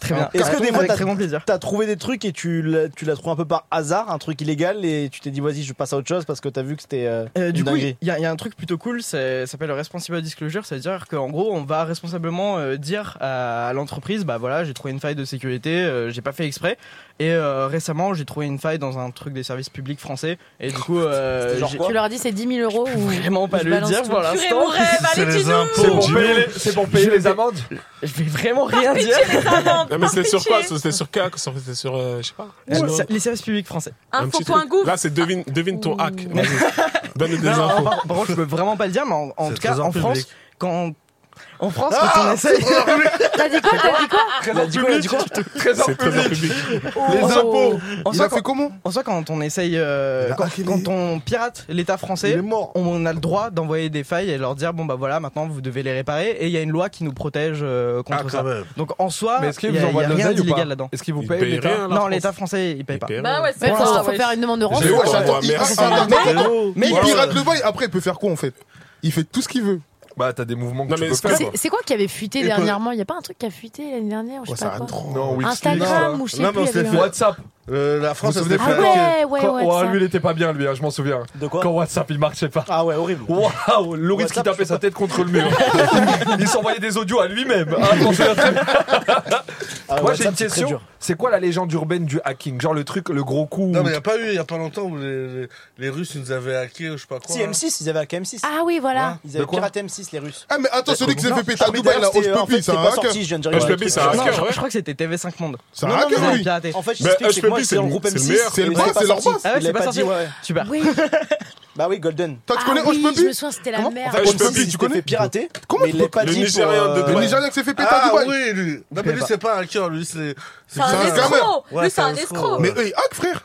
Speaker 9: Très bien.
Speaker 2: Est-ce que des fois,
Speaker 9: Avec
Speaker 2: t'as-
Speaker 9: très grand plaisir.
Speaker 2: T'as trouvé des trucs et tu l'as, tu l'as trouvé un peu par hasard, un truc illégal, et tu t'es dit vas-y, je passe à autre chose parce que t'as vu que c'était. euh,
Speaker 9: Euh,
Speaker 2: une
Speaker 9: du coup, il
Speaker 2: dinguerie.
Speaker 9: y, a- il y a un truc plutôt cool, c'est- ça s'appelle le responsible disclosure, c'est-à-dire qu'en gros, on va responsablement euh, dire à, à l'entreprise, bah voilà, j'ai trouvé une faille de sécurité, euh, j'ai pas fait exprès, et euh, récemment, j'ai trouvé une faille dans un truc des services publics français, et du coup, euh, j'ai
Speaker 5: Tu leur dis c'est 10 000 euros ou.
Speaker 9: vraiment pas
Speaker 5: Je
Speaker 9: le
Speaker 5: balance
Speaker 9: dire
Speaker 5: tout.
Speaker 9: pour
Speaker 5: Purée,
Speaker 9: l'instant.
Speaker 5: mon rêve,
Speaker 8: C'est
Speaker 5: allez,
Speaker 8: les
Speaker 5: dis-nous
Speaker 6: C'est
Speaker 8: impôts.
Speaker 6: pour payer les, c'est pour payer les amendes
Speaker 9: Je vais vraiment rien dire.
Speaker 3: Non, mais c'était sur quoi C'était sur quoi C'était sur, euh, je sais pas.
Speaker 9: Euh,
Speaker 3: sur-
Speaker 9: ça- Les services publics français.
Speaker 3: un petit
Speaker 4: Info.gouv.
Speaker 3: truc. Là, c'est devine, devine ton hack. Vas-y. Donne-nous des
Speaker 9: Non,
Speaker 3: infos.
Speaker 9: par, par contre, je peux vraiment pas le dire, mais en, en
Speaker 8: C'est
Speaker 9: tout cas,
Speaker 8: trésor
Speaker 9: en
Speaker 8: public.
Speaker 9: France, quand En France,
Speaker 6: Ah,
Speaker 9: quand on essaye.
Speaker 5: T'as dit quoi T'as dit quoi
Speaker 6: Trésor public. Trésor
Speaker 3: C'est
Speaker 6: public.
Speaker 3: trésor public.
Speaker 9: Oh,
Speaker 6: Les impôts.
Speaker 9: En
Speaker 7: Il a
Speaker 9: soi,
Speaker 7: fait
Speaker 9: quand,
Speaker 7: comment
Speaker 9: en soi, quand on essaye, euh,
Speaker 7: Il a
Speaker 9: quand,
Speaker 7: hacké les-
Speaker 9: quand on pirate l'État
Speaker 7: Il
Speaker 9: français,
Speaker 7: est mort.
Speaker 9: on a le droit d'envoyer des failles et leur dire bon bah voilà maintenant vous devez les réparer et il y a une loi qui nous protège euh, contre
Speaker 8: Ah,
Speaker 9: ça.
Speaker 8: quand même.
Speaker 9: Donc en soi,
Speaker 6: Mais est-ce
Speaker 9: il
Speaker 6: qu'ils
Speaker 9: y
Speaker 6: vous
Speaker 9: a,
Speaker 6: envoient
Speaker 9: il y
Speaker 6: de
Speaker 9: a rien
Speaker 6: l'oseille ou
Speaker 9: d'illégal
Speaker 6: pas
Speaker 9: là-dedans.
Speaker 6: Est-ce qu'ils vous
Speaker 3: Ils
Speaker 6: payent
Speaker 3: payent
Speaker 6: l'État
Speaker 3: rien, la
Speaker 9: Non,
Speaker 3: France.
Speaker 9: l'État français il paye
Speaker 3: Ils
Speaker 9: pas.
Speaker 3: payent rien.
Speaker 4: Bah ouais, c'est
Speaker 5: Ouais,
Speaker 4: pour
Speaker 5: faut,
Speaker 4: ça.
Speaker 5: faut
Speaker 4: ouais.
Speaker 5: faire une demande de
Speaker 7: J'ai
Speaker 5: rançon.
Speaker 3: eu-
Speaker 7: eu
Speaker 3: Ouais,
Speaker 7: attends, il-
Speaker 3: merci.
Speaker 7: attends, attends, attends.
Speaker 9: Mais
Speaker 7: Il
Speaker 9: euh,
Speaker 7: pirate le bail, après il peut faire quoi en fait Il fait tout ce qu'il veut.
Speaker 6: Bah, t'as des mouvements que
Speaker 3: Non,
Speaker 6: tu
Speaker 3: mais
Speaker 6: peux
Speaker 3: c'est-
Speaker 6: faire.
Speaker 5: C'est-
Speaker 6: quoi.
Speaker 5: C'est quoi qui avait fuité
Speaker 7: Et toi-
Speaker 5: dernièrement Il y a pas un truc qui a fuité l'année dernière ou je
Speaker 7: Ouais,
Speaker 5: sais
Speaker 7: ça
Speaker 5: pas
Speaker 7: va
Speaker 5: quoi.
Speaker 7: trop.
Speaker 6: Non, oui,
Speaker 5: Instagram ou je sais
Speaker 8: Non, mais
Speaker 5: plus.
Speaker 8: on
Speaker 5: il y
Speaker 8: s'est
Speaker 5: avait
Speaker 8: fait-
Speaker 5: un-
Speaker 6: WhatsApp.
Speaker 8: Euh, la France,
Speaker 6: Vous
Speaker 8: elle
Speaker 6: vous
Speaker 8: s'est
Speaker 6: souvenez
Speaker 5: Ah
Speaker 8: fait
Speaker 6: de
Speaker 8: hacker.
Speaker 5: ouais, ouais,
Speaker 6: Quand-
Speaker 5: ouais.
Speaker 6: oh,
Speaker 5: ça.
Speaker 6: lui, il était pas bien, lui, hein, je m'en souviens.
Speaker 2: De quoi
Speaker 6: Quand WhatsApp, il marchait pas.
Speaker 2: Ah ouais, horrible.
Speaker 6: Waouh, Loris qui
Speaker 2: WhatsApp,
Speaker 6: tapait sa tête contre le mur. il s'envoyait des audios à lui-même. hein, quand c'est la tête.
Speaker 2: Ah ouais,
Speaker 6: Moi, j'ai
Speaker 2: WhatsApp,
Speaker 6: une
Speaker 2: c'est très
Speaker 6: question.
Speaker 2: dur.
Speaker 6: C'est quoi la légende urbaine du hacking Genre le truc, le gros coup.
Speaker 8: Non,
Speaker 6: où
Speaker 8: mais il n'y a pas eu, il n'y a pas longtemps où les, les- les Russes ils nous avaient hacké ou je sais pas quoi.
Speaker 2: Si M6, ils avaient un M6.
Speaker 5: Ah oui, voilà.
Speaker 2: Ils avaient
Speaker 6: De quoi
Speaker 2: piraté M6, les Russes.
Speaker 7: Ah mais attends, celui qui s'est fait péter à
Speaker 2: Mais
Speaker 7: Dubaï là,
Speaker 2: d'ailleurs,
Speaker 7: oh
Speaker 2: c'était-
Speaker 7: je peux
Speaker 2: en fait,
Speaker 7: plus, c'est
Speaker 2: c'était
Speaker 7: un
Speaker 2: pas
Speaker 7: hacker.
Speaker 2: sorti, je viens de dire.
Speaker 3: Ah, je peux plus, c'est un
Speaker 9: Non,
Speaker 3: hacker,
Speaker 9: je,
Speaker 3: ouais.
Speaker 9: je crois que c'était TV5 Monde.
Speaker 7: C'est un
Speaker 9: non, non,
Speaker 7: hacker,
Speaker 9: mais ils ont
Speaker 7: lui.
Speaker 9: piraté.
Speaker 2: En fait, je
Speaker 3: Mais
Speaker 2: t'explique, c'est que
Speaker 3: HPP,
Speaker 2: moi, j'étais
Speaker 3: c'est
Speaker 2: en
Speaker 3: le-
Speaker 2: groupe
Speaker 3: c'est le
Speaker 2: M6.
Speaker 3: meilleur.
Speaker 7: C'est le
Speaker 2: ils
Speaker 7: boss,
Speaker 2: l'avaient pas
Speaker 7: c'est leur
Speaker 2: sorti.
Speaker 7: boss.
Speaker 9: Ah ouais,
Speaker 2: Ils
Speaker 9: c'est
Speaker 2: l'avaient
Speaker 9: pas
Speaker 2: pas
Speaker 9: sorti.
Speaker 2: dit, ouais.
Speaker 9: Super.
Speaker 5: Oui,
Speaker 2: Bah oui, Golden.
Speaker 7: Toi tu connais
Speaker 5: Ah
Speaker 7: oh je peux
Speaker 5: oui, je me
Speaker 7: plus
Speaker 5: souviens, c'était la
Speaker 2: Comment En fait,
Speaker 5: merde.
Speaker 7: je
Speaker 2: Golden,
Speaker 7: peux
Speaker 2: il
Speaker 7: plus, tu
Speaker 2: s'était
Speaker 7: connais
Speaker 2: fait pirater.
Speaker 7: Comment
Speaker 2: mais il l'est pas
Speaker 3: Le
Speaker 2: dit pour,
Speaker 3: Nigérian de
Speaker 2: euh,
Speaker 7: Le
Speaker 3: Ouais.
Speaker 7: Nigérien qui s'est fait péter à
Speaker 8: Ah
Speaker 7: Dubaï.
Speaker 8: oui, lui. Non, mais
Speaker 9: connais
Speaker 8: lui,
Speaker 9: pas.
Speaker 8: c'est pas un hacker, lui, c'est.
Speaker 4: C'est un
Speaker 7: C'est un
Speaker 4: escroc.
Speaker 8: Ouais,
Speaker 4: Lui,
Speaker 8: c'est
Speaker 4: c'est
Speaker 8: un
Speaker 4: un
Speaker 8: escroc.
Speaker 4: escroc.
Speaker 7: Mais eux, ils hack frère.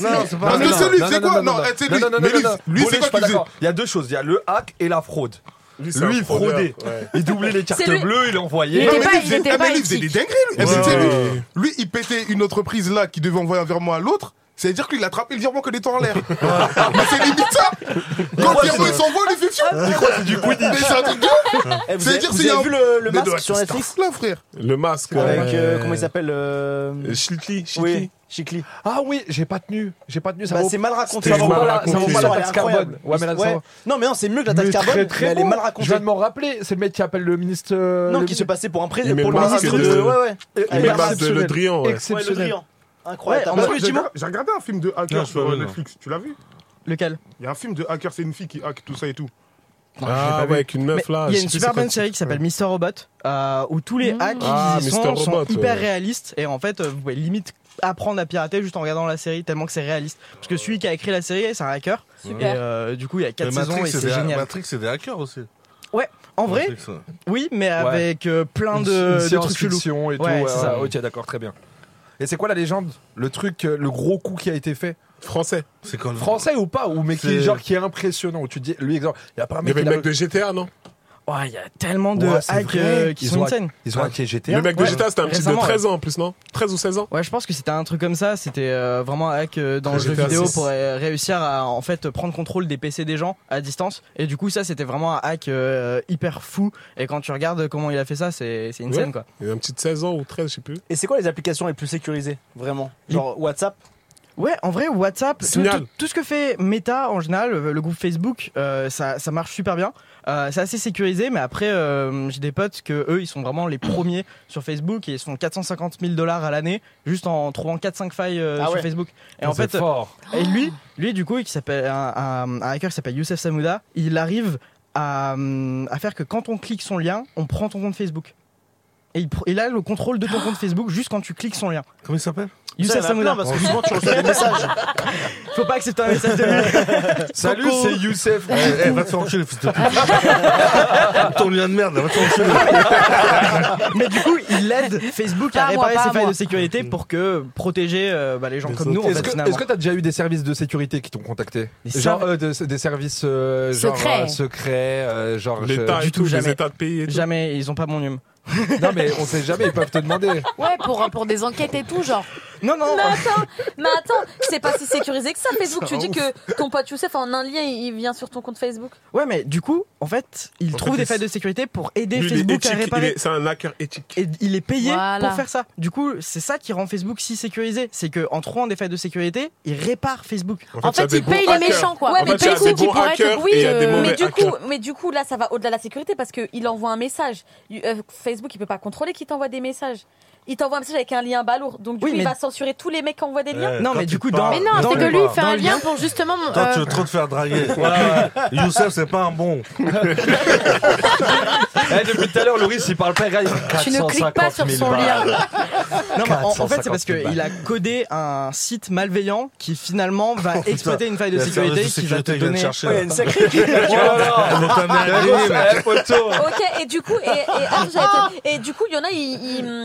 Speaker 8: Non, c'est pas
Speaker 7: Parce
Speaker 8: un
Speaker 7: que
Speaker 8: hacker.
Speaker 7: celui,
Speaker 6: Non,
Speaker 7: c'est
Speaker 6: non,
Speaker 7: quoi
Speaker 6: non,
Speaker 7: Non, eh, c'est
Speaker 6: non,
Speaker 7: lui.
Speaker 6: non, non,
Speaker 7: Mais
Speaker 6: non,
Speaker 7: lui,
Speaker 6: non.
Speaker 7: lui,
Speaker 6: Bon,
Speaker 7: c'est
Speaker 6: je
Speaker 7: quoi
Speaker 6: suis pas
Speaker 7: qu'il faisait
Speaker 6: d'accord. Il y a deux choses. Il y a le hack et la fraude.
Speaker 3: Lui, c'est un
Speaker 6: Lui, il
Speaker 3: fraudeur.
Speaker 6: fraudait.
Speaker 3: Ouais.
Speaker 6: Il doublait les cartes
Speaker 4: C'est le-
Speaker 6: bleues, il envoyait.
Speaker 5: Il
Speaker 7: Non,
Speaker 5: était
Speaker 7: mais
Speaker 5: pas-
Speaker 7: lui,
Speaker 5: il
Speaker 7: il faisait-
Speaker 5: était
Speaker 7: eh,
Speaker 5: pas
Speaker 7: mais lui, il faisait des
Speaker 5: éthique.
Speaker 7: dingueries, lui. Eh, mais tu sais, lui. Lui, il pétait une entreprise là qui devait envoyer un virement à l'autre. C'est-à-dire qu'il attrapait le virement que les temps en l'air. Mais c'est limite ça Quand le virement il s'envole, il fait fiou
Speaker 6: Du coup, il dit-
Speaker 7: Mais c'est un truc de
Speaker 2: Eh, Vous
Speaker 7: C'est-à-dire
Speaker 2: avez
Speaker 7: s'il
Speaker 2: vous
Speaker 7: y a
Speaker 2: avez
Speaker 7: un-
Speaker 2: vu le le
Speaker 7: Mais de
Speaker 2: masque sur Netflix
Speaker 7: ouf, là, frère
Speaker 3: Le masque.
Speaker 2: Avec,
Speaker 3: ouais.
Speaker 2: euh, comment il s'appelle euh,
Speaker 3: Chitli, Chitli.
Speaker 2: Oui, Chicli.
Speaker 6: Ah oui, j'ai pas tenu. J'ai pas tenu. Ça
Speaker 2: Bah,
Speaker 6: vaut-
Speaker 2: c'est mal raconté.
Speaker 3: Ça vaut pas la- ça vaut pas
Speaker 2: L'histoire,
Speaker 6: la
Speaker 2: elle est
Speaker 6: taxe carbone.
Speaker 2: incroyable.
Speaker 6: Ouais, mais là, ça va.
Speaker 2: Non, mais non, c'est mieux que la
Speaker 6: Mais
Speaker 2: taxe carbone,
Speaker 6: très, très
Speaker 2: mais elle est
Speaker 6: bon.
Speaker 2: mal
Speaker 6: Je
Speaker 2: racontée.
Speaker 6: viens de m'en rappeler. C'est le mec qui appelle le ministre. euh,
Speaker 2: Non,
Speaker 6: le
Speaker 2: qui se passait pour un
Speaker 3: Il
Speaker 2: président,
Speaker 3: met
Speaker 2: pour le
Speaker 3: le masque
Speaker 2: ministre
Speaker 3: de-
Speaker 2: de... Ouais, ouais.
Speaker 3: Il met le masque de
Speaker 6: Exceptionnel.
Speaker 3: Le Drian. ouais.
Speaker 2: Ouais, le
Speaker 6: Exceptionnel.
Speaker 2: Drian. Incroyable.
Speaker 9: Ouais,
Speaker 2: T'as
Speaker 9: en
Speaker 2: pas
Speaker 9: vrai,
Speaker 2: vu,
Speaker 7: J'ai
Speaker 2: Jimo
Speaker 7: j'ai regardé un film de
Speaker 8: Non,
Speaker 7: hacker
Speaker 8: je vois
Speaker 7: sur
Speaker 8: pas, non.
Speaker 7: Netflix, tu l'as vu
Speaker 9: Lequel
Speaker 7: Il y a un film de hacker, c'est une fille qui hack tout ça et tout.
Speaker 3: Ah, ouais, avec une
Speaker 9: Mais
Speaker 3: meuf là. je
Speaker 9: Il y a
Speaker 3: sais
Speaker 9: une
Speaker 3: plus
Speaker 9: super
Speaker 3: c'est quoi
Speaker 9: bonne
Speaker 3: le
Speaker 9: série
Speaker 3: titre.
Speaker 9: qui s'appelle Mister Robot euh, où tous les hacks
Speaker 3: Ah,
Speaker 9: qui y
Speaker 3: Mr.
Speaker 9: sont, sont
Speaker 3: Robot,
Speaker 9: hyper
Speaker 3: ouais.
Speaker 9: réalistes et en fait euh, vous pouvez limite apprendre à pirater juste en regardant la série tellement que c'est réaliste parce que celui qui a écrit la série c'est un hacker
Speaker 4: Super.
Speaker 9: et euh, du coup il y a
Speaker 8: Mais
Speaker 9: 4 saisons
Speaker 8: Matrix,
Speaker 9: et
Speaker 8: c'est
Speaker 9: c'est
Speaker 8: des,
Speaker 9: génial
Speaker 8: Matrix, c'est des hackers aussi.
Speaker 9: en vrai
Speaker 8: Matrix, ouais.
Speaker 9: oui mais avec euh, plein
Speaker 6: Une- une
Speaker 9: de, de
Speaker 6: science
Speaker 9: trucs chelous
Speaker 6: fiction et tout.
Speaker 9: Ouais, c'est ça.
Speaker 6: Ok, d'accord, très bien. Et c'est quoi la légende Le truc, euh, le gros coup qui a été fait
Speaker 3: Français.
Speaker 8: C'est quand le-
Speaker 6: Français ou pas Ou mais qui, est-
Speaker 8: C'est-
Speaker 6: genre, qui est impressionnant Où tu te dis, lui, exemple, il y a pas
Speaker 3: Il
Speaker 6: un
Speaker 3: y
Speaker 6: mec
Speaker 3: avait
Speaker 6: qui
Speaker 3: le
Speaker 6: l'a-
Speaker 3: mec de GTA, non
Speaker 9: Ouais, il y a tellement de
Speaker 6: Ouais, c'est
Speaker 9: hacks
Speaker 6: vrai.
Speaker 9: euh, qui
Speaker 6: Ils
Speaker 9: sont
Speaker 6: ont-
Speaker 9: insane
Speaker 6: Ils ont hacké GTA.
Speaker 3: Le mec de
Speaker 9: Ouais.
Speaker 3: GTA, c'était un petit de
Speaker 9: Récemment,
Speaker 3: 13 ans en plus, non 13 ou 16 ans
Speaker 9: Ouais, je pense que c'était un truc comme ça. C'était euh, vraiment un hack euh, dans le jeu
Speaker 3: GTA
Speaker 9: vidéo
Speaker 3: six.
Speaker 9: pour euh, réussir à en fait prendre contrôle des PC des gens à distance. Et du coup, ça, c'était vraiment un hack euh, hyper fou. Et quand tu regardes comment il a fait ça, c'est c'est insane
Speaker 3: Ouais.
Speaker 9: quoi.
Speaker 3: Il y a un petit de 16 ans ou 13, je sais plus.
Speaker 2: Et c'est quoi les applications les plus sécurisées, vraiment Genre WhatsApp
Speaker 9: Mm. Ouais, en vrai, WhatsApp, tout,
Speaker 3: Signal.
Speaker 9: tout- tout ce que fait Meta en général, euh, le groupe Facebook, euh, ça, ça marche super bien. Euh, c'est assez sécurisé, mais après, euh, j'ai des potes que eux, ils sont vraiment les premiers sur Facebook et ils se font 450 000 dollars à l'année juste en trouvant 4-5 failles euh,
Speaker 2: Ah
Speaker 9: sur
Speaker 2: ouais.
Speaker 9: Facebook. Et
Speaker 6: C'est
Speaker 9: en fait,
Speaker 6: fort.
Speaker 9: Et lui, lui du coup, qui s'appelle un, un- un hacker qui s'appelle Youssef Samouda, il arrive à, hum, à faire que quand on clique son lien, on prend ton compte Facebook. Et il, pr- il a le contrôle de ton compte Facebook juste quand tu cliques son lien.
Speaker 8: Comment il s'appelle
Speaker 9: Youssef
Speaker 2: Ça, il y en a
Speaker 9: Samouda,
Speaker 2: plein, Parce que souvent, tu reçois des messages.
Speaker 9: faut pas accepter un message de lui.
Speaker 6: Salut, c'est Youssef.
Speaker 8: Eh, eh, va te faire enculer, fils de pute. Ton lien de merde, là, va te faire enculer.
Speaker 9: Mais du coup, il aide Facebook
Speaker 5: Pas
Speaker 9: à
Speaker 5: à moi,
Speaker 9: réparer
Speaker 5: pas à
Speaker 9: ses failles
Speaker 5: moi.
Speaker 9: de sécurité pour que protéger euh, bah, les gens
Speaker 8: Les
Speaker 9: comme nous, en
Speaker 6: Est-ce
Speaker 9: fait,
Speaker 6: que
Speaker 9: finalement.
Speaker 6: est-ce que t'as déjà eu des services de sécurité qui t'ont contacté
Speaker 9: Des
Speaker 6: Genre euh, de- des services euh, genre,
Speaker 5: Secrets.
Speaker 6: euh, secrets, euh, genre je-
Speaker 3: L'État
Speaker 9: du
Speaker 3: et
Speaker 9: tout,
Speaker 3: tout, les
Speaker 9: jamais.
Speaker 3: États de pays et tout.
Speaker 9: Jamais, ils ont pas mon nume.
Speaker 6: Non mais on sait jamais, ils peuvent te demander.
Speaker 5: Ouais, pour, pour des enquêtes et tout, genre.
Speaker 9: Non, non,
Speaker 4: Mais attends, mais attends, c'est pas si sécurisé que ça Facebook. Tu dis que ton pote Youssef en un lien, il vient sur ton compte Facebook.
Speaker 9: ouais, mais du coup, en fait, il
Speaker 3: En
Speaker 9: trouve
Speaker 3: fait,
Speaker 9: des
Speaker 3: il-
Speaker 9: failles de sécurité pour aider
Speaker 3: Lui, il est
Speaker 9: Facebook à
Speaker 3: éthique, il
Speaker 9: réparer.
Speaker 3: est- C'est un hacker éthique.
Speaker 9: et il est payé
Speaker 5: Voilà.
Speaker 9: pour faire ça. Du coup, c'est ça qui rend Facebook si sécurisé, c'est que en trouvant des failles de sécurité, il répare Facebook.
Speaker 5: En fait,
Speaker 3: il
Speaker 5: il paye les méchants, quoi.
Speaker 3: En
Speaker 5: Ouais,
Speaker 3: fait,
Speaker 5: mais
Speaker 3: il y a
Speaker 5: Facebook,
Speaker 3: des
Speaker 5: qui
Speaker 3: bons
Speaker 5: pourrait
Speaker 3: hackers
Speaker 5: être. Oui,
Speaker 3: et il y a des
Speaker 5: euh,
Speaker 3: mauvais
Speaker 4: mais du coup,
Speaker 3: hackers.
Speaker 4: mais du coup, là, ça va au-delà de la sécurité parce qu'il envoie un message. Il- euh, Facebook, il peut pas contrôler qui t'envoie des messages. Il t'envoie un message avec un lien balourd. Donc, du
Speaker 9: Oui,
Speaker 4: coup,
Speaker 9: mais-
Speaker 4: il va censurer tous les mecs qui envoient des liens.
Speaker 8: Eh,
Speaker 9: Non,
Speaker 8: quand
Speaker 9: mais
Speaker 8: tu
Speaker 9: du coup,
Speaker 8: parles-
Speaker 5: Mais non,
Speaker 9: Dans
Speaker 5: c'est
Speaker 9: le
Speaker 5: que lui, il fait
Speaker 9: dans
Speaker 5: un
Speaker 9: le
Speaker 5: lien
Speaker 9: lien.
Speaker 5: pour justement.
Speaker 8: Toi, tu
Speaker 5: euh,
Speaker 8: veux trop te faire draguer. Ouais, ouais. Youssef, c'est pas un bon.
Speaker 6: Eh, Eh, depuis tout à l'heure, Loris, il parle pas. Regarde,
Speaker 5: Tu ne cliques pas sur
Speaker 6: 450 000
Speaker 5: son
Speaker 6: balles.
Speaker 5: lien.
Speaker 9: Non, mais en, en fait,
Speaker 6: 450
Speaker 9: c'est
Speaker 6: 000
Speaker 9: parce qu'il a codé un site malveillant qui finalement va exploiter une faille de
Speaker 8: Le service
Speaker 9: sécurité qui va te
Speaker 8: vient de
Speaker 9: donner.
Speaker 8: chercher.
Speaker 2: Ouais, il y a une sacrée
Speaker 6: Oh là là
Speaker 8: Ils vont t'amener à
Speaker 6: Eh,
Speaker 8: griller,
Speaker 6: gros,
Speaker 8: mec.
Speaker 6: eh, poteau.
Speaker 4: Ok, et du coup, et, et, attends, j'allais te- et du coup, il y en a, ils-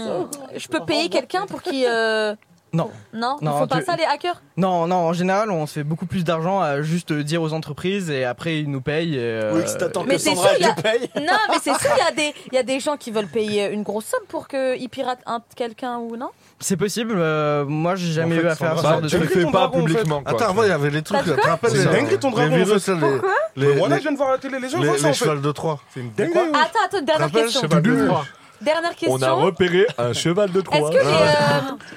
Speaker 4: ils- je peux payer quelqu'un pour qu'il. euh,
Speaker 9: Non.
Speaker 4: Non, ils
Speaker 9: Non,
Speaker 4: font pas
Speaker 9: tu-
Speaker 4: ça les hackers.
Speaker 9: Non, non, en général, on se fait beaucoup plus d'argent à juste dire aux entreprises et après ils nous payent. et, euh,
Speaker 2: Oui, que si t'attends
Speaker 4: Mais
Speaker 2: que
Speaker 4: c'est
Speaker 2: Sandra
Speaker 4: sûr, il y a-
Speaker 2: te paye.
Speaker 4: Non, mais c'est sûr, il y a des, il y a des gens qui veulent payer une grosse somme pour qu'ils piratent un quelqu'un ou non.
Speaker 9: C'est possible, euh, moi j'ai jamais
Speaker 8: En fait,
Speaker 9: eu affaire à ce
Speaker 8: Sandra,
Speaker 9: genre
Speaker 6: Bah,
Speaker 9: de
Speaker 6: tu le
Speaker 9: truc.
Speaker 6: fais
Speaker 2: ton
Speaker 6: pas
Speaker 2: dragon, en fait.
Speaker 6: publiquement. quoi.
Speaker 8: Attends, avant, il y avait les trucs,
Speaker 4: Parce
Speaker 8: là. Tu
Speaker 4: que-
Speaker 8: te rappelles
Speaker 7: C'est
Speaker 8: les-
Speaker 7: dingue, ton dragon, en
Speaker 8: Les virus,
Speaker 7: fait.
Speaker 8: là, les-
Speaker 7: Mais
Speaker 8: les-
Speaker 7: Voilà, je
Speaker 8: les-
Speaker 7: viens de voir à la télé, les gens
Speaker 8: les-
Speaker 7: voient ça en
Speaker 8: les
Speaker 7: fait.
Speaker 8: chevals de Troie.
Speaker 7: C'est une
Speaker 8: Quoi
Speaker 7: dingue.
Speaker 4: Attends, attends, dernière
Speaker 8: Rappelle,
Speaker 4: question.
Speaker 8: je sais pas, de Troie.
Speaker 4: Dernière
Speaker 6: On a
Speaker 4: question.
Speaker 6: repéré un cheval de
Speaker 4: Est-ce
Speaker 6: Troie.
Speaker 4: que les, euh,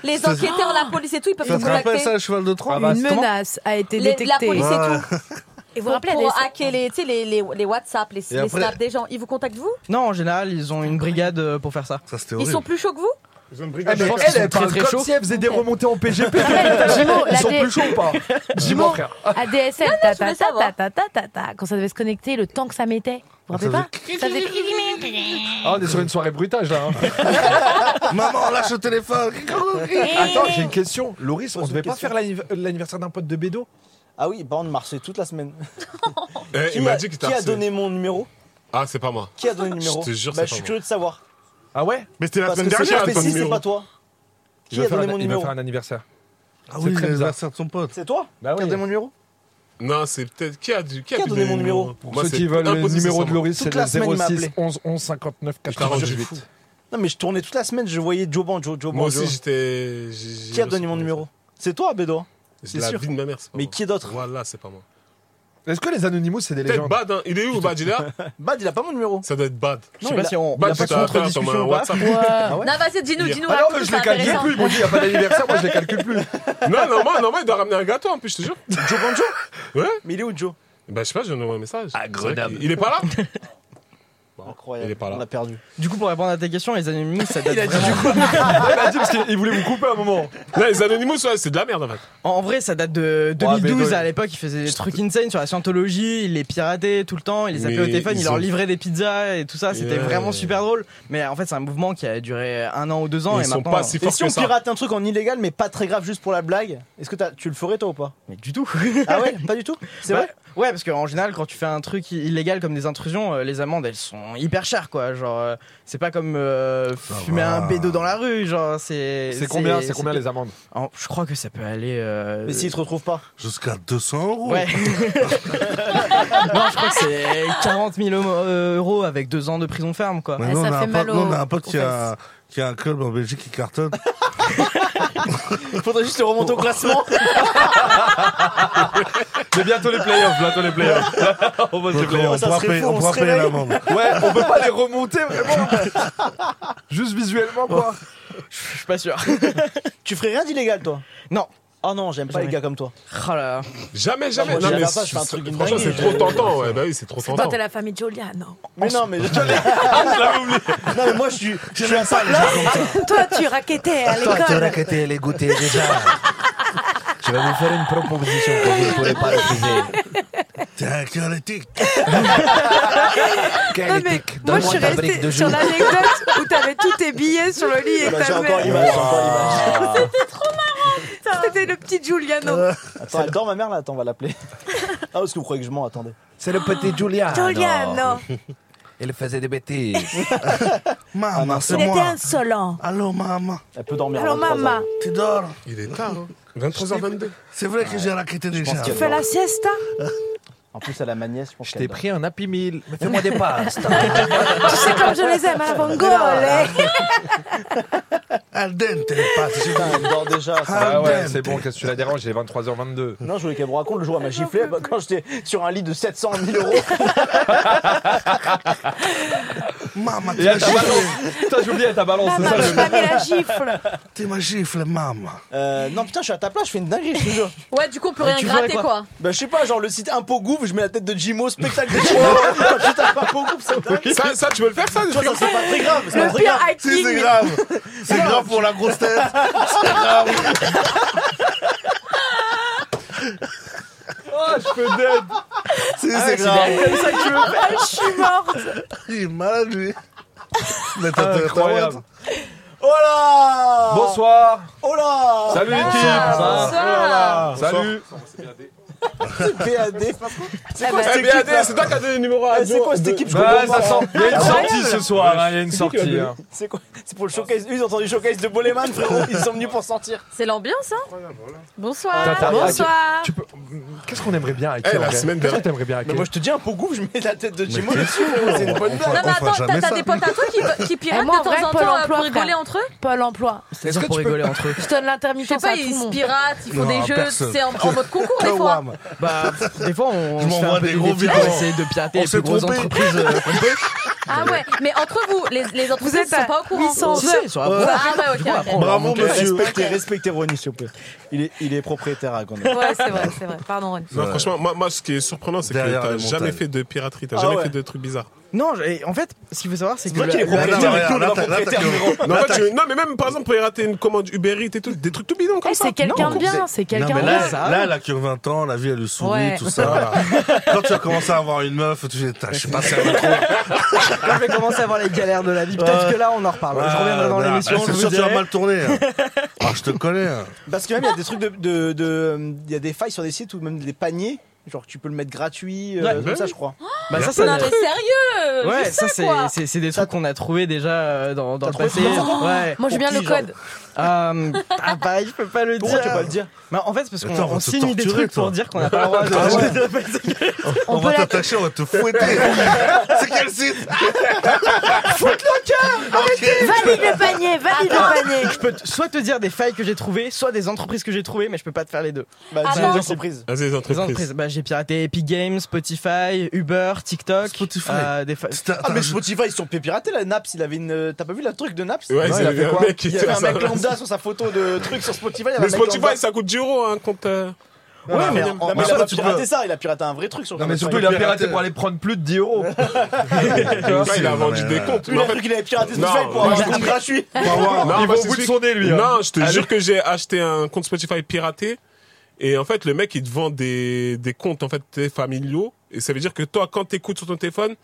Speaker 4: les enquêteurs, la police et tout, ils peuvent
Speaker 8: Ça
Speaker 4: se
Speaker 8: te rappelle ça,
Speaker 4: contacter
Speaker 8: le cheval de Troie
Speaker 6: Ah bah,
Speaker 5: Une
Speaker 6: comment-
Speaker 5: menace a été
Speaker 4: Les- La
Speaker 5: détectée.
Speaker 4: police et tout.
Speaker 5: Et vous
Speaker 4: Pour,
Speaker 5: rappelez
Speaker 4: pour
Speaker 5: la
Speaker 4: hacker les, tu sais, les, les, les WhatsApp, les,
Speaker 8: Et
Speaker 4: les
Speaker 8: après-
Speaker 4: Snap des gens, ils vous contactent vous
Speaker 9: Non, en général, ils ont une brigade euh, pour faire ça.
Speaker 8: Ça, c'était
Speaker 4: Ils
Speaker 8: horrible.
Speaker 4: sont plus chauds que vous
Speaker 3: Ils ont une
Speaker 6: Eh,
Speaker 3: brigade.
Speaker 6: mais
Speaker 9: pense
Speaker 6: elle,
Speaker 9: qu'ils
Speaker 6: elle
Speaker 9: sont
Speaker 6: parle
Speaker 9: très, très
Speaker 6: comme
Speaker 9: chauds.
Speaker 6: si elle faisait des remontées en PGP.
Speaker 5: Gémeaux,
Speaker 6: Ils
Speaker 5: la
Speaker 6: sont
Speaker 5: dé-
Speaker 6: plus chauds ou pas Dis-moi, frère.
Speaker 5: ADSL, ta, ta,
Speaker 4: voulais savoir.
Speaker 5: ta, ta, ta, ta, ta, quand ça devait se connecter, le temps que ça mettait. Vous vous rappelez
Speaker 8: Ça
Speaker 5: pas Ça faisait-
Speaker 6: Ah, on est sur une soirée bruitage là. hein.
Speaker 8: Maman, lâche le téléphone.
Speaker 6: Attends, j'ai une question. Loris, on
Speaker 2: Eh Pose
Speaker 6: devait
Speaker 2: une
Speaker 6: pas faire l'anniv- l'anniversaire d'un pote de Bédo
Speaker 2: Ah oui, bah on marchait toute la semaine.
Speaker 3: Eh,
Speaker 2: Qui
Speaker 3: il m'a
Speaker 2: m'a-
Speaker 3: dit qu'il
Speaker 2: qui
Speaker 3: t'a
Speaker 2: a
Speaker 3: harcelé.
Speaker 2: donné mon numéro
Speaker 3: Ah, c'est pas moi.
Speaker 2: Qui a donné le numéro
Speaker 3: Je te jure,
Speaker 2: bah,
Speaker 3: c'est
Speaker 2: je suis
Speaker 3: pas
Speaker 2: curieux de savoir.
Speaker 6: Ah ouais
Speaker 7: Mais c'était la
Speaker 2: Parce
Speaker 7: semaine
Speaker 2: que si
Speaker 7: dernière,
Speaker 2: je
Speaker 3: dernière,
Speaker 2: fais
Speaker 3: ton
Speaker 2: si, c'est
Speaker 3: numéro.
Speaker 2: pas toi.
Speaker 6: Il
Speaker 2: Qui
Speaker 6: va
Speaker 2: a
Speaker 6: faire
Speaker 2: donné
Speaker 6: un-
Speaker 2: mon
Speaker 6: il va
Speaker 2: numéro
Speaker 6: faire un anniversaire. C'est
Speaker 8: Ah oui,
Speaker 6: très bizarre.
Speaker 8: l'anniversaire de son pote.
Speaker 2: C'est toi
Speaker 6: Bah
Speaker 2: Qui a donné mon numéro
Speaker 3: Non, c'est peut-être. Qui a, du...
Speaker 2: Qui a donné mon numéro
Speaker 6: Pour
Speaker 3: Moi,
Speaker 6: ceux
Speaker 3: c'est
Speaker 6: qui veulent le
Speaker 3: impossible,
Speaker 6: numéro
Speaker 3: c'est
Speaker 6: de
Speaker 3: moi.
Speaker 6: Loris, c'est
Speaker 2: Toute
Speaker 6: le
Speaker 2: la semaine, il m'a
Speaker 6: 06
Speaker 2: appelé.
Speaker 6: 11 11 59
Speaker 3: Je t'en rends du
Speaker 6: 98.
Speaker 3: fou.
Speaker 2: Non mais je tournais toute la semaine, je voyais Joe Banjo, Joe
Speaker 3: Moi
Speaker 2: Banjo.
Speaker 3: aussi, j'étais. j'ai- j'ai
Speaker 2: Qui a
Speaker 3: reçu
Speaker 2: donné mon
Speaker 3: ça.
Speaker 2: numéro C'est toi, Bédo hein.
Speaker 3: C'est
Speaker 2: C'est
Speaker 3: la
Speaker 2: sûr.
Speaker 3: vie de ma mère. c'est pas
Speaker 2: Mais
Speaker 3: moi.
Speaker 2: qui d'autre
Speaker 3: Voilà, c'est pas moi.
Speaker 6: Est-ce que les Anonymous, c'est des
Speaker 3: Peut-être
Speaker 6: légendes
Speaker 3: Bad, hein. Il est où, Bad Il est là
Speaker 2: Bad, il a pas mon numéro.
Speaker 3: Ça doit être Bad.
Speaker 9: Je
Speaker 2: Non,
Speaker 9: sais
Speaker 2: il
Speaker 9: pas
Speaker 2: a-
Speaker 9: si on, on
Speaker 3: Bad,
Speaker 9: a
Speaker 3: tu
Speaker 9: pas
Speaker 3: t'as
Speaker 9: contre
Speaker 3: atteint sur
Speaker 9: discussion
Speaker 3: un
Speaker 9: ou pas.
Speaker 3: WhatsApp.
Speaker 4: Non, vas-y, dis-nous, dis-nous.
Speaker 6: Ah non,
Speaker 4: raconte-nous,
Speaker 6: je
Speaker 4: c'est
Speaker 6: les calcule
Speaker 4: intéressant.
Speaker 6: plus. Ils m'ont dit, il n'y a pas d'anniversaire, moi je les calcule plus.
Speaker 3: Non, non, moi, non, moi, il doit ramener un gâteau en plus, je te jure.
Speaker 2: Joe Banjo
Speaker 3: Ouais.
Speaker 2: Mais il est où Joe
Speaker 3: Ben, je sais pas, je lui envoie un message. À Grenoble. Il est pas là
Speaker 2: Incroyable.
Speaker 3: il est pas là.
Speaker 2: On l'a perdu.
Speaker 9: Du coup, pour répondre à ta question, les anonymous, ça date vraiment-
Speaker 6: Elle m'a dit parce qu'il voulait vous couper un moment.
Speaker 3: Là, les Anonymous, ouais, c'est de la merde en fait.
Speaker 9: En vrai, ça date de
Speaker 6: Ouais, mais
Speaker 9: 2012.
Speaker 6: de-
Speaker 9: à l'époque, il faisait des trucs insane sur la scientologie. Il les piratait tout le temps. Il les appelait
Speaker 3: Mais
Speaker 9: au téléphone.
Speaker 3: ils
Speaker 9: Il leur
Speaker 3: ont-
Speaker 9: livrait des pizzas et tout ça. C'était
Speaker 3: Yeah.
Speaker 9: vraiment super drôle. Mais en fait, c'est un mouvement qui a duré un an ou deux ans.
Speaker 3: Ils
Speaker 9: et
Speaker 3: sont
Speaker 9: maintenant, hein.
Speaker 3: pas si
Speaker 2: Et
Speaker 3: forts
Speaker 2: si
Speaker 3: que
Speaker 2: on
Speaker 3: ça.
Speaker 2: pirate un truc en illégal mais pas très grave juste pour la blague, est-ce que t'as- tu le ferais toi ou pas
Speaker 9: Mais du tout.
Speaker 2: Ah ouais, pas du tout C'est
Speaker 9: Bah,
Speaker 2: vrai
Speaker 9: Ouais, parce qu'en général, quand tu fais un truc i- illégal comme des intrusions, euh, les amendes elles sont hyper chères quoi. Genre, euh, c'est pas comme euh, fumer
Speaker 8: va.
Speaker 9: un bédo dans la rue. Genre, c'est.
Speaker 6: C'est combien, c'est combien les amendes
Speaker 9: Oh, Je crois que ça peut aller. euh,
Speaker 2: Mais s'il te retrouve pas
Speaker 8: Jusqu'à 200 euros.
Speaker 9: Ouais. non, je crois que c'est 40 000 euros- euh, euros avec deux ans de prison ferme, quoi.
Speaker 8: Mais
Speaker 5: Ah,
Speaker 8: nous, on
Speaker 5: ça
Speaker 8: a
Speaker 5: fait
Speaker 8: un
Speaker 5: mal
Speaker 8: pote, nous, on a un
Speaker 5: aux-
Speaker 8: pote qui a, qui a un club en Belgique qui cartonne.
Speaker 2: Il faudrait juste le remonter au classement
Speaker 6: C'est bientôt les playoffs, bientôt les playoffs. on va se
Speaker 8: Donc,
Speaker 6: les
Speaker 8: on
Speaker 6: playoffs.
Speaker 2: ça
Speaker 8: pourra
Speaker 2: serait
Speaker 8: payer-
Speaker 2: fou,
Speaker 8: on
Speaker 2: on
Speaker 8: pourra
Speaker 2: se
Speaker 8: payer
Speaker 2: réveille.
Speaker 8: l'amende.
Speaker 6: Ouais, on peut pas les remonter vraiment. Juste visuellement
Speaker 8: Oh.
Speaker 6: quoi.
Speaker 9: Oh, Je suis pas sûr.
Speaker 2: Tu ferais rien d'illégal toi
Speaker 9: Non.
Speaker 2: Oh non, j'aime pas
Speaker 9: Jamais.
Speaker 2: les gars comme toi.
Speaker 9: Oh là là.
Speaker 3: Jamais, jamais.
Speaker 2: moi,
Speaker 3: Non,
Speaker 2: j'y
Speaker 3: mais
Speaker 2: vais pas, je fais un truc d'une
Speaker 3: franchement, c'est
Speaker 2: dinguerie.
Speaker 3: trop tentant. Ouais, bah oui, c'est trop tentant. Ah,
Speaker 5: la famille Jolia, non.
Speaker 2: Mais non, mais Non, mais moi je suis, je suis à sa place.
Speaker 5: Toi, tu raquettais à l'école.
Speaker 6: raqueté, les goûter déjà. Je vais vous faire une proposition que vous ne pourrez pas refuser.
Speaker 8: T'es un cœur
Speaker 5: Non, mais moi, je suis restée sur l'anecdote où t'avais tous tes billets sur le lit et
Speaker 2: Ah bah, J'ai
Speaker 5: ta
Speaker 2: encore
Speaker 5: mère.
Speaker 2: l'image, hein. j'ai encore l'image.
Speaker 5: C'était le petit Giuliano.
Speaker 2: Attends, elle dort ma mère là, attends, on va l'appeler. Ah, est-ce que vous croyez que je mens Attendez.
Speaker 6: C'est le petit Julia.
Speaker 5: Giuliano,
Speaker 6: Il faisait des bêtises.
Speaker 8: Maman, c'est
Speaker 5: il était
Speaker 8: moi.
Speaker 5: insolent.
Speaker 8: Allô, maman.
Speaker 2: Ah Elle peut dormir.
Speaker 5: Alors,
Speaker 2: avant trois
Speaker 5: maman,
Speaker 2: heures.
Speaker 8: Tu dors
Speaker 3: Il est tard. hein. 23h22.
Speaker 8: C'est vrai que j'ai raquetté déjà.
Speaker 2: pense qu'il y a-
Speaker 5: fais la hein. siesta
Speaker 2: En plus, elle a ma nièce, je pense
Speaker 6: Je
Speaker 2: qu'elle
Speaker 6: t'ai
Speaker 2: dort.
Speaker 6: pris un Happy Meal. Mais fais-moi des pastes.
Speaker 5: Tu sais comme je les aime hein, à la vongole.
Speaker 8: Al dente, les pâtes.
Speaker 2: Putain, elle dort déjà. ça.
Speaker 8: Ah
Speaker 6: Ah ouais,
Speaker 8: dente.
Speaker 6: c'est bon, qu'est-ce que tu la déranges Il est 23h22.
Speaker 2: Non, je voulais qu'elle me raconte le jour où elle m'a giflé bah, quand j'étais sur un lit de 700 000 euros.
Speaker 8: Maman,
Speaker 6: Et
Speaker 8: t'es
Speaker 6: elle t'a
Speaker 8: ma gifle.
Speaker 6: balancé. Putain, j'ai oublié, elle t'a balancé
Speaker 5: Maman,
Speaker 6: ça.
Speaker 5: je
Speaker 6: j'aime
Speaker 5: t'ai mis la gifle.
Speaker 8: T'es ma gifle, maman.
Speaker 2: Euh, non, putain, je suis à ta place, je fais une dinguerie, je te jure.
Speaker 4: Ouais, du coup, on peut rien
Speaker 9: tu ferais
Speaker 4: gratter
Speaker 9: quoi
Speaker 4: quoi.
Speaker 2: Bah, je sais pas, genre le site Impôt Gouv, je mets la tête de Jimo, spectacle de Jimo. Quand je tape Impôt Gouv, c'est dingue.
Speaker 3: Ça, ça, tu veux le faire, ça des
Speaker 2: Tu
Speaker 3: trucs
Speaker 2: vois,
Speaker 3: comme ça
Speaker 2: ça, c'est pas très grave, c'est pas
Speaker 5: Le
Speaker 2: très
Speaker 5: pire
Speaker 2: grave.
Speaker 8: Si, c'est
Speaker 5: hacking.
Speaker 8: grave. C'est grave pour la grosse tête. C'est grave.
Speaker 6: Oh, je peux dead.
Speaker 2: Ah
Speaker 7: C'est c'est grave.
Speaker 9: Comme ça que tu veux faire.
Speaker 5: Je suis morte.
Speaker 8: Il est malade, lui. Mais t'as- t'as- t'as-
Speaker 6: Incroyable.
Speaker 2: Oh là
Speaker 6: Bonsoir.
Speaker 2: Oh là
Speaker 6: Salut l'équipe.
Speaker 8: Oh
Speaker 4: Bonsoir.
Speaker 6: Salut.
Speaker 2: BAD
Speaker 4: Ah bah,
Speaker 3: Eh, BAD, c'est toi qui as donné le numéro à
Speaker 2: Ah, C'est
Speaker 3: Joe
Speaker 2: quoi cette
Speaker 3: de-
Speaker 2: équipe Je
Speaker 6: Bah,
Speaker 2: comprends
Speaker 6: ça
Speaker 2: pas.
Speaker 6: sent. Il y a une sortie ce soir. hein, Il y a une
Speaker 3: qui qui
Speaker 6: sortie.
Speaker 3: a
Speaker 6: hein.
Speaker 2: C'est quoi C'est pour le showcase. Eux, Ils ont entendu le showcase de Boleman, frérot. Ils sont venus pour sortir.
Speaker 4: C'est l'ambiance, hein Bonsoir.
Speaker 6: T'as- t'as-
Speaker 4: Bonsoir.
Speaker 6: Tu peux. Qu'est-ce qu'on aimerait bien
Speaker 3: Eh,
Speaker 6: hacker
Speaker 3: la
Speaker 6: en vrai
Speaker 3: semaine
Speaker 6: Qu'est-ce que
Speaker 3: dernière.
Speaker 6: t'aimerais bien
Speaker 2: Mais
Speaker 6: hacker
Speaker 2: moi, je te dis un pot gouffre, je mets la tête de Jimo dessus, frérot. C'est une bonne blague.
Speaker 4: Non, mais
Speaker 8: On fera
Speaker 4: attends,
Speaker 8: jamais
Speaker 4: t'as t'as
Speaker 8: ça.
Speaker 4: des potes à toi qui, qui
Speaker 5: Eh,
Speaker 4: piratent
Speaker 5: moi, en
Speaker 4: de temps
Speaker 5: vrai,
Speaker 4: en
Speaker 5: Pôle
Speaker 4: temps euh,
Speaker 5: emploi,
Speaker 4: pour rigoler
Speaker 5: frère.
Speaker 4: entre eux
Speaker 5: Pôle emploi.
Speaker 9: C'est-à-dire pour rigoler entre eux.
Speaker 5: Je donne
Speaker 4: Je sais
Speaker 5: l'intermittence
Speaker 4: pas,
Speaker 5: à tout
Speaker 4: ils
Speaker 5: le
Speaker 4: se
Speaker 5: monde.
Speaker 4: piratent, ils font
Speaker 8: Non,
Speaker 4: des jeux,
Speaker 8: personne.
Speaker 4: c'est en, en mode concours des fois.
Speaker 2: Wam.
Speaker 9: Bah, des fois, on
Speaker 8: Je
Speaker 9: se fait
Speaker 8: m'envoie
Speaker 9: un peu
Speaker 8: des
Speaker 9: des
Speaker 8: gros
Speaker 9: défis pour
Speaker 8: vidéos.
Speaker 9: essayer de pirater
Speaker 8: On
Speaker 9: les
Speaker 8: s'est
Speaker 9: plus grosses
Speaker 8: trompé.
Speaker 9: entreprises. euh, qu'on peut.
Speaker 4: Ah ouais, mais entre vous, les, les entreprises
Speaker 5: êtes à
Speaker 4: sont pas au courant.
Speaker 5: 800.
Speaker 9: Si, si, sur la boîte.
Speaker 4: Ah ouais, ok, ok.
Speaker 8: Bravo,
Speaker 2: Donc,
Speaker 8: monsieur.
Speaker 2: Respectez, respectez Ronnie, s'il vous plaît. Il est, il est propriétaire hein, à Grenoble.
Speaker 5: Ouais, c'est vrai, c'est vrai. Pardon, Ron.
Speaker 3: Non, franchement, moi, moi, ce qui est surprenant, c'est que
Speaker 8: Derrière
Speaker 3: t'as
Speaker 8: les
Speaker 3: jamais
Speaker 8: montagnes.
Speaker 3: fait de piraterie, t'as
Speaker 2: Ah
Speaker 3: jamais
Speaker 2: ouais.
Speaker 3: fait de trucs bizarres.
Speaker 9: Non, j'ai- en fait, ce qu'il faut savoir, c'est que.
Speaker 2: toi qui
Speaker 9: le-
Speaker 2: les
Speaker 9: le-
Speaker 8: Là,
Speaker 2: Propriétaire,
Speaker 8: t'as-
Speaker 2: mais tout,
Speaker 8: là,
Speaker 2: là,
Speaker 8: t'as- là, t'as-
Speaker 3: Non, en fait, tu- non, mais même par exemple, pirater une commande Uber Eats et tout, des trucs tout bidons comme
Speaker 5: Eh,
Speaker 3: ça.
Speaker 5: c'est quelqu'un
Speaker 9: Non,
Speaker 5: de bien, c'est
Speaker 8: Non,
Speaker 5: quelqu'un
Speaker 8: mais
Speaker 5: de
Speaker 8: là,
Speaker 5: bien.
Speaker 9: ça
Speaker 8: là, elle a que 20 ans, la vie, elle le sourit,
Speaker 5: Ouais.
Speaker 8: tout ça. Quand tu as commencé à avoir une meuf, tu fais, Putain, je sais pas si elle me trouve.
Speaker 9: Quand je vais commencer à voir les galères de la vie, peut-être
Speaker 8: Ouais.
Speaker 9: que là, on en reparle. Je reviendrai dans
Speaker 8: Ah,
Speaker 9: l'émission.
Speaker 8: C'est
Speaker 9: je
Speaker 8: sûr,
Speaker 9: vous
Speaker 8: tu as
Speaker 9: dirai.
Speaker 8: mal tourné. hein. Ah, je te connais. hein.
Speaker 2: Parce que même, il y a des trucs de. de, de- il y a des failles sur des sites ou même des paniers. Genre, tu peux le mettre gratuit, euh,
Speaker 9: Ouais.
Speaker 2: comme ça, je crois.
Speaker 9: Bah, ça,
Speaker 4: Non,
Speaker 9: ça.
Speaker 4: mais
Speaker 5: Euh,
Speaker 4: sérieux
Speaker 9: Ouais,
Speaker 4: juste
Speaker 9: ça, c'est-
Speaker 4: quoi.
Speaker 9: c'est c'est des trucs qu'on a trouvé déjà euh, dans, dans le
Speaker 2: T'as trouvé
Speaker 9: passé.
Speaker 2: ça
Speaker 9: Ouais.
Speaker 5: Moi, je veux bien
Speaker 2: Pour
Speaker 5: le
Speaker 2: qui,
Speaker 5: code.
Speaker 9: Euh, ah bah, je peux pas le
Speaker 2: Pourquoi
Speaker 9: dire.
Speaker 2: tu peux pas le dire
Speaker 9: Bah, en fait, c'est parce qu'on
Speaker 8: Attends, on va
Speaker 9: on
Speaker 8: te
Speaker 9: signe des
Speaker 8: torturer,
Speaker 9: trucs
Speaker 8: toi.
Speaker 9: pour dire qu'on n'a pas le droit de.
Speaker 8: On,
Speaker 5: On
Speaker 8: va
Speaker 5: peut la-
Speaker 8: t'attacher, on va te fouetter. c'est quel site
Speaker 5: Valide le panier, valide le panier.
Speaker 9: Je peux t- soit te dire des failles que j'ai trouvées, soit des entreprises que j'ai trouvées, mais je peux pas te faire les deux.
Speaker 2: Bah,
Speaker 4: Ah
Speaker 2: c'est
Speaker 4: bon
Speaker 2: une entreprise.
Speaker 3: Vas-y, les
Speaker 9: Des
Speaker 3: entreprises.
Speaker 9: entreprises. Bah, j'ai piraté Epic Games, Spotify, Uber, TikTok.
Speaker 8: Spotify.
Speaker 9: euh, des fa-
Speaker 8: Putain,
Speaker 2: Ah,
Speaker 8: attends,
Speaker 2: mais
Speaker 8: je-
Speaker 2: Spotify, ils sont fait pirater, la Naps. Il avait une. euh, T'as pas vu le truc de Naps
Speaker 3: Ouais,
Speaker 9: il a fait quoi
Speaker 3: mec qui
Speaker 2: Il y avait un
Speaker 3: tire ça.
Speaker 2: mec lambda sur sa photo de truc sur Spotify. il y avait
Speaker 3: Mais
Speaker 2: un mec
Speaker 3: Spotify,
Speaker 2: lambda.
Speaker 3: ça coûte 10 euros, un compte. euh,
Speaker 2: Ouais, mais,
Speaker 3: Non,
Speaker 2: en-
Speaker 3: mais
Speaker 2: mais il a
Speaker 8: après,
Speaker 2: pas
Speaker 8: tu peux-
Speaker 2: piraté ça, il a piraté un vrai truc sur
Speaker 8: Non, mais
Speaker 2: Spotify.
Speaker 6: Surtout, il a piraté pour aller prendre plus de 10 euros.
Speaker 3: Là, il a
Speaker 8: Non,
Speaker 3: vendu
Speaker 8: mais,
Speaker 3: des
Speaker 8: euh,
Speaker 3: comptes.
Speaker 2: Lui,
Speaker 3: Mais en
Speaker 2: il a
Speaker 3: fait,
Speaker 2: cru qu'il avait piraté
Speaker 3: Non,
Speaker 2: Spotify pour
Speaker 3: moi,
Speaker 2: avoir
Speaker 3: je
Speaker 2: un truc gratuit.
Speaker 3: Non,
Speaker 6: Il va
Speaker 3: moi,
Speaker 6: au
Speaker 3: je
Speaker 6: bout de
Speaker 3: suis-
Speaker 6: son nez, lui. hein.
Speaker 3: Non, je te
Speaker 6: Allez.
Speaker 3: jure que j'ai acheté un compte Spotify piraté. Et en fait, le mec, il te vend des, des comptes en fait, t'es familiaux. Et ça veut dire que toi, quand t'écoutes sur ton téléphone,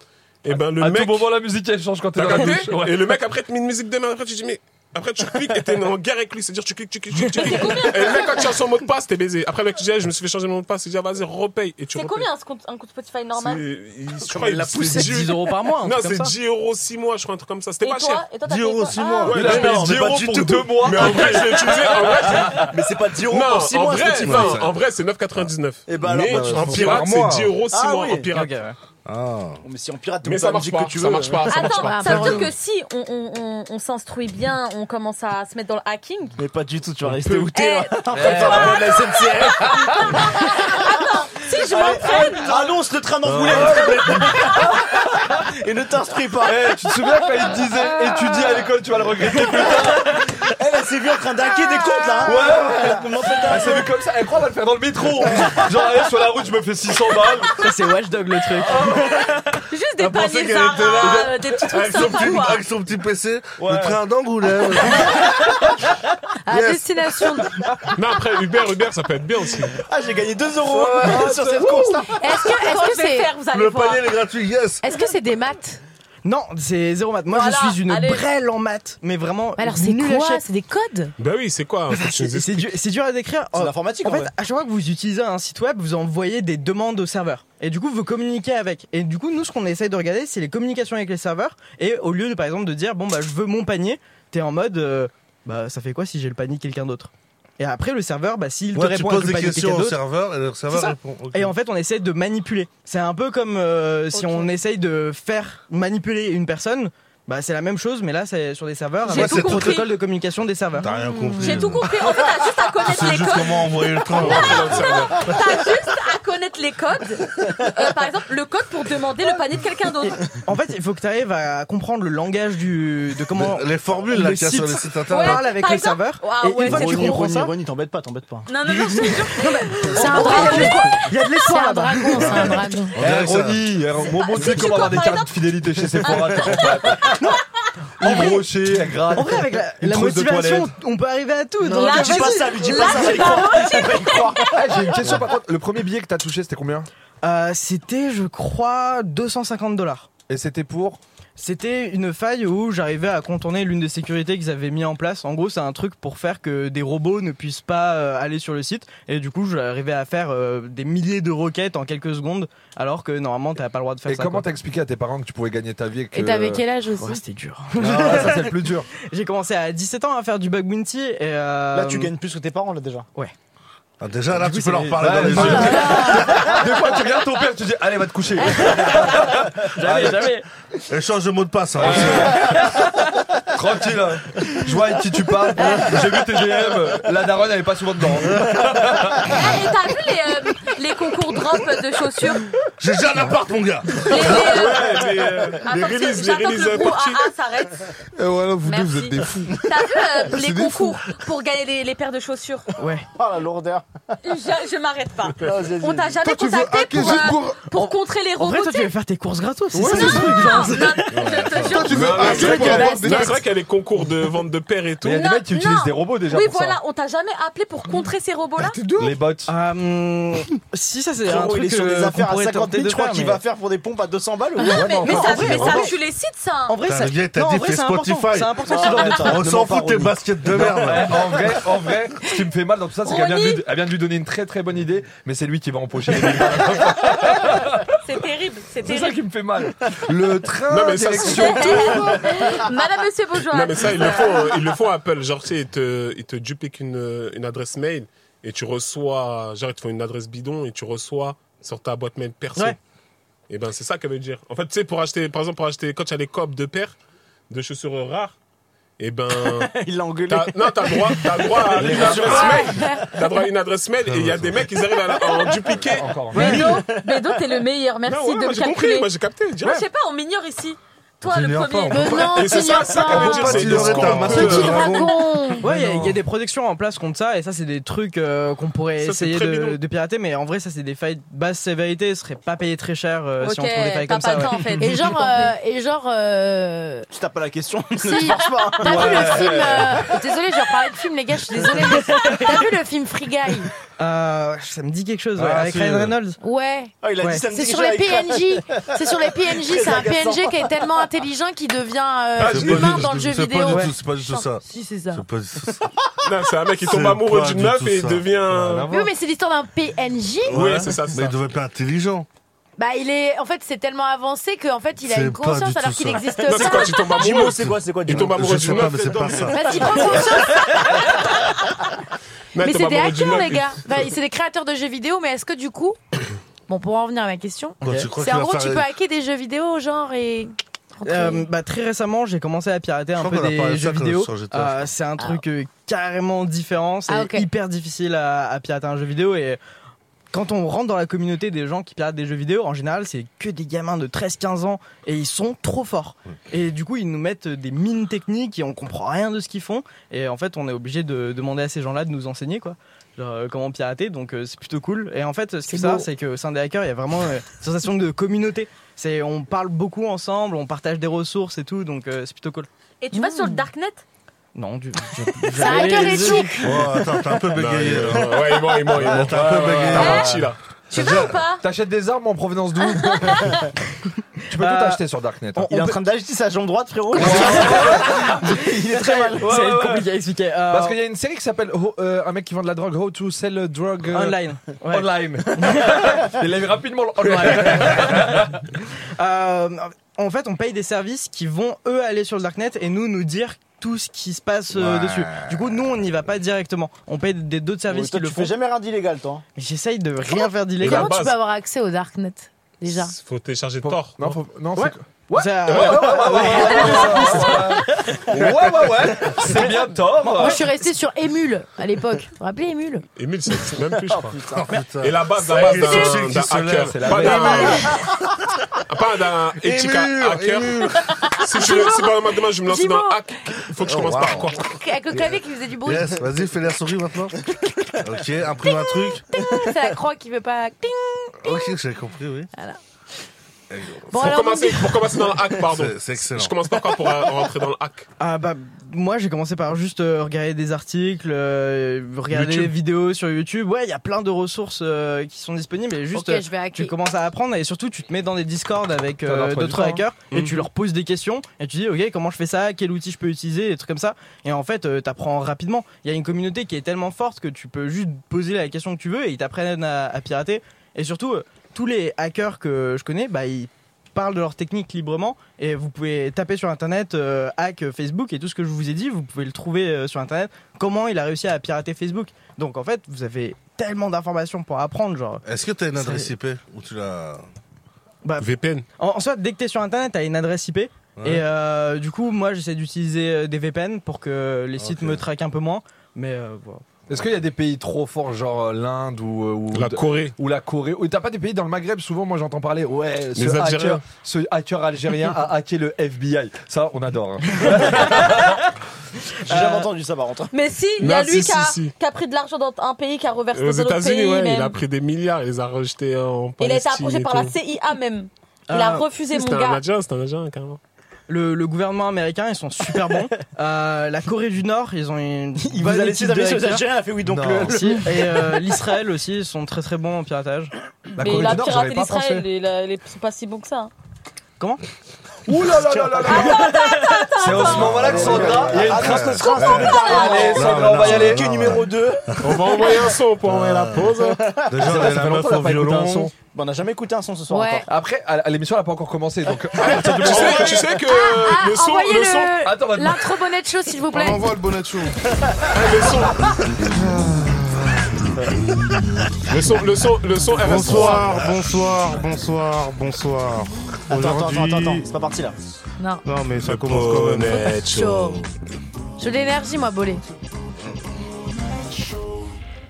Speaker 3: et ben, le
Speaker 6: À
Speaker 3: mec.
Speaker 6: tout moment, la musique elle change quand t'es
Speaker 3: T'as
Speaker 6: dans la douche.
Speaker 3: capté
Speaker 6: Ouais.
Speaker 3: Et le mec, après, te met une musique de merde. Après, tu dis, mais. Après, tu cliques et t'es en guerre avec lui. C'est-à-dire, tu cliques, tu cliques, tu cliques. tu cliques. Et le mec, quand tu changes son mot de passe, t'es baisé. Après, le mec, tu dis, ah, je me suis fait changer mon mot de passe. Il dit, ah, vas-y, repaye. Et tu
Speaker 4: C'est
Speaker 3: repaye.
Speaker 4: combien ce compte- un compte Spotify
Speaker 3: C'est-
Speaker 4: normal
Speaker 3: il- je
Speaker 9: Comment
Speaker 3: crois
Speaker 9: il l'a
Speaker 3: c'est
Speaker 9: poussé 10 euros par mois. un
Speaker 3: Non,
Speaker 9: truc comme
Speaker 3: c'est
Speaker 9: ça.
Speaker 3: 10 euros 6 mois, je crois, un truc comme ça. C'était
Speaker 4: Et
Speaker 3: pas
Speaker 4: toi
Speaker 3: cher.
Speaker 4: Et toi, t'as
Speaker 8: 10
Speaker 4: payé
Speaker 8: euros,
Speaker 4: quoi
Speaker 8: six
Speaker 4: Ah,
Speaker 8: mois.
Speaker 3: Ouais,
Speaker 8: Mais
Speaker 3: il a
Speaker 8: non,
Speaker 3: payé
Speaker 8: mais
Speaker 3: 10
Speaker 8: pas
Speaker 3: euros
Speaker 8: du
Speaker 3: pour
Speaker 8: tout.
Speaker 3: 2 mois. Mais en vrai, je l'ai utilisé. En vrai,
Speaker 2: Mais c'est pas 10 euros
Speaker 3: Non,
Speaker 2: pour 6
Speaker 3: en
Speaker 2: mois,
Speaker 3: vrai,
Speaker 2: Spotify.
Speaker 3: non,
Speaker 8: ça.
Speaker 3: en vrai, c'est 9,99.
Speaker 2: Eh ben alors,
Speaker 3: mais
Speaker 2: bah, tu
Speaker 3: en
Speaker 2: te
Speaker 3: pirate,
Speaker 8: par
Speaker 3: c'est
Speaker 8: mois.
Speaker 3: 10 euros 6
Speaker 2: Ah
Speaker 3: mois
Speaker 2: oui.
Speaker 3: en pirate.
Speaker 9: Ok, ouais.
Speaker 8: Ah.
Speaker 2: Mais si on pirate,
Speaker 3: Mais ça marche pas,
Speaker 2: que tu veux.
Speaker 3: ça marche pas, ça marche pas.
Speaker 4: Attends, ça veut
Speaker 5: Pardon.
Speaker 4: dire que si on, on, on, on s'instruit bien, on commence à se mettre dans le hacking.
Speaker 2: Mais pas du tout, tu vas rester où t'es.
Speaker 4: Eh,
Speaker 2: hein. En fait, t'as la voix de la SNCF.
Speaker 4: Si je m'entraîne
Speaker 2: Annonce le train d'Angoulême, s'il te plaît. Et ne t'instruis pas. Ah.
Speaker 6: Eh, tu te souviens quand il te disait étudie à l'école, tu vas le regretter.
Speaker 2: Eh, Elle, elle s'est vue en train d'hacker des comptes là. hein. Elle a commencé à-
Speaker 6: Elle s'est vue comme ça, elle croit qu'elle va le faire dans le métro. Genre, allez, sur la route, je me fais 600 balles. Ah,
Speaker 9: Ça, c'est Watchdog le truc.
Speaker 4: juste des
Speaker 8: pensé
Speaker 4: paniers
Speaker 8: qu'elle
Speaker 4: Zara,
Speaker 8: était là
Speaker 4: euh, des petits trucs
Speaker 8: Avec son,
Speaker 4: sympas
Speaker 8: petit,
Speaker 4: quoi.
Speaker 8: avec son petit PC, le train d'Angoulême.
Speaker 5: À
Speaker 8: Yes.
Speaker 5: destination. de-
Speaker 3: Non, après, Uber, Uber, ça peut être bien aussi.
Speaker 2: Ah, j'ai gagné 2 euros sur cette course là.
Speaker 5: Est-ce que
Speaker 4: Quand
Speaker 5: est-ce que
Speaker 4: je vais
Speaker 5: c'est
Speaker 4: faire, vous allez
Speaker 8: Le
Speaker 4: voir.
Speaker 8: panier, il est gratuit, yes.
Speaker 5: est-ce que c'est des maths
Speaker 9: Non, c'est zéro maths. Moi, je
Speaker 4: Voilà,
Speaker 9: suis une
Speaker 4: allez.
Speaker 9: brêle en maths. Mais vraiment.
Speaker 5: Mais Alors c'est
Speaker 9: nulle à
Speaker 5: quoi
Speaker 9: chier.
Speaker 5: C'est des codes
Speaker 3: Ben oui, c'est quoi en fait, je
Speaker 9: C'est-
Speaker 3: vous
Speaker 9: C'est
Speaker 3: explique.
Speaker 9: dur, c'est dur à décrire.
Speaker 2: C'est
Speaker 9: En-
Speaker 2: l'informatique
Speaker 9: En
Speaker 2: en
Speaker 9: fait,
Speaker 2: vrai.
Speaker 9: à chaque fois que vous utilisez un site web, vous envoyez des demandes au serveur. Et du coup, vous communiquez avec. Et du coup, nous, ce qu'on essaye de regarder, c'est les communications avec les serveurs. Et au lieu de, par exemple, de dire, bon, bah, je veux mon panier, t'es en mode, euh, bah, ça fait quoi si j'ai le panier de quelqu'un d'autre Et après, le serveur, bah, s'il te
Speaker 8: Ouais, tu
Speaker 9: répond
Speaker 8: poses
Speaker 9: avec le
Speaker 8: des
Speaker 9: panier de quelqu'un
Speaker 8: questions au
Speaker 9: d'autre,
Speaker 8: serveur et le serveur
Speaker 9: ça.
Speaker 8: répond. ok.
Speaker 9: et en fait, on essaye de manipuler. C'est un peu comme euh, si
Speaker 4: Ok.
Speaker 9: on essaye de faire manipuler une personne. Bah, c'est la même chose, mais là, c'est sur des serveurs.
Speaker 4: J'ai
Speaker 9: avec
Speaker 4: tout
Speaker 9: le
Speaker 4: compris.
Speaker 9: protocole de communication des serveurs.
Speaker 8: T'as rien compris.
Speaker 9: Euh.
Speaker 4: J'ai tout compris. En fait, t'as juste à
Speaker 8: Tu
Speaker 4: connaître
Speaker 8: sais
Speaker 4: les
Speaker 8: juste
Speaker 4: codes.
Speaker 8: comment envoyer le train.
Speaker 4: T'as juste à connaître les codes. Euh, par exemple, le code pour demander le panier de quelqu'un d'autre.
Speaker 9: En fait, il faut que tu arrives à comprendre le langage du, de comment
Speaker 8: Les formules là
Speaker 9: Le
Speaker 8: qu'il y a sur
Speaker 9: site.
Speaker 8: les sites
Speaker 9: on
Speaker 8: internet.
Speaker 4: Ouais,
Speaker 9: parle avec
Speaker 4: par
Speaker 9: les
Speaker 2: Ah
Speaker 4: exemple.
Speaker 9: serveurs.
Speaker 4: Waouh,
Speaker 9: et
Speaker 4: ouais,
Speaker 9: une fois
Speaker 4: c'est
Speaker 9: que tu
Speaker 4: trop
Speaker 9: comprends ça,
Speaker 2: t'embête pas, t'embête pas.
Speaker 4: Non, non, non, je te jure.
Speaker 5: C'est un dragon.
Speaker 9: il y a de
Speaker 5: C'est
Speaker 9: l'espoir
Speaker 5: un
Speaker 9: là-bas.
Speaker 5: dragon, c'est un dragon.
Speaker 2: Eh,
Speaker 8: On dirait que ça-
Speaker 6: mon bon
Speaker 4: si
Speaker 6: Dieu,
Speaker 4: tu
Speaker 6: comment avoir des
Speaker 4: compares,
Speaker 6: cartes
Speaker 4: par
Speaker 6: de fidélité chez Sephora t'es en fait. Non Embroché, elle gratte.
Speaker 9: En vrai, avec la,
Speaker 6: Une
Speaker 9: la
Speaker 6: trousse de
Speaker 9: motivation,
Speaker 6: toilette.
Speaker 9: on peut arriver à tout. donc,
Speaker 4: Là,
Speaker 9: euh,
Speaker 2: Dis pas ça, lui, dis pas
Speaker 4: Là,
Speaker 2: ça.
Speaker 4: tu
Speaker 2: lui.
Speaker 4: parles.
Speaker 6: Ah, J'ai une question par contre. Le premier billet que t'as touché, c'était combien
Speaker 9: Euh, C'était, je crois, 250 dollars.
Speaker 6: Et c'était pour
Speaker 9: C'était une faille où j'arrivais à contourner l'une des sécurités qu'ils avaient mis en place. En gros, c'est un truc pour faire que des robots ne puissent pas euh, aller sur le site. Et du coup, j'arrivais à faire euh, des milliers de requêtes en quelques secondes, alors que normalement, t'as pas le droit de faire
Speaker 6: Et
Speaker 9: ça.
Speaker 6: comment
Speaker 9: quoi.
Speaker 6: t'as expliqué à tes parents que tu pouvais gagner ta vie que...
Speaker 5: Et t'avais quel âge aussi
Speaker 9: Ouais, c'était dur.
Speaker 6: Ah, Ça, c'est le plus dur.
Speaker 9: J'ai commencé à 17 ans à faire du bug bounty. Et, euh,
Speaker 2: Là, tu gagnes plus que tes parents, là, déjà.
Speaker 8: Ah, déjà, là,
Speaker 9: Du
Speaker 8: tu
Speaker 9: coup,
Speaker 8: peux leur
Speaker 9: c'est-
Speaker 8: parler dans les
Speaker 6: Ouais,
Speaker 8: yeux.
Speaker 6: Des fois, tu regardes ton père, tu dis Allez, va te coucher.
Speaker 2: Ah,
Speaker 9: Jamais, jamais.
Speaker 8: Et change de mot de passe. hein.
Speaker 6: Tranquille. hein. Je vois avec qui tu parles. J'ai vu tes DM. La daronne, elle est pas souvent dedans.
Speaker 4: Ah, et t'as vu les, euh, les concours drop de chaussures
Speaker 8: J'ai déjà un appart, mon gars.
Speaker 4: Les, les, euh,
Speaker 3: Ouais, les, euh, les
Speaker 4: Attends, parce que
Speaker 3: releases, les
Speaker 4: j'attends
Speaker 3: releases
Speaker 4: que le
Speaker 3: euh, parties.
Speaker 4: brouhaha s'arrête.
Speaker 7: Et voilà, vous deux,
Speaker 4: Merci.
Speaker 7: vous êtes des fous.
Speaker 4: T'as vu euh,
Speaker 7: C'est
Speaker 4: les
Speaker 7: des
Speaker 4: concours pour gagner les, les paires de chaussures
Speaker 9: Ouais.
Speaker 2: Oh la lourdeur.
Speaker 4: Je, je m'arrête pas.
Speaker 2: Vas-y, vas-y,
Speaker 4: On t'a
Speaker 2: vas-y.
Speaker 4: jamais
Speaker 7: Toi, tu veux
Speaker 4: contacté
Speaker 7: hacker
Speaker 4: pour,
Speaker 7: juste
Speaker 4: euh,
Speaker 7: pour.
Speaker 4: pour contrer les
Speaker 9: En vrai,
Speaker 4: robots.
Speaker 9: toi, tu vas faire tes courses gratos. C'est
Speaker 7: Ouais,
Speaker 9: ça
Speaker 7: c'est
Speaker 9: le truc. genre, c'est-
Speaker 4: je te jure.
Speaker 7: Toi, tu veux
Speaker 3: Non, non, c'est
Speaker 7: hacker
Speaker 3: vrai
Speaker 7: pour
Speaker 3: qu'il y a-
Speaker 7: avoir des.
Speaker 3: non, c'est vrai qu'il y a les concours de vente de paires et tout.
Speaker 6: Mais il y a des
Speaker 4: Non,
Speaker 6: mecs qui utilisent
Speaker 4: non.
Speaker 6: des robots déjà.
Speaker 4: Oui,
Speaker 6: pour ça.
Speaker 4: voilà, on t'a jamais appelé pour contrer ces
Speaker 9: Bah,
Speaker 4: robots-là
Speaker 7: T'es deux
Speaker 6: Les bots.
Speaker 9: Euh, si ça c'est un
Speaker 2: Frérot,
Speaker 9: truc
Speaker 2: il est sur des
Speaker 9: euh,
Speaker 2: affaires
Speaker 9: qu'on
Speaker 2: à
Speaker 9: pourrait
Speaker 2: 50
Speaker 9: tenter
Speaker 2: 000,
Speaker 9: de
Speaker 2: je crois
Speaker 9: faire,
Speaker 2: qu'il
Speaker 9: mais-
Speaker 2: va faire pour des pompes à 200 balles. ou-
Speaker 4: Non, mais, mais ça,
Speaker 9: vrai,
Speaker 4: mais ça
Speaker 9: vraiment.
Speaker 4: tue les sites, ça
Speaker 9: En vrai,
Speaker 8: Putain,
Speaker 9: ça,
Speaker 8: le vieil, t'as
Speaker 9: non, en
Speaker 8: dit,
Speaker 9: vrai,
Speaker 8: fais
Speaker 9: c'est important.
Speaker 8: Spotify. Ah,
Speaker 9: C'est important que tu donnes des trucs.
Speaker 8: On s'en fout de tes baskets de merde.
Speaker 6: Ouais, en vrai, en vrai, ce qui me fait mal dans tout ça, c'est qu'elle vient, de
Speaker 4: Ronnie.
Speaker 6: lui- elle vient de lui donner une très très bonne idée, mais c'est lui qui va empocher.
Speaker 9: Euh,
Speaker 6: les billes.
Speaker 4: C'est terrible, c'est
Speaker 6: c'est ça
Speaker 4: terrible.
Speaker 6: qui me fait mal. Le train.
Speaker 3: Non, mais ça,
Speaker 6: direction-
Speaker 4: Madame, monsieur, bonjour.
Speaker 3: Non, mais ça, ils le font, euh, ils le font Apple. Genre, tu sais, ils te, ils te dupliquent une, euh, une adresse mail et tu reçois, genre, ils te font une adresse bidon et tu reçois sur ta boîte mail perso.
Speaker 9: Ouais.
Speaker 3: Et ben, c'est ça qu'elle veut dire. En fait, tu sais, pour acheter, par exemple, pour acheter, quand tu as les copes de paires de chaussures rares, et ben.
Speaker 2: Il l'a engueulé.
Speaker 3: t'as- non, t'as droit, t'as droit à une adresse mail. T'as droit à une adresse mail et il y a des mecs, ils arrivent à, la- à en dupliquer.
Speaker 6: Ah, Encore.
Speaker 4: Bédo, Bédo, t'es le meilleur, merci
Speaker 3: Non, ouais,
Speaker 4: de
Speaker 3: moi,
Speaker 4: me
Speaker 3: j'ai compris,
Speaker 4: calculer.
Speaker 3: moi, j'ai capté. direct.
Speaker 4: Moi, je sais pas, on m'ignore ici. Toi,
Speaker 8: Tu
Speaker 4: le
Speaker 8: n'ignores
Speaker 4: premier.
Speaker 8: pas,
Speaker 5: Mais non,
Speaker 3: Et c'est
Speaker 5: tu n'y
Speaker 3: ça,
Speaker 5: as
Speaker 3: ça qu'elle
Speaker 5: pas.
Speaker 3: veut dire,
Speaker 8: pas
Speaker 3: c'est
Speaker 8: dire
Speaker 3: des
Speaker 8: t'as un
Speaker 3: scores.
Speaker 8: master.
Speaker 5: Petit
Speaker 8: Euh,
Speaker 5: dragon.
Speaker 9: Ouais, il y a- il y, a des protections en place contre ça, et ça, c'est des trucs euh, qu'on pourrait
Speaker 3: Ça, c'est
Speaker 9: essayer
Speaker 3: très
Speaker 9: de,
Speaker 3: bidon.
Speaker 9: de pirater, mais en vrai, ça, c'est des failles de basse sévérité, ce serait pas payé très cher euh,
Speaker 4: Ok,
Speaker 9: si on trouve des failles
Speaker 4: t'as
Speaker 9: comme ça.
Speaker 4: pas le temps,
Speaker 9: ouais.
Speaker 4: en fait.
Speaker 5: Et genre, euh, et genre, euh,
Speaker 2: Tu tapes pas la question.
Speaker 5: Si.
Speaker 2: Ne te force pas. hein.
Speaker 5: T'as vu le film euh, Désolé, je vais reparler de film, les gars. Je suis désolée. mais- T'as vu le film Free Guy
Speaker 9: Euh, ça me dit quelque chose, ouais,
Speaker 6: Ah,
Speaker 9: avec
Speaker 6: c'est-
Speaker 9: Ryan Reynolds.
Speaker 5: Ouais.
Speaker 2: Ah, il a
Speaker 9: Ouais.
Speaker 2: dit ça me
Speaker 5: C'est
Speaker 2: dit
Speaker 5: sur
Speaker 2: que
Speaker 5: les
Speaker 2: j'avais craqué.
Speaker 5: PNJ. C'est sur les PNJ. C'est un PNJ qui est tellement intelligent qu'il devient euh,
Speaker 8: C'est pas
Speaker 5: humain
Speaker 8: du-
Speaker 5: dans le jeu
Speaker 8: c'est pas
Speaker 5: vidéo.
Speaker 8: du
Speaker 5: Ouais.
Speaker 8: tout- C'est pas du tout ça.
Speaker 5: Si c'est ça.
Speaker 8: C'est pas du tout ça.
Speaker 3: Non, c'est un mec qui tombe
Speaker 8: C'est
Speaker 3: amoureux
Speaker 8: pas
Speaker 3: d'une
Speaker 8: du
Speaker 3: meuf
Speaker 8: tout
Speaker 3: et il
Speaker 8: ça.
Speaker 3: devient.
Speaker 5: Mais oui, mais c'est l'histoire d'un PNJ.
Speaker 3: Ouais, c'est ça, c'est
Speaker 8: Mais
Speaker 3: ça.
Speaker 8: il devait pas être intelligent.
Speaker 5: Bah il est, en fait, c'est tellement avancé qu'en fait, il a
Speaker 8: C'est
Speaker 5: une
Speaker 8: pas
Speaker 5: conscience
Speaker 8: du
Speaker 5: alors
Speaker 8: tout
Speaker 5: qu'il
Speaker 8: ça.
Speaker 5: n'existe
Speaker 3: Non, c'est
Speaker 5: pas.
Speaker 3: quand tu tombes amoureux.
Speaker 2: Jimo, c'est quoi C'est quoi
Speaker 3: Il
Speaker 2: Jimo
Speaker 3: tombe amoureux
Speaker 8: Je sais
Speaker 3: d'une
Speaker 8: pas,
Speaker 3: meuf.
Speaker 8: mais c'est pas ça.
Speaker 5: Parce qu'il prend conscience.
Speaker 3: Non, il tombe
Speaker 5: Mais c'est des
Speaker 3: amoureux d'une
Speaker 5: hackers,
Speaker 3: meuf.
Speaker 5: les gars. Bah, c'est des créateurs de jeux vidéo. Mais est-ce que du coup, bon, pour en revenir à ma question,
Speaker 8: Quand Bah, tu crois
Speaker 5: c'est
Speaker 8: qu'il
Speaker 5: en
Speaker 8: va
Speaker 5: gros, tu
Speaker 8: faire-
Speaker 5: peux hacker des jeux vidéo, genre et. rentrer-
Speaker 9: Euh, bah, très récemment, j'ai commencé à pirater un
Speaker 8: crois
Speaker 9: peu
Speaker 8: qu'on a parlé
Speaker 9: des
Speaker 8: de
Speaker 9: jeux
Speaker 8: ça quand
Speaker 9: vidéo.
Speaker 8: sur GTA,
Speaker 9: Euh,
Speaker 8: je crois.
Speaker 9: c'est un truc euh, carrément différent. C'est
Speaker 5: Ah, ok.
Speaker 9: hyper difficile à, à pirater un jeu vidéo. Et quand on rentre dans la communauté des gens qui piratent des jeux vidéo, en général, c'est que des gamins de 13-15 ans et ils sont trop forts. Et du coup, ils nous mettent des mines techniques et on comprend rien de ce qu'ils font. Et en fait, on est obligé de demander à ces gens-là de nous enseigner quoi. Genre, euh, comment pirater, donc euh, c'est plutôt cool. Et en fait, ce qui est
Speaker 5: C'est
Speaker 9: ça,
Speaker 5: beau.
Speaker 9: c'est que au sein des hackers, il y a vraiment euh, une sensation de communauté. C'est, on parle beaucoup ensemble, on partage des ressources et tout, donc euh, c'est plutôt cool.
Speaker 4: Et tu vas sur le Darknet
Speaker 9: Non, du.
Speaker 5: C'est un hacker éthique.
Speaker 8: Oh, attends, t'as un peu
Speaker 3: Non, il
Speaker 8: bégayé.
Speaker 3: est-
Speaker 8: là.
Speaker 3: Ouais, il ment, il ment, il ment.
Speaker 8: T'as un peu bégayé.
Speaker 3: T'as
Speaker 8: là.
Speaker 3: menti, là.
Speaker 4: Tu vas ou pas
Speaker 6: T'achètes des armes en provenance d'où Tu peux
Speaker 9: Euh,
Speaker 6: tout acheter sur Darknet. hein.
Speaker 9: on-
Speaker 2: Bah, Il est en train d'agiter sa jambe droite, frérot.
Speaker 9: Il est très mal.
Speaker 6: Ouais,
Speaker 9: c'est
Speaker 6: ouais, ouais.
Speaker 9: compliqué à expliquer. Euh,
Speaker 6: Parce qu'il y a une série qui s'appelle Ho- euh, Un mec qui vend de la drogue, How to Sell Drug euh,
Speaker 9: Online. Ouais.
Speaker 6: Online. Il a eu rapidement le online.
Speaker 9: Euh, en fait, on paye des services qui vont eux aller sur le darknet et nous nous dire tout ce qui se passe euh,
Speaker 6: Ouais.
Speaker 9: dessus. Du coup, nous on n'y va pas directement. On paye des d'autres
Speaker 2: Ouais,
Speaker 9: services
Speaker 2: toi,
Speaker 9: qui le
Speaker 2: tu fais
Speaker 9: font.
Speaker 2: jamais rien d'illégal, toi. hein.
Speaker 9: J'essaye de rien faire
Speaker 3: la
Speaker 9: d'illégal.
Speaker 5: Comment tu
Speaker 3: base.
Speaker 5: peux avoir accès au darknet déjà
Speaker 3: Faut télécharger
Speaker 6: Faut-
Speaker 3: Thor.
Speaker 6: Non, faut- non,
Speaker 9: Ouais.
Speaker 6: c'est-
Speaker 9: Ça-
Speaker 6: Ouais, ouais, ouais. C'est bien
Speaker 5: Moi,
Speaker 6: tort.
Speaker 5: je suis restée sur Emule à l'époque. Vous vous rappelez Emule
Speaker 3: Émile, c'est même plus, je crois.
Speaker 8: Oh, Putain.
Speaker 3: Et la base, hein. la base
Speaker 8: C'est
Speaker 3: d'un
Speaker 8: qui
Speaker 3: d'un
Speaker 8: se lève,
Speaker 3: hacker.
Speaker 6: c'est la
Speaker 3: Pas
Speaker 6: base.
Speaker 3: d'un. Pas d'un ethical
Speaker 8: Émure,
Speaker 3: hacker.
Speaker 8: émure.
Speaker 3: Si je si par exemple, demain, je me lance
Speaker 5: Dis-moi.
Speaker 3: dans hack, faut que je
Speaker 8: Oh,
Speaker 3: commence
Speaker 8: wow.
Speaker 3: par quoi
Speaker 5: Avec le clavier qui faisait du bruit.
Speaker 8: Yes, vas-y, fais la souris maintenant. Ok, imprime un truc.
Speaker 5: C'est la croix qui veut pas.
Speaker 8: Ok, j'ai compris, oui.
Speaker 5: Bon,
Speaker 3: pour,
Speaker 5: alors, mon
Speaker 3: commencer, pour commencer dans le hack, pardon.
Speaker 8: C'est- C'est excellent.
Speaker 3: Je commence par quoi pour euh, rentrer dans le hack
Speaker 9: Ah bah moi j'ai commencé par juste euh, regarder des articles, euh, regarder
Speaker 3: YouTube.
Speaker 9: des vidéos sur YouTube. Ouais, il y a plein de ressources euh, qui sont disponibles et juste
Speaker 5: Ok,
Speaker 9: euh,
Speaker 5: je vais hacker.
Speaker 9: tu commences à apprendre et surtout tu te mets dans des discords avec
Speaker 6: T'en as
Speaker 9: euh,
Speaker 6: pas du
Speaker 9: d'autres
Speaker 6: temps, hein.
Speaker 9: hackers et
Speaker 3: Mhm.
Speaker 9: tu leur poses des questions et tu dis OK, comment je fais ça Quel outil je peux utiliser Des trucs comme ça. Et en fait, euh, t'apprends rapidement. Il y a une communauté qui est tellement forte que tu peux juste poser la question que tu veux et ils t'apprennent à, à pirater. Et surtout euh, tous les hackers que je connais, bah ils parlent de leur technique librement et vous pouvez taper sur internet euh, hack euh, Facebook et tout ce que je vous ai dit, vous pouvez le trouver euh, sur internet comment il a réussi à pirater Facebook. Donc en fait, vous avez tellement d'informations pour apprendre genre
Speaker 8: Est-ce que t'as une adresse
Speaker 9: C'est-
Speaker 8: IP ou tu l'as
Speaker 3: VPN.
Speaker 9: en, en soit dès que tu es sur internet, tu as une adresse IP
Speaker 8: Ouais.
Speaker 9: et euh, du coup, moi j'essaie d'utiliser euh, des VPN pour que les sites
Speaker 8: Ok.
Speaker 9: me traquent un peu moins mais euh, voilà.
Speaker 6: Est-ce qu'il y a des pays trop forts, genre euh, l'Inde ou, euh, ou
Speaker 3: La Corée.
Speaker 6: ou la Corée. Ou t'as pas des pays dans le Maghreb, souvent moi j'entends parler, ouais, ce
Speaker 3: Les
Speaker 6: hacker,
Speaker 3: Algériens.
Speaker 6: ce hacker algérien a hacké le FBI. Ça, on adore. hein.
Speaker 2: J'ai jamais entendu ça par contre.
Speaker 4: Mais si, il y a
Speaker 3: Non,
Speaker 4: lui
Speaker 3: si,
Speaker 4: qui, a,
Speaker 3: si, si.
Speaker 4: qui a pris de l'argent dans un pays, qui a reversé
Speaker 3: Aux
Speaker 4: dans un autre
Speaker 3: États-Unis,
Speaker 4: pays.
Speaker 3: ouais,
Speaker 4: même.
Speaker 3: il a pris des milliards, il les a rejetés en
Speaker 4: Il a été
Speaker 3: Palestine.
Speaker 4: approché
Speaker 3: et
Speaker 4: par la
Speaker 3: tout.
Speaker 4: CIA même. Il
Speaker 9: Ah,
Speaker 4: a refusé, mon
Speaker 3: C'était un
Speaker 4: gars.
Speaker 3: Indien, c'était un Indien, carrément.
Speaker 9: Le, le gouvernement américain, ils sont super bons. Euh, la Corée du Nord, ils ont une
Speaker 2: Il
Speaker 9: bonne
Speaker 2: vous a laissé
Speaker 9: équipe
Speaker 2: taper
Speaker 9: de
Speaker 2: sur les
Speaker 9: hackers.
Speaker 2: Algériens, elle a fait oui donc
Speaker 6: Non.
Speaker 2: le- le-
Speaker 9: Aussi. Et euh, l'Israël aussi, ils sont très très bons en piratage.
Speaker 6: La
Speaker 4: Mais il a
Speaker 6: du Nord, j'aurais
Speaker 4: piraté
Speaker 6: pas
Speaker 4: l'Israël,
Speaker 6: pensé.
Speaker 4: il a- il est- c'est pas si bon que ça. hein.
Speaker 6: Ouh là là là là là C'est en ce moment-là que Sandra, il y a
Speaker 2: Ah,
Speaker 6: une trace de trace. Allez,
Speaker 8: Non,
Speaker 6: Sandra,
Speaker 8: non,
Speaker 6: on va y
Speaker 8: non,
Speaker 6: aller.
Speaker 8: non,
Speaker 2: que
Speaker 8: non,
Speaker 2: numéro 2.
Speaker 3: On va envoyer un son pour envoyer la pause.
Speaker 8: Déjà, on
Speaker 6: Ça
Speaker 8: a
Speaker 6: fait
Speaker 8: la
Speaker 6: longtemps
Speaker 8: meuf
Speaker 6: qu'on a
Speaker 8: au
Speaker 6: pas écouté un
Speaker 8: violon.
Speaker 6: son.
Speaker 2: Bon, on n'a jamais écouté un son ce soir
Speaker 5: Ouais.
Speaker 2: encore.
Speaker 6: Après, à- à l'émission elle a pas encore commencé, donc
Speaker 7: Ah,
Speaker 3: tu, sais, tu sais que
Speaker 5: Ah,
Speaker 3: le son,
Speaker 5: envoyez
Speaker 3: le son,
Speaker 5: le-
Speaker 6: Attends, on va te-
Speaker 5: l'intro bonnet de show, s'il vous
Speaker 7: On
Speaker 5: plaît.
Speaker 7: envoie le bonnet de show.
Speaker 3: le son, le son, le son RS3.
Speaker 7: Bonsoir, bonsoir, bonsoir, bonsoir.
Speaker 2: Attends, attends, attends, attends, attends,
Speaker 7: Aujourd'hui-
Speaker 2: c'est pas parti là.
Speaker 5: Non,
Speaker 7: Non, mais ça commence quand même.
Speaker 5: chaud. J'ai de l'énergie, moi, Bolé.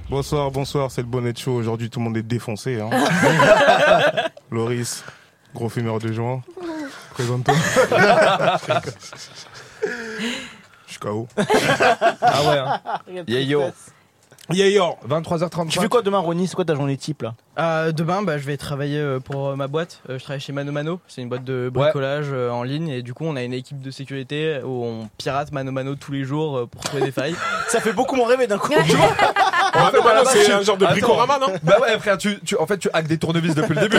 Speaker 7: Bonsoir, bonsoir, c'est le bonnet de show. Aujourd'hui, tout le monde est défoncé. Hein. Loris, gros fumeur de joint, présente-toi. Je suis KO.
Speaker 6: Ah ouais. hein. Yeah, yo. Yeah, yo. 23h35.
Speaker 2: Tu fais quoi demain, Ronnie C'est quoi ta journée type là
Speaker 9: Euh, demain, bah, je vais travailler euh, pour euh, ma boîte. Euh, je travaille chez Mano Mano. C'est une boîte de bricolage euh, en ligne. Et du coup, on a une équipe de sécurité où on pirate Mano Mano tous les jours euh, pour trouver des failles.
Speaker 2: Ça fait beaucoup mon rêver d'un coup.
Speaker 8: Eh,
Speaker 3: Ah, non, bah non, c'est un genre de
Speaker 6: Attends.
Speaker 3: bricorama, non
Speaker 6: Bah ouais, frère, tu, tu, en fait, tu hackes des tournevis depuis le début.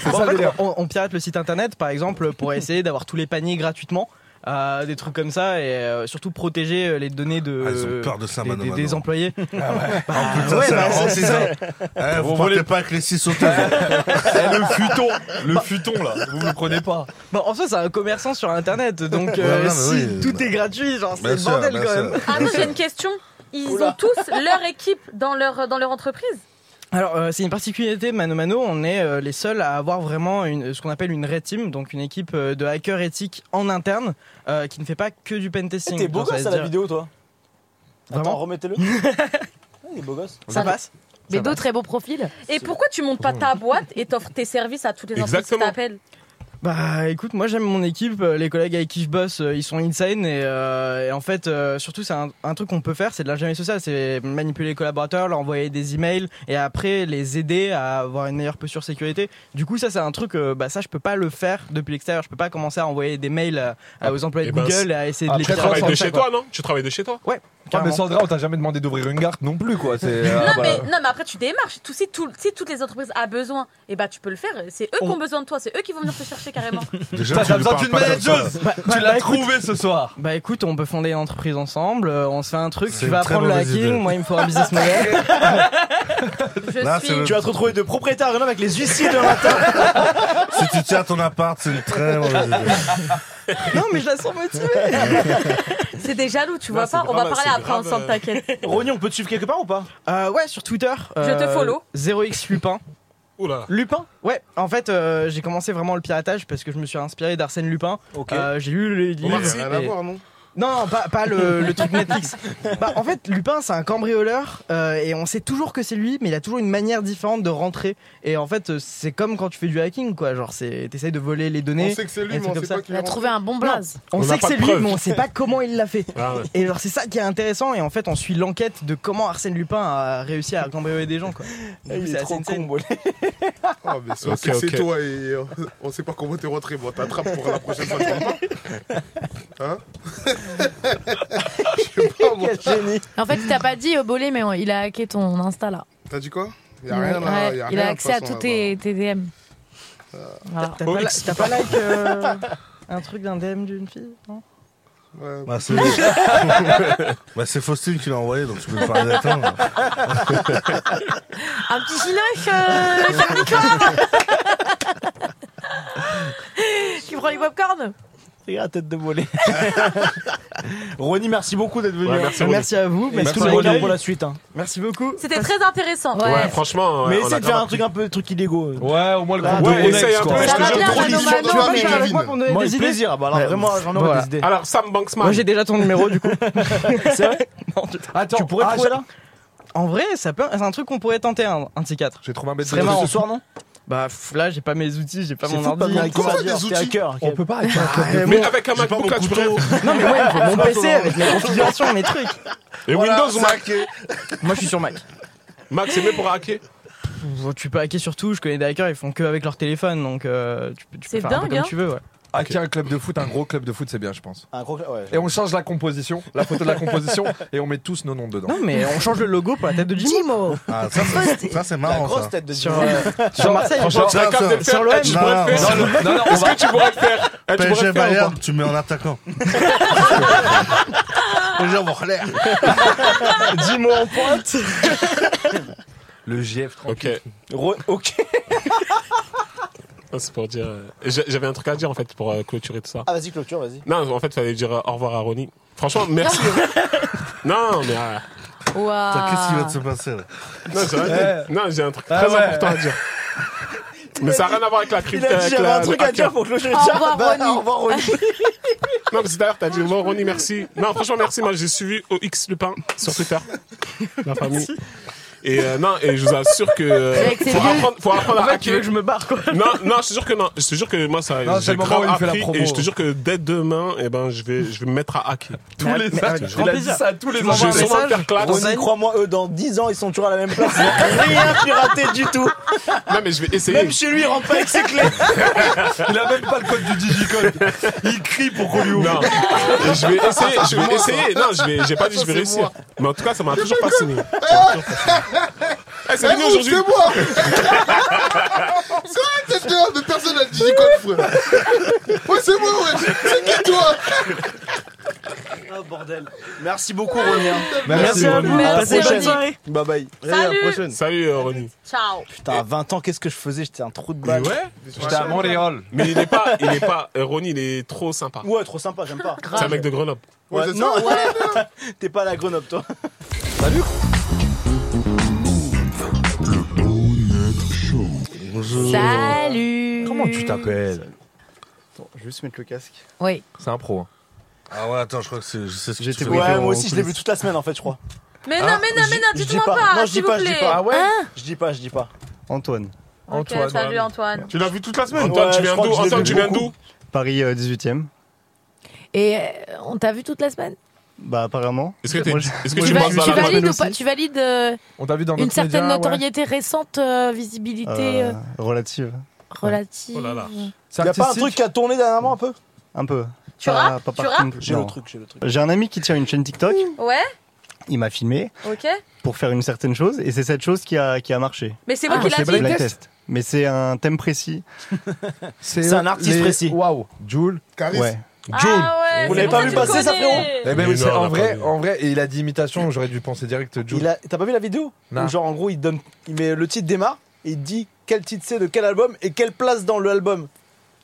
Speaker 6: C'est ça
Speaker 9: Bon, en
Speaker 6: le
Speaker 9: fait,
Speaker 6: délire.
Speaker 9: on, on pirate le site internet, par exemple, pour essayer d'avoir tous les paniers gratuitement. euh, des trucs comme ça. Et euh, surtout protéger euh, les données de,
Speaker 8: Ah, ils ont peur de ça,
Speaker 9: des-
Speaker 8: Mano
Speaker 9: des-
Speaker 8: Mano.
Speaker 9: des employés. Bah,
Speaker 8: Ah, putain, c'est la honte, c'est ça. Eh, vous
Speaker 6: Vous voulez-
Speaker 8: partez pas avec les six sauteurs.
Speaker 6: Eh, le futon, le futon là, vous le prenez pas.
Speaker 9: Bon, Bah. en soi, c'est un commerçant sur internet, donc euh,
Speaker 8: Ouais, non,
Speaker 9: si
Speaker 8: mais oui. bah.
Speaker 9: tout est gratuit, genre c'est
Speaker 8: Bien
Speaker 9: le
Speaker 8: sûr,
Speaker 9: bordel
Speaker 8: bien
Speaker 9: quand
Speaker 8: sûr. Ah
Speaker 9: même.
Speaker 4: Attends, Ah j'ai une question. Ils ont tous leur équipe dans leur, dans leur entreprise
Speaker 9: Alors, euh, c'est une particularité de Mano Mano, on est euh, les seuls à avoir vraiment une, ce qu'on appelle une red team, donc une équipe euh, de hackers éthiques en interne euh, qui ne fait pas que du pentesting.
Speaker 2: Eh, T'es beau
Speaker 9: Genre, ça
Speaker 2: gosse
Speaker 9: veut
Speaker 2: à la
Speaker 9: dire-
Speaker 2: vidéo, toi Attends,
Speaker 9: Vraiment
Speaker 2: remettez-le. Il est beau gosse.
Speaker 9: Ça passe
Speaker 5: Mais d'autres très beaux profils.
Speaker 4: Et pourquoi tu montes pas ta boîte et t'offres tes services à toutes les entreprises qui
Speaker 3: Exactement.
Speaker 4: t'appellent
Speaker 9: Bah écoute, moi j'aime mon équipe, euh, les collègues avec qui je bosse, euh, ils sont insane et, euh, et en fait, euh, surtout c'est un, un truc qu'on peut faire, c'est de l'ingénierie sociale, c'est manipuler les collaborateurs, leur envoyer des emails et après les aider à avoir une meilleure posture sécurité. Du coup, ça c'est un truc, euh, bah ça je peux pas le faire depuis l'extérieur, je peux pas commencer à envoyer des mails euh, à- aux employés
Speaker 3: Eh
Speaker 9: de
Speaker 3: ben,
Speaker 9: Google et à essayer de
Speaker 3: Tu
Speaker 6: Ah, après,
Speaker 9: les pirater
Speaker 3: travailles
Speaker 9: comme
Speaker 3: de
Speaker 9: ça,
Speaker 3: chez
Speaker 9: quoi.
Speaker 3: toi, non Tu travailles de chez toi
Speaker 6: Ah, mais
Speaker 9: Carrément.
Speaker 6: Sandra, on t'a jamais demandé d'ouvrir une carte non plus quoi. C'est, euh,
Speaker 4: non,
Speaker 6: bah,
Speaker 4: mais, non, mais après, tu démarches. Tout, si, tout- si toutes les entreprises ont besoin, et bah, tu peux le faire. C'est eux qui ont besoin de toi. C'est eux qui vont venir te chercher carrément.
Speaker 8: Déjà,
Speaker 6: Putain,
Speaker 8: tu
Speaker 6: t'as
Speaker 8: ne
Speaker 6: besoin
Speaker 8: parles
Speaker 6: d'une
Speaker 8: pas comme ça.
Speaker 6: manageuse. Tu l'as trouvée ce soir.
Speaker 9: Bah écoute, on peut fonder une entreprise ensemble, euh, on se fait un truc,
Speaker 8: C'est
Speaker 9: tu vas
Speaker 8: une très
Speaker 9: apprendre le
Speaker 8: mauvaise
Speaker 9: hacking,
Speaker 8: idée.
Speaker 9: moi il me faut un business model.
Speaker 4: Je
Speaker 8: Là,
Speaker 4: suis.
Speaker 8: c'est le-
Speaker 2: Tu vas te retrouver de propriétaire Renan avec les huissiers demain matin.
Speaker 8: Si tu tiens ton appart, c'est une très mauvaise idée.
Speaker 9: non mais je la sens motivée.
Speaker 4: C'est des jaloux, tu
Speaker 3: Non,
Speaker 4: vois
Speaker 3: c'est
Speaker 4: pas On va
Speaker 3: grave,
Speaker 4: parler
Speaker 3: c'est
Speaker 4: après
Speaker 3: grave,
Speaker 4: ensemble,
Speaker 3: euh.
Speaker 4: t'inquiète.
Speaker 2: Ronnie, on peut te suivre quelque part ou pas
Speaker 9: Euh, ouais, sur Twitter.
Speaker 4: Je te
Speaker 9: euh,
Speaker 4: follow.
Speaker 9: 0x Lupin.
Speaker 3: Oula.
Speaker 9: Lupin Ouais, en fait, euh, j'ai commencé vraiment le piratage parce que je me suis inspiré d'Arsène Lupin.
Speaker 2: Ok.
Speaker 9: Euh, j'ai lu les
Speaker 3: Omar
Speaker 9: livres.
Speaker 3: Sy.
Speaker 9: et-
Speaker 7: Rien à voir, non
Speaker 9: Non, non, pas, pas le, le truc Netflix. Bah, en fait, Lupin, c'est un cambrioleur euh, et on sait toujours que c'est lui, mais il a toujours une manière différente de rentrer. Et en fait, euh, c'est comme quand tu fais du hacking, quoi. Genre, c'est- t'essayes de voler les
Speaker 7: On
Speaker 9: données.
Speaker 7: sait que c'est
Speaker 9: Et
Speaker 7: lui, mais
Speaker 9: c'est
Speaker 7: on
Speaker 9: comme
Speaker 7: sait
Speaker 9: ça.
Speaker 7: pas qui
Speaker 5: Il
Speaker 7: l'a
Speaker 5: a trouvé un bon blaze.
Speaker 9: On,
Speaker 3: On n'a
Speaker 9: sait que
Speaker 3: pas
Speaker 9: c'est
Speaker 3: de
Speaker 9: lui,
Speaker 3: preuves.
Speaker 9: mais on sait pas comment il l'a fait.
Speaker 3: Ah ouais.
Speaker 9: Et genre, c'est ça qui est intéressant. Et en fait, on suit l'enquête de comment Arsène Lupin a réussi à cambrioler des gens, quoi. Du coup,
Speaker 2: Il
Speaker 9: c'est
Speaker 2: est
Speaker 9: assez
Speaker 2: trop
Speaker 9: insane.
Speaker 2: con, Bolé.
Speaker 7: Ah, mais c'est
Speaker 3: Ok,
Speaker 7: c'est- c'est
Speaker 3: ok.
Speaker 7: toi et euh, on sait pas comment t'es rentré. Bon, t'attrapes pour la prochaine fois. tu vois pas Hein Je sais pas, moi.
Speaker 9: Quel génie.
Speaker 5: En fait, il t'a pas dit euh, Bolé, mais on- il a hacké ton Insta là.
Speaker 7: T'as dit quoi Y'a rien
Speaker 5: Ouais,
Speaker 7: là. y a
Speaker 5: il
Speaker 7: rien,
Speaker 5: a
Speaker 7: de
Speaker 5: accès à
Speaker 7: toute
Speaker 5: tous
Speaker 7: façon,
Speaker 5: tes, tes DM. Voilà.
Speaker 9: Ah, T'as pas, t'as pas like euh, un truc d'un DM d'une fille non
Speaker 7: là-bas. Ouais.
Speaker 8: Bah, c'est Bah, c'est Faustine qui l'a envoyé, donc tu peux parler d'atteindre.
Speaker 5: Un petit ginoche, euh, Jacques Nicolas Tu prends les popcorn
Speaker 2: Regarde la tête de Bolé. Ronny, merci beaucoup d'être venu.
Speaker 3: Ouais, merci, Ronny.
Speaker 9: Merci à vous, merci,
Speaker 2: Merci,
Speaker 9: pour
Speaker 2: Ronny,
Speaker 9: l'accueil.
Speaker 2: pour la suite. hein.
Speaker 9: Merci beaucoup.
Speaker 4: C'était très intéressant.
Speaker 3: Ouais, franchement.
Speaker 2: Mais
Speaker 3: on a
Speaker 2: essaye de faire
Speaker 3: grave
Speaker 2: un truc un peu truc illégaux.
Speaker 6: Ouais, au moins le
Speaker 2: Là,
Speaker 6: groupe de
Speaker 3: ouais, essaye
Speaker 6: Rolex,
Speaker 3: un
Speaker 6: quoi.
Speaker 3: peu, je
Speaker 5: Ça
Speaker 3: te
Speaker 5: va
Speaker 3: jure.
Speaker 5: bien,
Speaker 7: trop
Speaker 5: Mano
Speaker 7: mission, tu
Speaker 5: Mano
Speaker 7: vois, mais-
Speaker 5: mais-
Speaker 9: avec moi pour me donner
Speaker 2: Moi,
Speaker 9: des
Speaker 2: avec
Speaker 9: idées.
Speaker 2: plaisir. Bah, alors,
Speaker 9: Ouais.
Speaker 2: vraiment, j'en aurais
Speaker 9: Voilà.
Speaker 2: des idées.
Speaker 3: Alors, Sam Banksman.
Speaker 9: Moi j'ai déjà ton numéro du coup. C'est vrai
Speaker 6: Attends,
Speaker 2: tu pourrais
Speaker 6: ah,
Speaker 2: trouver
Speaker 6: j'ai-
Speaker 2: là
Speaker 9: En vrai, ça peut... c'est un truc qu'on pourrait tenter un, un de ces quatre.
Speaker 6: J'ai trouvé un bête
Speaker 9: Serait
Speaker 6: de-
Speaker 9: marrant.
Speaker 2: ce soir, non
Speaker 9: Bah pff, là, j'ai pas mes outils, j'ai pas
Speaker 2: C'est
Speaker 9: mon
Speaker 2: fou de pas
Speaker 9: ordi.
Speaker 2: venir avec
Speaker 7: Comment
Speaker 2: ça,
Speaker 7: ça,
Speaker 2: dire,
Speaker 7: des
Speaker 2: t'es
Speaker 7: outils
Speaker 2: hacker.
Speaker 6: On peut pas avec un code.
Speaker 9: Mais
Speaker 3: Mais
Speaker 9: mon-
Speaker 3: avec un
Speaker 7: J'ai pas
Speaker 3: MacBook,
Speaker 7: mon
Speaker 3: là, tu pourrais.
Speaker 7: couteau.
Speaker 9: Non mais ouais, il faut mon PC avec la configuration, mes trucs.
Speaker 3: Et
Speaker 7: Voilà,
Speaker 3: Windows ou Mac
Speaker 7: c'est hacké.
Speaker 9: Moi, je suis sur Mac.
Speaker 3: Mac, c'est mieux pour hacker.
Speaker 9: Pff, Tu peux hacker sur tout. Je connais des hackers, ils font que avec leur téléphone, donc euh, tu peux, tu peux
Speaker 4: C'est
Speaker 9: faire un peu
Speaker 4: dingue,
Speaker 9: comme
Speaker 4: hein.
Speaker 9: tu veux. Ouais.
Speaker 6: Hacker un club de foot, un gros club de foot, c'est bien, je pense.
Speaker 2: Un gros- ouais.
Speaker 6: Et on change la composition, la photo de la composition, et on met tous nos noms dedans.
Speaker 9: Non mais on change le logo pour la tête de Jimmy.
Speaker 8: Ah, ça, c'est- ça, c'est marrant, ça.
Speaker 2: tête de
Speaker 9: Sur, euh, sur Marseille.
Speaker 3: Franchement, tu
Speaker 8: ça,
Speaker 3: serais capable de le
Speaker 9: sur
Speaker 3: faire.
Speaker 9: l'OM,
Speaker 3: Eh, Tu pourrais
Speaker 8: non,
Speaker 3: le faire.
Speaker 6: Non, le- non, non, on va-
Speaker 3: Tu pourrais le faire. Eh, Tu pourrais
Speaker 8: PSG
Speaker 3: le faire. ou
Speaker 8: Bayern, tu mets en attaquant. Les gens vont l'air.
Speaker 9: Dis-moi en pointe.
Speaker 6: Le GF
Speaker 3: pas Ok.
Speaker 2: Ro- Ok.
Speaker 3: Ah, C'est pour dire. euh, j'a- J'avais un truc à dire en fait pour euh, clôturer tout ça.
Speaker 2: Ah, vas-y, clôture, vas-y.
Speaker 3: Non, en fait, fallait dire euh, au revoir à Ronnie. Franchement, merci. non, mais. euh,
Speaker 8: Putain, Qu'est-ce qui
Speaker 4: Waouh.
Speaker 8: va
Speaker 5: Ah.
Speaker 8: se passer là
Speaker 3: non, j'ai rien dit. Non, j'ai un truc
Speaker 6: Ah
Speaker 3: très
Speaker 6: ouais.
Speaker 3: important à dire. Mais ça n'a rien à voir avec la crypte.
Speaker 2: Il a dit,
Speaker 3: avec
Speaker 2: j'avais
Speaker 3: la-
Speaker 2: un truc
Speaker 3: le
Speaker 2: à dire
Speaker 3: hacker.
Speaker 2: pour clôturer.
Speaker 4: Au revoir,
Speaker 2: Bah,
Speaker 4: Ronny.
Speaker 2: Au revoir, Ronny.
Speaker 3: Non, parce que d'ailleurs, t'as dit, bon, Ronnie, merci. Non, franchement, merci. Moi, j'ai suivi OX Lupin sur Twitter. La famille. Et euh, non, et je vous assure que. euh,
Speaker 5: Avec ses
Speaker 3: faut,
Speaker 5: yeux.
Speaker 3: apprendre, faut apprendre
Speaker 9: En
Speaker 3: à
Speaker 9: fait, tu veux
Speaker 3: hacker.
Speaker 9: que je me barre quoi.
Speaker 3: Non, non, je te jure que non. Je te jure que moi, ça.
Speaker 6: Non, c'est
Speaker 3: j'ai
Speaker 6: le moment
Speaker 3: grave
Speaker 6: où il fait la
Speaker 3: appris
Speaker 6: promo.
Speaker 3: Et je te jure que dès demain, eh ben, je vais, je vais me mettre à hacker.
Speaker 6: Tous les
Speaker 9: mais
Speaker 6: ans,
Speaker 9: avec grand
Speaker 6: il a dit
Speaker 9: plaisir.
Speaker 6: ça à tous les
Speaker 9: Tu
Speaker 6: ans.
Speaker 9: m'envoies
Speaker 3: Je
Speaker 9: un
Speaker 3: vais sûrement me faire classe.
Speaker 2: Ronny, crois-moi, eux, dans 10 ans, ils sont toujours à la même place. Ils ont Rien piraté du tout.
Speaker 3: Non, mais je vais essayer.
Speaker 2: Même chez lui, il rentre pas avec ses clés.
Speaker 6: Il a même pas le code du digicode. Il crie pour qu'on lui ouvre. Ah,
Speaker 3: Non, Et je vais essayer, je vais essayer. Non, je vais, j'ai pas dit je vais
Speaker 7: c'est
Speaker 3: réussir.
Speaker 7: moi.
Speaker 3: Mais en tout cas, ça m'a toujours fasciné. Ça m'a toujours fasciné. Eh, c'est
Speaker 7: Eh,
Speaker 3: fini
Speaker 7: non, C'est
Speaker 3: aujourd'hui.
Speaker 7: moi C'est vrai, c'est de personne a dit quoi, frère Ouais, c'est moi, ouais C'est qui toi
Speaker 2: Oh, bordel. Merci beaucoup, Ronny. hein.
Speaker 6: Merci,
Speaker 9: à
Speaker 6: Ronnie.
Speaker 9: vous.
Speaker 4: Merci,
Speaker 9: Passez une bonne
Speaker 4: Ronnie.
Speaker 9: soirée.
Speaker 2: Bye bye.
Speaker 9: à la
Speaker 4: Salut.
Speaker 9: prochaine.
Speaker 3: Salut euh, Ronnie.
Speaker 4: Ciao.
Speaker 2: Putain, à 20 ans, qu'est-ce que je faisais J'étais un trou de
Speaker 6: Mais
Speaker 2: balle.
Speaker 6: ouais, Bah, j'étais à Montréal.
Speaker 3: Mais il est pas, il est pas. euh, Ronnie, il est trop sympa.
Speaker 2: Ouais, trop sympa, j'aime pas.
Speaker 3: C'est un mec de Grenoble.
Speaker 2: Ouais,
Speaker 7: Ouais, c'est
Speaker 2: non,
Speaker 7: ça.
Speaker 2: t'es pas à la Grenoble, toi.
Speaker 5: Salut.
Speaker 6: Comment tu t'appelles
Speaker 9: Attends, je vais juste mettre le casque.
Speaker 5: Oui.
Speaker 6: C'est un pro. hein.
Speaker 8: Ah ouais, attends, je crois que c'est. je sais ce que
Speaker 6: J'étais
Speaker 8: tu veux
Speaker 2: Ouais,
Speaker 6: Ouais,
Speaker 8: faire en
Speaker 2: moi aussi, je l'ai vu
Speaker 8: coulisses.
Speaker 2: toute la semaine, en fait, je crois. Hein
Speaker 4: Mais
Speaker 10: Ah,
Speaker 4: non, mais non, mais non,
Speaker 2: je dis
Speaker 4: dites-moi
Speaker 2: pas.
Speaker 4: pas,
Speaker 2: Non, je dis
Speaker 4: s'il vous
Speaker 2: pas, je dis
Speaker 4: plaît. Hein
Speaker 2: pas.
Speaker 6: Ah ouais
Speaker 2: Je dis pas, je dis pas.
Speaker 9: Antoine,
Speaker 4: Ok,
Speaker 6: Antoine.
Speaker 4: salut Antoine.
Speaker 7: Tu l'as vu toute la semaine
Speaker 3: Antoine,
Speaker 2: Ouais,
Speaker 3: tu
Speaker 2: je
Speaker 3: viens
Speaker 2: crois
Speaker 3: d'où
Speaker 2: que je l'ai
Speaker 3: Antoine,
Speaker 2: vu
Speaker 3: tu viens
Speaker 2: beaucoup.
Speaker 3: d'où
Speaker 9: Paris 18ème.
Speaker 5: Et euh, on t'a vu toute la semaine
Speaker 9: Bah apparemment.
Speaker 3: Est-ce que, t'es- est-ce que
Speaker 5: tu,
Speaker 3: tu
Speaker 5: va-
Speaker 3: penses
Speaker 5: tu
Speaker 3: à la
Speaker 5: valides
Speaker 9: semaine
Speaker 5: ou pas
Speaker 9: aussi.
Speaker 5: Tu valides euh,
Speaker 6: On t'a vu dans
Speaker 5: une
Speaker 6: notre
Speaker 5: certaine
Speaker 6: média, ouais.
Speaker 5: notoriété récente, euh, visibilité euh,
Speaker 9: Relative.
Speaker 5: relative.
Speaker 3: Oh là là.
Speaker 6: C'est
Speaker 2: Y a pas un
Speaker 6: artistique.
Speaker 2: truc qui a tourné dernièrement un peu
Speaker 9: Un peu.
Speaker 4: Tu rappes Tu rappes
Speaker 2: J'ai le truc, j'ai le truc.
Speaker 9: J'ai un ami qui tient une chaîne TikTok.
Speaker 4: Ouais,
Speaker 9: Il m'a filmé
Speaker 4: ok.
Speaker 9: pour faire une certaine chose et c'est cette chose qui a, qui a marché.
Speaker 4: Mais c'est moi qui l'a
Speaker 9: c'est
Speaker 4: dit.
Speaker 9: blind test. Mais c'est un thème précis.
Speaker 2: C'est un artiste
Speaker 6: les-
Speaker 2: précis.
Speaker 6: Waouh, Jules.
Speaker 7: Caris
Speaker 9: Ouais.
Speaker 4: Ah ouais,
Speaker 2: Vous
Speaker 4: c'est
Speaker 2: l'avez
Speaker 4: pour
Speaker 2: pas
Speaker 4: que
Speaker 2: vu
Speaker 4: tu
Speaker 2: passer, ça,
Speaker 4: connais.
Speaker 2: frérot
Speaker 6: Eh ben
Speaker 3: Mais
Speaker 6: oui, c'est
Speaker 3: non, on
Speaker 6: en
Speaker 3: l'a pas
Speaker 6: vrai,
Speaker 3: vu.
Speaker 6: en vrai, et il a dit imitation, j'aurais dû penser direct Jules.
Speaker 2: Il a- T'as pas vu la vidéo
Speaker 6: Non.
Speaker 2: Où Genre, en gros, il donne, il met le titre démarre et il dit quel titre c'est de quel album et quelle place dans le album.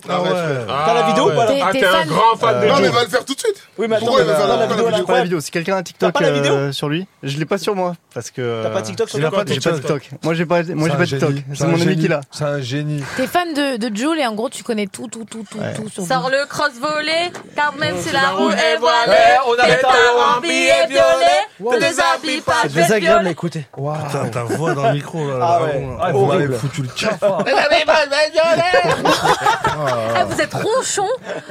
Speaker 7: Ah ouais.
Speaker 2: T'as la vidéo ou pas, là
Speaker 5: T'es-
Speaker 3: Ah,
Speaker 5: t'es
Speaker 3: t'es un
Speaker 5: fan
Speaker 3: grand fan de
Speaker 7: Non, mais
Speaker 3: Joe.
Speaker 7: va le faire tout de suite.
Speaker 2: Oui, mais attends,
Speaker 7: Pourquoi il va faire
Speaker 2: t'as
Speaker 7: la
Speaker 2: la vidéo, là,
Speaker 7: vidéo
Speaker 10: J'ai pas la
Speaker 2: incroyable.
Speaker 10: vidéo. Si quelqu'un a un TikTok
Speaker 2: pas la vidéo
Speaker 10: euh, sur lui, je l'ai pas sur moi parce que.
Speaker 2: T'as pas
Speaker 10: euh,
Speaker 2: TikTok sur
Speaker 10: j'ai
Speaker 2: toi,
Speaker 10: pas-
Speaker 2: toi,
Speaker 10: J'ai pas
Speaker 2: toi, toi.
Speaker 10: TikTok. Moi j'ai pas. Moi j'ai pas TikTok. C'est mon ami qui l'a.
Speaker 6: C'est un génie.
Speaker 5: T'es fan de, de Jules et en gros tu connais tout, tout, tout, tout, tout sur
Speaker 4: Sors
Speaker 5: lui.
Speaker 4: le cross-volet, car même si la
Speaker 3: la
Speaker 4: roue
Speaker 3: roue
Speaker 4: est
Speaker 3: est
Speaker 4: voilée,
Speaker 6: Eh, on
Speaker 4: t'es
Speaker 6: arrête
Speaker 4: un
Speaker 6: là.
Speaker 4: billet violet, te déshabille pas,
Speaker 2: C'est
Speaker 4: je vais te
Speaker 2: désagréable à
Speaker 4: violer.
Speaker 2: écouter.
Speaker 8: Putain, ta voix dans le micro, là.
Speaker 2: Ah
Speaker 8: vraiment,
Speaker 2: ouais.
Speaker 8: là.
Speaker 6: Ah, vous m'avez foutu le cafard.
Speaker 4: Eh, vous êtes ronchon,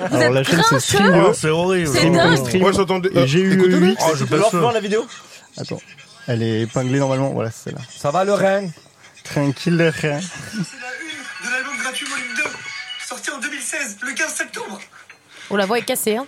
Speaker 4: vous
Speaker 10: Alors, la
Speaker 4: êtes
Speaker 10: chaîne, c'est
Speaker 4: grincheux.
Speaker 8: Oh, c'est horrible.
Speaker 4: C'est dingue.
Speaker 10: Stream.
Speaker 7: Moi, j'entendais.
Speaker 10: Et j'ai eu
Speaker 7: écoutez-le.
Speaker 10: huit.
Speaker 8: Oh, je
Speaker 2: Tu
Speaker 8: passe
Speaker 2: leur prends
Speaker 8: ça.
Speaker 2: la vidéo
Speaker 10: Attends. Elle est épinglée normalement. Voilà, c'est là.
Speaker 6: Ça va le rein
Speaker 10: Tranquille, rien.
Speaker 1: De l'album gratuit volume 2, sorti en 2016, le 15 septembre.
Speaker 5: Oh, la voix est cassée, hein.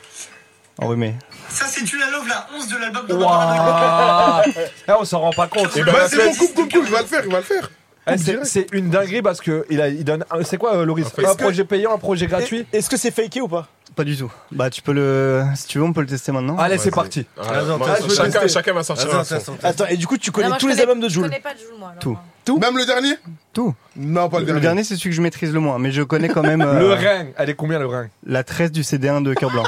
Speaker 10: Oh oui, mais.
Speaker 1: Ça, c'est Tu la Love, la 11 de l'album de
Speaker 6: Waouh Eh, On s'en rend pas compte.
Speaker 7: Bah, c'est bon, coupe, coupe, coupe, il va le faire, il va le faire.
Speaker 6: Eh, c'est- C'est une dinguerie parce que il, a- il donne. un- C'est quoi, euh, Loris Un
Speaker 2: que-
Speaker 6: projet payant, un projet gratuit
Speaker 2: Et- Est-ce que c'est faké ou pas
Speaker 10: Pas du tout. Bah, tu peux le. Si tu veux, on peut le tester maintenant.
Speaker 6: Allez, c'est parti.
Speaker 3: Ah,
Speaker 8: Attends,
Speaker 3: bon,
Speaker 8: attends,
Speaker 7: je vais
Speaker 3: Chacun
Speaker 7: tester.
Speaker 3: chacun va sortir un
Speaker 8: Attends,
Speaker 3: son.
Speaker 8: attends, attends.
Speaker 2: Attends, et du coup, tu
Speaker 5: Non,
Speaker 2: connais
Speaker 5: moi, je
Speaker 2: tous les
Speaker 5: connais-
Speaker 2: albums de
Speaker 5: Je
Speaker 2: Jules
Speaker 5: connais pas de Jules, moi. alors.
Speaker 10: Tout.
Speaker 7: Même le dernier
Speaker 10: Tout.
Speaker 7: Non, pas le
Speaker 10: Le
Speaker 7: dernier.
Speaker 10: dernier, c'est celui que je maîtrise le moins, mais je connais quand même euh,
Speaker 6: Le rein. Elle est combien, le rein
Speaker 10: la tresse du CD1 de Cœur Blanc.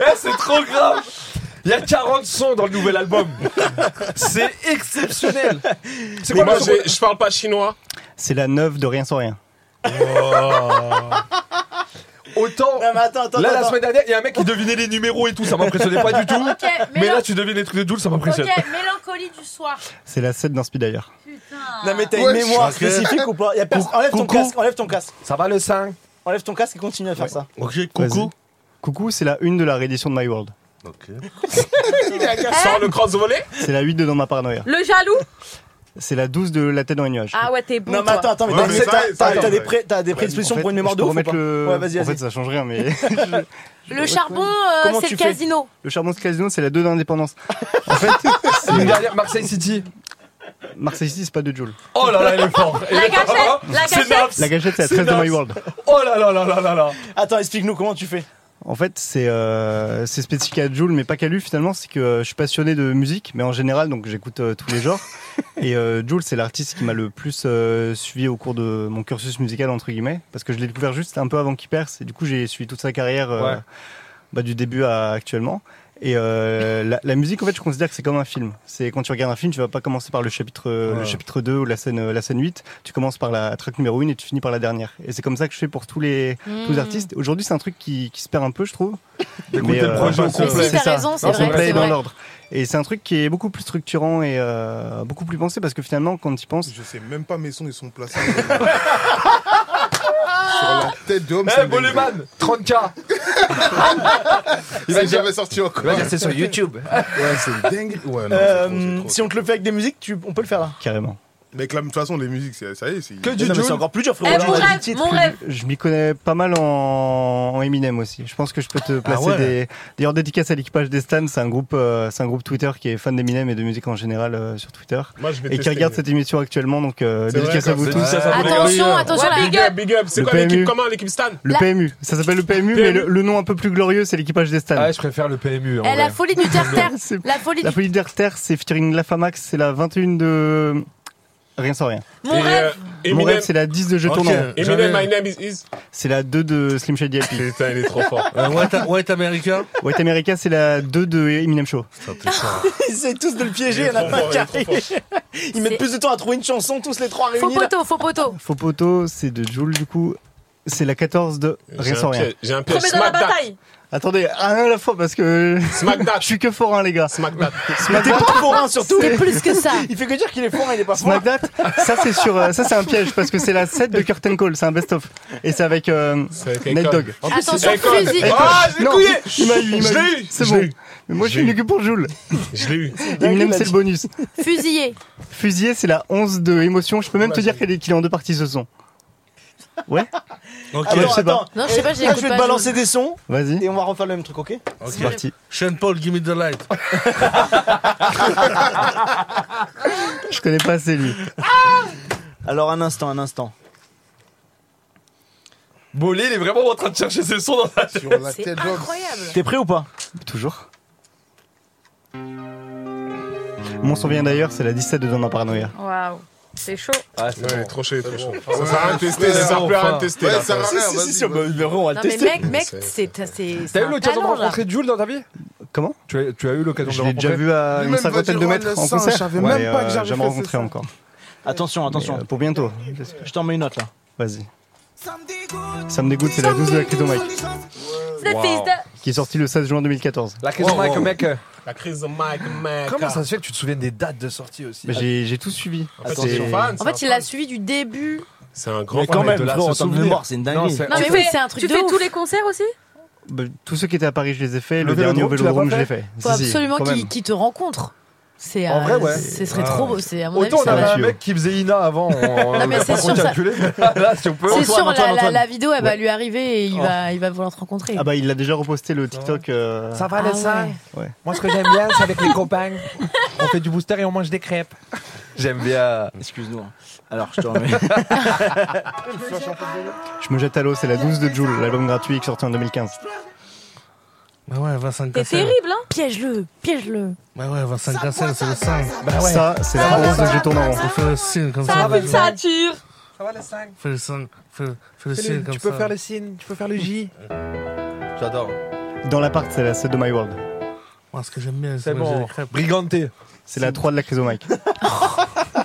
Speaker 6: Eh, c'est trop grave Il y a 40 sons dans le nouvel album. C'est exceptionnel. C'est
Speaker 3: Mais
Speaker 6: quoi
Speaker 3: moi,
Speaker 6: le
Speaker 3: j'ai- je parle pas chinois.
Speaker 10: C'est la 9 de Rien sans Rien.
Speaker 6: Oh. Autant.
Speaker 2: Non, mais attends, attends,
Speaker 6: Là, la
Speaker 2: attends.
Speaker 6: semaine dernière, il y a un mec qui devinait les numéros et tout, ça m'impressionnait pas du tout.
Speaker 5: Ok,
Speaker 6: Mais là,
Speaker 5: mélan-
Speaker 6: tu devines les trucs de Jules, ça m'impressionne.
Speaker 5: Eh, Ok, mélancolie du soir.
Speaker 10: C'est la 7 d'un Speed d'ailleurs.
Speaker 4: Ah.
Speaker 2: Non, mais t'as une
Speaker 7: Ouais,
Speaker 2: mémoire
Speaker 8: je suis
Speaker 2: spécifique ou pas Y a personne- Enlève ton
Speaker 8: coucou.
Speaker 2: casque, enlève ton casque.
Speaker 6: Ça va le 5
Speaker 2: Enlève ton casque et continue à faire ça.
Speaker 8: Ok, coucou.
Speaker 10: Coucou, c'est la 1 de la réédition de My World.
Speaker 8: Ok.
Speaker 3: Sors le cross-volet.
Speaker 10: C'est la 8 de Dans ma paranoïa.
Speaker 4: Le jaloux
Speaker 10: C'est la 12 de La tête dans les nuages.
Speaker 4: Ah ouais, t'es bon.
Speaker 2: Non, mais
Speaker 4: toi.
Speaker 2: attends, attends, mais
Speaker 7: Ouais,
Speaker 2: t'as-
Speaker 7: mais ça,
Speaker 2: t'as- t'as-
Speaker 7: ça,
Speaker 2: t'as
Speaker 7: ouais.
Speaker 2: des pré- t'as des
Speaker 10: En
Speaker 2: prédispositions
Speaker 10: fait,
Speaker 2: pour une mémoire
Speaker 10: je
Speaker 2: de
Speaker 10: peux
Speaker 2: ouf ou
Speaker 10: remettre
Speaker 2: pas
Speaker 10: le-
Speaker 2: Ouais, vas-y,
Speaker 10: En fait,
Speaker 2: vas-y.
Speaker 10: ça change rien, mais
Speaker 5: Le charbon, euh,
Speaker 2: Comment
Speaker 5: c'est
Speaker 2: tu
Speaker 5: le
Speaker 2: fais
Speaker 5: casino.
Speaker 10: le charbon de casino, c'est la 2 d'indépendance. En fait,
Speaker 6: Une dernière, Marseille City.
Speaker 10: Marseille City, c'est pas de Joule.
Speaker 6: Oh là là, il est fort. Il
Speaker 4: La
Speaker 6: est fort.
Speaker 4: gâchette, la
Speaker 6: C'est
Speaker 4: gâchette.
Speaker 6: naze.
Speaker 10: La gâchette, c'est la
Speaker 6: C'est
Speaker 10: 13 de
Speaker 6: naze.
Speaker 10: My World.
Speaker 6: Oh là là là là là là.
Speaker 2: Attends, explique-nous comment tu fais.
Speaker 10: En fait, c'est euh, c'est spécifique à Joule, mais pas qu'à lui finalement. C'est que euh, je suis passionné de musique, mais en général, donc j'écoute euh, tous les genres. Et euh, Joule, c'est l'artiste qui m'a le plus euh, suivi au cours de mon cursus musical entre guillemets, parce que je l'ai découvert juste un peu avant qu'il perce. Et du coup, j'ai suivi toute sa carrière, euh,
Speaker 6: Ouais.
Speaker 10: bah, du début à actuellement. Et euh, la, la musique, en fait, je considère que c'est comme un film. C'est quand tu regardes un film, tu vas pas commencer par le chapitre euh, le
Speaker 8: Ouais.
Speaker 10: chapitre 2 ou la scène euh, la scène 8. Tu commences par la track numéro 1 et tu finis par la dernière. Et c'est comme ça que je fais pour tous les tous
Speaker 5: Hmm.
Speaker 10: les artistes. Aujourd'hui, c'est un truc qui, qui se perd un peu, je trouve. euh,
Speaker 6: Écoutez le projet au
Speaker 5: Mais
Speaker 6: complet.
Speaker 5: si, t'as
Speaker 10: ça.
Speaker 5: raison, c'est
Speaker 10: Au complet
Speaker 5: vrai.
Speaker 10: et
Speaker 5: c'est
Speaker 10: dans
Speaker 5: vrai.
Speaker 10: l'ordre. Et c'est un truc qui est beaucoup plus structurant et euh, beaucoup plus pensé parce que finalement, quand tu y penses,
Speaker 7: Je sais même pas mes sons, ils sont placés. Sur la tête de homme.
Speaker 6: Eh,
Speaker 7: ça me
Speaker 6: Boleman, 30K.
Speaker 7: Il va jamais sorti encore.
Speaker 6: Là, c'est sur YouTube.
Speaker 7: Ouais, c'est dingue. Ouais, non,
Speaker 2: Euh,
Speaker 7: c'est trop, c'est
Speaker 2: Si on te le fait avec des musiques, tu- on peut le faire là.
Speaker 10: carrément.
Speaker 7: trop. Mec, là, de toute façon, les musiques, c'est- ça y est, c'est.
Speaker 6: Que du
Speaker 2: Non, mais c'est
Speaker 6: Jules.
Speaker 2: encore plus dur,
Speaker 4: Eh,
Speaker 2: frérot. là,
Speaker 4: mon
Speaker 2: on a dit-
Speaker 4: rêve, mon rêve.
Speaker 10: Je m'y connais pas mal en, en Eminem aussi. Je pense que je peux
Speaker 3: Ah
Speaker 10: te placer
Speaker 8: ouais.
Speaker 10: des. D'ailleurs, dédicace à l'équipage des stands. C'est un groupe, euh, c'est un groupe Twitter qui est fan d'Eminem et de musique en général euh, sur Twitter
Speaker 3: Moi, je vais
Speaker 10: et qui
Speaker 3: tester.
Speaker 10: regarde cette émission actuellement. Donc, euh,
Speaker 3: C'est vrai,
Speaker 10: dédicace à
Speaker 3: comme
Speaker 10: vous
Speaker 3: c'est
Speaker 10: tous.
Speaker 3: dit, ça, ça vaut les gars.
Speaker 5: Attention, attention,
Speaker 3: Ouais,
Speaker 5: la
Speaker 3: big up, big up. C'est
Speaker 10: Le
Speaker 3: quoi l'équipe
Speaker 10: PMU.
Speaker 3: Comment l'équipe Stan
Speaker 10: Le
Speaker 5: La-
Speaker 10: PMU, ça s'appelle le PMU, mais le, le nom un peu plus glorieux, c'est l'équipage des stands.
Speaker 6: Ah, je préfère le PMU. en
Speaker 5: Eh, la
Speaker 6: vrai.
Speaker 5: folie du terre-terre.
Speaker 10: C'est-
Speaker 5: La folie
Speaker 10: La
Speaker 5: du
Speaker 10: folie d'Artère, c'est featuring La Famax, c'est la 21 de. Rien sans rien.
Speaker 4: Mon
Speaker 3: Et,
Speaker 4: rêve.
Speaker 3: euh,
Speaker 10: Mon
Speaker 3: Eminem,
Speaker 10: rêve, c'est la 10 de Je
Speaker 8: Ok.
Speaker 10: tourne en rond.
Speaker 3: Eminem,
Speaker 8: Jamais.
Speaker 3: my name is is.
Speaker 10: C'est la 2 de Slim Shady LP.
Speaker 3: Putain, il est trop fort.
Speaker 8: Euh, White, White America.
Speaker 10: White America, c'est la 2 de Eminem Show.
Speaker 8: Putain, t'es fort.
Speaker 2: Ils essayent tous de le piéger, il y en
Speaker 3: Il est
Speaker 2: a
Speaker 3: trop
Speaker 2: pas
Speaker 3: fort,
Speaker 2: qui
Speaker 3: il est trop
Speaker 2: arrive. Ils
Speaker 4: C'est-
Speaker 2: mettent plus de temps à trouver une chanson, tous les trois
Speaker 5: faux
Speaker 2: réunis. là.
Speaker 5: poteau, faux poteau.
Speaker 10: Faux poteau, c'est de Joule, du coup. C'est la 14 de
Speaker 3: J'ai
Speaker 10: Rien
Speaker 3: un
Speaker 10: sans rien.
Speaker 3: piège. J'ai un piège.
Speaker 4: Premier dans la
Speaker 3: Smack that.
Speaker 4: bataille.
Speaker 10: Attendez, un à la fois parce que.
Speaker 3: Smack that.
Speaker 10: Je suis que fort, hein, les gars.
Speaker 3: Smack that.
Speaker 2: Mais t'es pas forain surtout.
Speaker 5: T'es plus que ça.
Speaker 2: Il fait que dire qu'il est forain, il est pas forain.
Speaker 10: Smack That, ça c'est sur, euh, ça c'est un piège parce que c'est la 7 de Curtain Call, c'est un best-of. Et c'est avec euh,
Speaker 3: avec
Speaker 10: Nate
Speaker 3: Akon.
Speaker 10: Dogg.
Speaker 5: Attention,
Speaker 3: c'est Akon.
Speaker 5: fusil.
Speaker 3: Ah, je l'ai
Speaker 10: Non,
Speaker 3: couillé.
Speaker 10: il m'a eu, il m'a
Speaker 3: Je l'ai
Speaker 10: eu.
Speaker 3: eu.
Speaker 10: C'est
Speaker 3: Je
Speaker 10: bon.
Speaker 3: l'ai eu.
Speaker 10: Mais moi je suis
Speaker 3: J'ai
Speaker 10: mieux que pour Joule.
Speaker 3: Je l'ai eu.
Speaker 10: Eminem,
Speaker 2: il a
Speaker 10: c'est
Speaker 2: dit.
Speaker 10: le bonus.
Speaker 5: Fusillé.
Speaker 10: Fusillé, c'est la 11 de émotion. Je peux même te dire qu'elle est- qu'il est en deux parties ce son. Ouais,
Speaker 8: Ok.
Speaker 10: Ah, je
Speaker 2: Attends,
Speaker 10: sais pas.
Speaker 2: attends.
Speaker 5: Non, je sais pas, je
Speaker 2: Là,
Speaker 5: l'écoute
Speaker 2: je vais
Speaker 5: pas,
Speaker 2: te
Speaker 5: je-
Speaker 2: balancer des sons
Speaker 10: vas-y.
Speaker 2: et on va refaire le même truc, ok
Speaker 10: C'est parti.
Speaker 8: Sean Paul, give me the light.
Speaker 10: Je connais pas assez lui.
Speaker 2: Alors un instant, un instant.
Speaker 6: Bolé, il est vraiment en train de chercher ses sons dans la
Speaker 7: Sur la
Speaker 5: C'est
Speaker 7: tête d'homme.
Speaker 5: incroyable.
Speaker 2: T'es prêt ou pas
Speaker 10: Toujours. Mon souvenir d'ailleurs, c'est la 17 de Dans ma paranoïa.
Speaker 4: Waouh. C'est chaud.
Speaker 6: Ah, c'est
Speaker 3: Ouais,
Speaker 6: bon.
Speaker 3: trop chaud, trop chaud.
Speaker 7: Ouais,
Speaker 3: Ça sert à rien de tester, ça sert plus à rien de tester.
Speaker 7: Ouais,
Speaker 3: là,
Speaker 7: ça sert à
Speaker 3: ça.
Speaker 7: rien,
Speaker 2: Si,
Speaker 7: vas-y,
Speaker 2: si, si, on va- on va le
Speaker 5: Non, mais
Speaker 2: tester.
Speaker 5: mec, mec,
Speaker 3: C'est-
Speaker 5: c'est. c'est- c'est-
Speaker 11: T'as
Speaker 5: c'est
Speaker 11: eu
Speaker 5: un
Speaker 11: l'occasion de
Speaker 5: talent, là.
Speaker 11: rencontrer Jules dans ta vie
Speaker 10: Comment
Speaker 11: tu as, tu as eu l'occasion de
Speaker 10: Je
Speaker 11: le
Speaker 10: l'ai déjà
Speaker 11: rencontrer
Speaker 10: vu à
Speaker 7: Lui-même
Speaker 10: une
Speaker 7: va
Speaker 10: cinquantaine
Speaker 7: dire,
Speaker 10: de
Speaker 7: oh,
Speaker 10: mètres
Speaker 7: le
Speaker 10: en
Speaker 7: singe,
Speaker 10: concert.
Speaker 7: je savais même
Speaker 10: et,
Speaker 7: pas que
Speaker 10: euh,
Speaker 7: j'avais
Speaker 10: Jamais
Speaker 7: fait
Speaker 10: rencontré
Speaker 7: ça.
Speaker 10: encore.
Speaker 2: Attention, attention.
Speaker 10: Mais, euh, pour bientôt.
Speaker 2: Je t'en mets une note là.
Speaker 10: Vas-y. Ça me dégoûte, c'est la douce de la Crypto Mike,
Speaker 4: C'est le fils de.
Speaker 10: qui est sortie le 16 juin 2014.
Speaker 11: La crise de Mike, mec. euh,
Speaker 3: La crise de Mike, mec.
Speaker 8: Comment ça se fait que tu te souviennes des dates de sortie aussi
Speaker 10: Mais j'ai j'ai tout suivi.
Speaker 3: En fait,
Speaker 10: C'est-
Speaker 3: c'est un fan,
Speaker 5: En
Speaker 3: c'est
Speaker 5: fait,
Speaker 3: un
Speaker 5: il l'a
Speaker 3: fan.
Speaker 5: suivi du début.
Speaker 3: C'est un grand
Speaker 2: Mais
Speaker 3: fan.
Speaker 2: quand même,
Speaker 11: de là,
Speaker 2: frérot, en
Speaker 11: ce
Speaker 2: termes de
Speaker 11: souvenir.
Speaker 2: mémoire, c'est une
Speaker 11: Non,
Speaker 2: dinguerie.
Speaker 11: c'est-
Speaker 5: Non, mais
Speaker 4: tu
Speaker 5: oui,
Speaker 4: fais-
Speaker 5: c'est un truc
Speaker 4: Tu
Speaker 5: de
Speaker 4: fais
Speaker 5: ouf.
Speaker 4: tous les concerts aussi
Speaker 10: bah, Tous ceux qui étaient à Paris, je les ai faits.
Speaker 11: Le
Speaker 10: Le, dernier au
Speaker 11: Vélodrome, tu l'as
Speaker 10: Vélodrome,
Speaker 11: pas
Speaker 10: je l'ai
Speaker 11: fait
Speaker 10: fait.
Speaker 5: Faut
Speaker 10: Si, si,
Speaker 5: absolument
Speaker 10: quand
Speaker 5: qu'il
Speaker 10: même.
Speaker 5: qu'il te rencontre. C'est
Speaker 11: En vrai,
Speaker 5: euh,
Speaker 11: ouais.
Speaker 5: ce serait trop beau. C'est à mon avis,
Speaker 11: Autant on
Speaker 5: ça
Speaker 11: avait
Speaker 5: va.
Speaker 11: un
Speaker 10: Mathieu.
Speaker 11: mec qui faisait Ina avant, on
Speaker 5: Non, mais
Speaker 11: n'avait
Speaker 5: c'est
Speaker 11: pas trop
Speaker 5: sûr, ça-
Speaker 11: calculé. Ah, Là, si on peut.
Speaker 5: C'est
Speaker 11: Antoine,
Speaker 5: sûr, la,
Speaker 11: Antoine,
Speaker 5: la,
Speaker 11: Antoine.
Speaker 5: la vidéo, elle va
Speaker 11: Ouais.
Speaker 5: lui arriver et il,
Speaker 11: Oh.
Speaker 5: va, il va vouloir te rencontrer.
Speaker 10: Ah bah il l'a déjà reposté le TikTok. euh,
Speaker 11: Ah Ça va
Speaker 5: Ah
Speaker 11: les seins
Speaker 10: ouais. Ouais.
Speaker 11: Moi ce que j'aime bien c'est avec les copains. On fait du booster et on mange des crêpes.
Speaker 6: J'aime bien.
Speaker 2: Excuse-nous. hein. Alors, je te remets.
Speaker 8: Bah
Speaker 10: Je me jette à l'eau, c'est la 12 de Joule, l'album gratuit qui sortait en 2015.
Speaker 8: Bah ouais, Vincent
Speaker 4: T'es
Speaker 8: Cassel.
Speaker 4: terrible, hein
Speaker 5: Piège-le, piège-le.
Speaker 8: Bah ouais, Vincent Cassel, c'est le sang.
Speaker 11: Bah ouais.
Speaker 10: Ça, c'est la 11 que je tourne en rond.
Speaker 8: Fais le signe comme
Speaker 4: Ça
Speaker 8: ça.
Speaker 4: pue le ceinture.
Speaker 11: Ça va les seins
Speaker 8: Fais le signe, fais fais le
Speaker 11: Fais le-
Speaker 8: signe comme ça.
Speaker 11: Tu peux faire le signe, tu peux faire le J.
Speaker 6: J'adore.
Speaker 10: Dans l'appart, c'est la 7 de My World.
Speaker 8: Moi, ce que j'aime bien,
Speaker 11: C'est
Speaker 8: c'est manger
Speaker 11: bon.
Speaker 8: des crêpes.
Speaker 11: Briganté.
Speaker 10: C'est la 3 de la crise au Mike.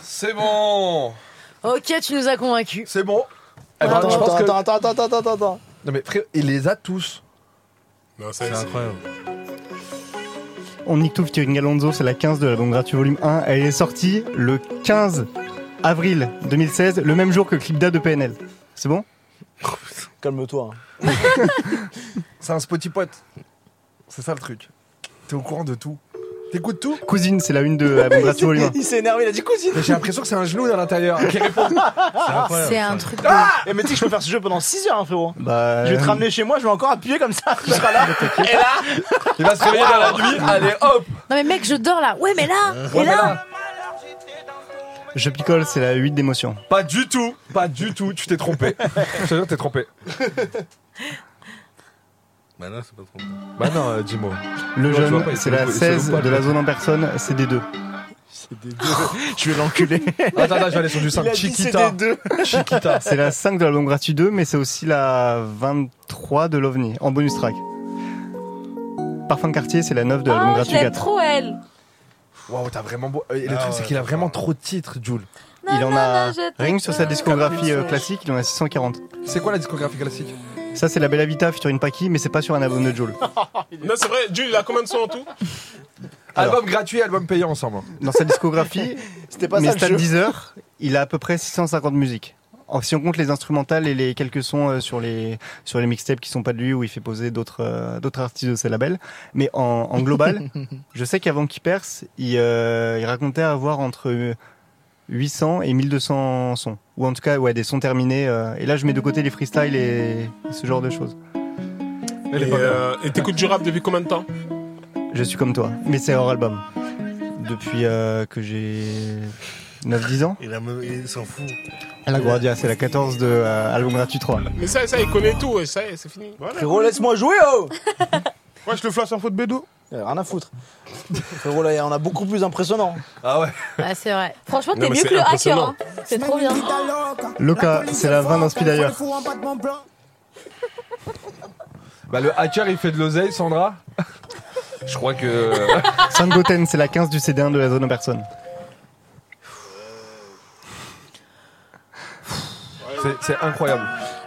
Speaker 6: C'est bon.
Speaker 5: Ok, tu nous as convaincus.
Speaker 11: C'est bon. Eh ben,
Speaker 2: Attends,
Speaker 11: je pense
Speaker 2: attends,
Speaker 11: que-
Speaker 2: attends, attends, attends, attends, attends, attends.
Speaker 11: Non mais frère, il les a tous.
Speaker 3: Non, c'est
Speaker 8: C'est incroyable.
Speaker 10: On nique tout featuring Alonso, c'est la 15 de l'album gratuit volume 1. Elle est sortie le 15 avril 2016, le même jour que Clipda de PNL. C'est bon
Speaker 2: Calme-toi. hein.
Speaker 11: C'est un spotty pote. C'est ça le truc. T'es au courant de tout. T'écoutes tout
Speaker 10: Cousine, c'est la une de l'album gratuit volume 1.
Speaker 2: Il s'est énervé, il a dit cousine.
Speaker 11: mais J'ai l'impression que c'est un genou à l'intérieur. qui répond.
Speaker 5: Ah, C'est un truc de.
Speaker 2: Et Ah Eh, mais tu sais que je peux faire ce jeu pendant 6 heures, hein, frérot.
Speaker 10: Bah,
Speaker 2: Je vais te ramener chez moi, je vais encore appuyer comme ça. Tu seras là.
Speaker 6: Il va se réveiller dans
Speaker 8: Ah,
Speaker 6: la nuit. Allez hop.
Speaker 5: Non, mais mec, je dors là. Ouais, mais là, et
Speaker 11: mais
Speaker 5: là.
Speaker 10: Je picole, c'est la 8 d'émotion.
Speaker 11: Pas du tout. Pas du tout. Tu t'es trompé. Je te jure, t'es trompé.
Speaker 8: Bah là, c'est pas trop.
Speaker 11: Bah non, euh, dis-moi.
Speaker 10: Le
Speaker 11: Non, je vois
Speaker 10: jeune,
Speaker 11: pas, il
Speaker 10: c'est
Speaker 11: se
Speaker 10: la
Speaker 11: loue- il se
Speaker 10: 16
Speaker 11: loue pas,
Speaker 10: de la
Speaker 11: lui.
Speaker 10: zone en personne, c'est des deux.
Speaker 2: Je vais l'enculer.
Speaker 11: Attends, attends, je vais aller sur du
Speaker 2: Il a
Speaker 11: 5.
Speaker 2: dit
Speaker 11: Chiquita.
Speaker 2: CD2.
Speaker 11: Chiquita.
Speaker 10: C'est la 5 de l'album gratuit 2, mais c'est aussi la 23 de l'OVNI, en bonus track. Parfum de quartier, c'est la 9 de l'album
Speaker 4: Oh, je
Speaker 10: gratuit
Speaker 4: l'aime
Speaker 10: 4.
Speaker 4: trop, elle.
Speaker 11: Waouh, t'as vraiment beau. euh, Et le
Speaker 8: Ah
Speaker 11: truc,
Speaker 8: ouais,
Speaker 11: c'est qu'il a
Speaker 8: ouais.
Speaker 11: vraiment trop de titres, Jules.
Speaker 10: Il en a rien que sur sa
Speaker 4: discographie.
Speaker 10: discographie euh, classique, il en a 640.
Speaker 11: C'est quoi la discographie classique
Speaker 10: Ça, c'est la Bella Vita featuring Paki, mais c'est pas sur un album de Joule.
Speaker 3: Non, c'est vrai, Jules, il a combien de sons en tout
Speaker 10: Alors.
Speaker 11: Album gratuit, album payant ensemble.
Speaker 10: Dans sa discographie,
Speaker 2: C'était pas
Speaker 10: mais
Speaker 2: ça
Speaker 10: Stan
Speaker 2: le jeu.
Speaker 10: Deezer, il a à peu près 650 musiques. Or, si on compte les instrumentales et les quelques sons euh, sur les sur les mixtapes qui sont pas de lui où il fait poser d'autres euh, d'autres artistes de ses labels, mais en, en global, je sais qu'avant qu'il perce, il, euh, il racontait avoir entre euh, 800 et 1200 sons ou en tout cas ouais des sons terminés euh, et là je mets de côté les freestyles et ce genre de choses.
Speaker 11: Elle est
Speaker 3: Et,
Speaker 11: pas bien.
Speaker 3: euh, Et t'écoutes du rap depuis combien de temps
Speaker 10: Je suis comme toi, mais c'est hors album. Depuis euh, que j'ai 9 10 ans.
Speaker 8: Il, a me- il s'en fout.
Speaker 10: La Guardia, c'est la 14 de euh, album gratuit 3.
Speaker 3: Mais ça, ça, il connaît tout, ouais, ça y est, c'est fini. Voilà.
Speaker 2: Frérot, laisse-moi jouer, oh
Speaker 7: Moi, je te flash info de Bédo.
Speaker 2: Euh, Rien à foutre. Frérot, là, on a beaucoup plus impressionnant.
Speaker 6: Ah ouais.
Speaker 5: Ah, c'est vrai.
Speaker 4: Franchement,
Speaker 3: Non,
Speaker 4: t'es
Speaker 3: mais
Speaker 4: mieux
Speaker 3: c'est
Speaker 4: que le hacker.
Speaker 3: impressionnant.
Speaker 4: hein. C'est trop bien.
Speaker 10: Loca, c'est la 20 d'inspi d'ailleurs.
Speaker 11: Bah le hacker, il fait de l'oseille, Sandra.
Speaker 6: Je crois que.
Speaker 10: Sangoten, Euh, c'est la 15 du CD1 de la zone en personne.
Speaker 11: C'est- C'est incroyable.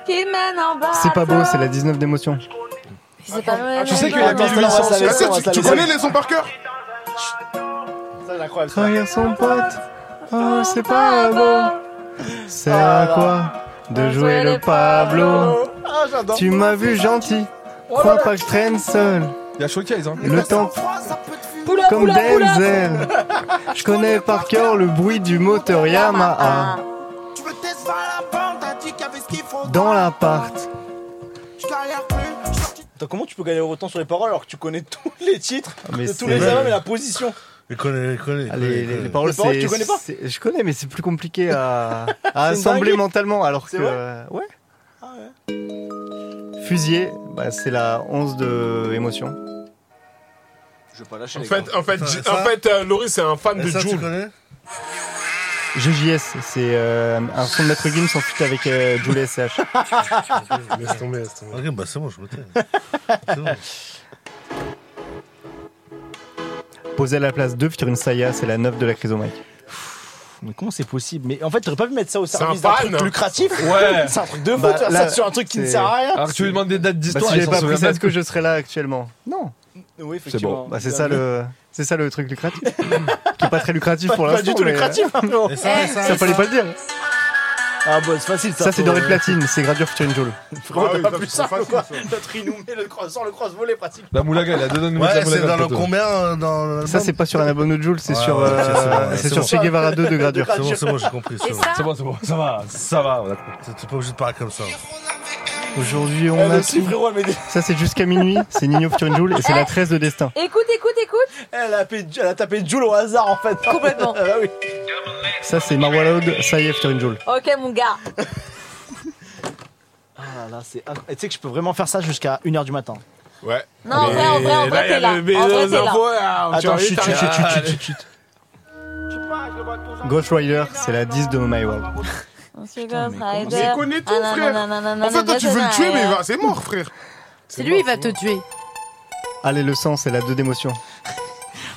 Speaker 4: Qui mène en bas.
Speaker 10: C'est pas beau, c'est la 19 d'émotion.
Speaker 4: C'est pas vrai.
Speaker 11: Tu sais que
Speaker 4: non,
Speaker 11: la
Speaker 4: non,
Speaker 2: Attends, on va
Speaker 11: 1800,
Speaker 2: se la
Speaker 7: Ah,
Speaker 2: laisser,
Speaker 7: si,
Speaker 2: on va se
Speaker 7: tu,
Speaker 2: la
Speaker 7: tu
Speaker 2: laisser.
Speaker 7: connais les sons par cœur
Speaker 10: Trahir son pote, oh c'est pas beau. C'est à quoi Oh, de jouer le Pablo
Speaker 2: Ah, j'adore.
Speaker 10: Tu m'as vu gentil, crois pas que je traîne seul.
Speaker 11: Il y a Showcase, hein.
Speaker 10: Le temps
Speaker 4: Poula,
Speaker 10: comme
Speaker 4: poula, poula.
Speaker 10: Denzel. Je connais par cœur le bruit du moteur Yamaha. Dans l'appart,
Speaker 2: Attends, comment tu peux gagner autant sur les paroles alors que tu connais tous les titres
Speaker 10: Ah, Mais
Speaker 2: de
Speaker 10: c'est
Speaker 2: tous les
Speaker 10: vrai.
Speaker 2: albums et la position
Speaker 8: Il connaît, il connaît. il
Speaker 10: Ah,
Speaker 8: connaît,
Speaker 10: les,
Speaker 8: il
Speaker 10: les- les
Speaker 8: connaît.
Speaker 10: paroles,
Speaker 2: Les paroles,
Speaker 10: c'est-
Speaker 2: tu connais pas
Speaker 10: c'est- Je connais, mais c'est plus compliqué à, à assembler
Speaker 2: dinguerie.
Speaker 10: mentalement. Ah, Alors que.
Speaker 2: C'est vrai
Speaker 10: euh, ouais. Fusillé, bah, c'est la 11 de émotion.
Speaker 2: Je vais pas lâcher
Speaker 3: En
Speaker 2: les
Speaker 3: fait, en fait, Ju-
Speaker 8: Ça-
Speaker 3: en fait euh, Laurie, c'est un fan de
Speaker 8: Et ça, tu
Speaker 3: Jules.
Speaker 8: connais
Speaker 10: GJS, c'est euh, un son de Maître Gims en feat avec euh, Jules SCH.
Speaker 8: Laisse tomber, laisse tomber. Ok, bah c'est bon, je me tais.
Speaker 10: Posé à la place 2, featuring Saya, c'est la 9 de la Chrysomike.
Speaker 2: Mais comment c'est possible Mais en fait, t'aurais pas pu mettre ça au
Speaker 10: C'est
Speaker 2: service
Speaker 10: un
Speaker 2: d'un
Speaker 10: fan.
Speaker 2: truc lucratif
Speaker 10: Ouais.
Speaker 2: C'est un truc de fou,
Speaker 10: Bah,
Speaker 2: tu vois,
Speaker 10: là,
Speaker 2: ça sur un truc qui ne
Speaker 10: c'est-
Speaker 2: sert à rien.
Speaker 10: Alors que tu lui demandes des dates d'histoire,
Speaker 2: Bah,
Speaker 10: il s'en
Speaker 2: si j'avais pas
Speaker 10: souvient
Speaker 2: pris ça,
Speaker 10: même
Speaker 2: est-ce
Speaker 10: que je serais là actuellement
Speaker 2: Non. Oui,
Speaker 10: C'est
Speaker 2: effectivement.
Speaker 10: bon. Bah, c'est ça le, c'est ça le truc lucratif, qui est pas très lucratif
Speaker 2: Pas-
Speaker 10: pour
Speaker 2: pas
Speaker 10: l'instant.
Speaker 2: du tout
Speaker 10: mais- euh,
Speaker 2: lucratif, hein, non. Et ça,
Speaker 10: ça,
Speaker 2: et ça, et
Speaker 10: fallait
Speaker 2: ça.
Speaker 10: pas le dire.
Speaker 2: Ah bah c'est facile ça.
Speaker 10: Ça, c'est
Speaker 2: faut-
Speaker 10: doré platine, c'est gradure featuring Jolo.
Speaker 2: Frérot, t'as pas plus simple ou quoi T'as trinoumé le croissant, le croise-volé pratique.
Speaker 10: La moulaga, il a deux noms de
Speaker 8: Ouais,
Speaker 10: moulaga,
Speaker 8: c'est
Speaker 10: moulaga,
Speaker 8: dans le
Speaker 10: plutôt.
Speaker 8: combien euh, dans le-
Speaker 10: Ça, c'est pas sur un abonné de Joule, c'est
Speaker 8: Ouais,
Speaker 10: sur,
Speaker 8: ouais,
Speaker 10: euh,
Speaker 8: ok, c'est bon, ouais,
Speaker 10: c'est
Speaker 8: c'est
Speaker 10: sur
Speaker 8: bon.
Speaker 10: Che Guevara 2 de gradure.
Speaker 8: C'est bon, c'est bon, j'ai compris.
Speaker 10: Et
Speaker 8: C'est bon.
Speaker 10: ça
Speaker 8: C'est bon, c'est bon, ça va, ça va. on a- t'es- T'es pas obligé de parler comme ça.
Speaker 2: Eh,
Speaker 10: Aujourd'hui, on a. tout. Ça, c'est jusqu'à minuit, c'est Nino featuring Joule et c'est la 13 de Destin.
Speaker 4: Écoute, écoute, écoute.
Speaker 2: Elle a, tapé- elle a tapé Jules au hasard en fait. Complètement. ah bah oui.
Speaker 10: Ça, c'est Marwa Loud, ça y est, featuring Joule.
Speaker 4: Ok, mon gars.
Speaker 2: Ah là là, c'est. inc- Et Tu sais que je peux vraiment faire ça jusqu'à 1h du matin.
Speaker 3: Ouais.
Speaker 4: Non, en vrai, en vrai, en vrai, t'es là. En vrai, t'es là.
Speaker 3: hein,
Speaker 2: Attends, chut, chut, chut, chut, chut, chut, chut.
Speaker 10: Ghost Rider, c'est la 10 de My World.
Speaker 4: Monsieur Ghost Rider.
Speaker 7: Mais il connaît tout,
Speaker 4: Ah, non,
Speaker 7: frère.
Speaker 4: non, non, non, non,
Speaker 7: En fait, toi,
Speaker 4: non,
Speaker 7: tu veux
Speaker 4: non,
Speaker 7: le tuer,
Speaker 4: non,
Speaker 7: mais il
Speaker 4: non.
Speaker 7: va- c'est mort, frère.
Speaker 5: C'est lui, il va te tuer.
Speaker 10: Allez, le sang, c'est la 2 d'émotion.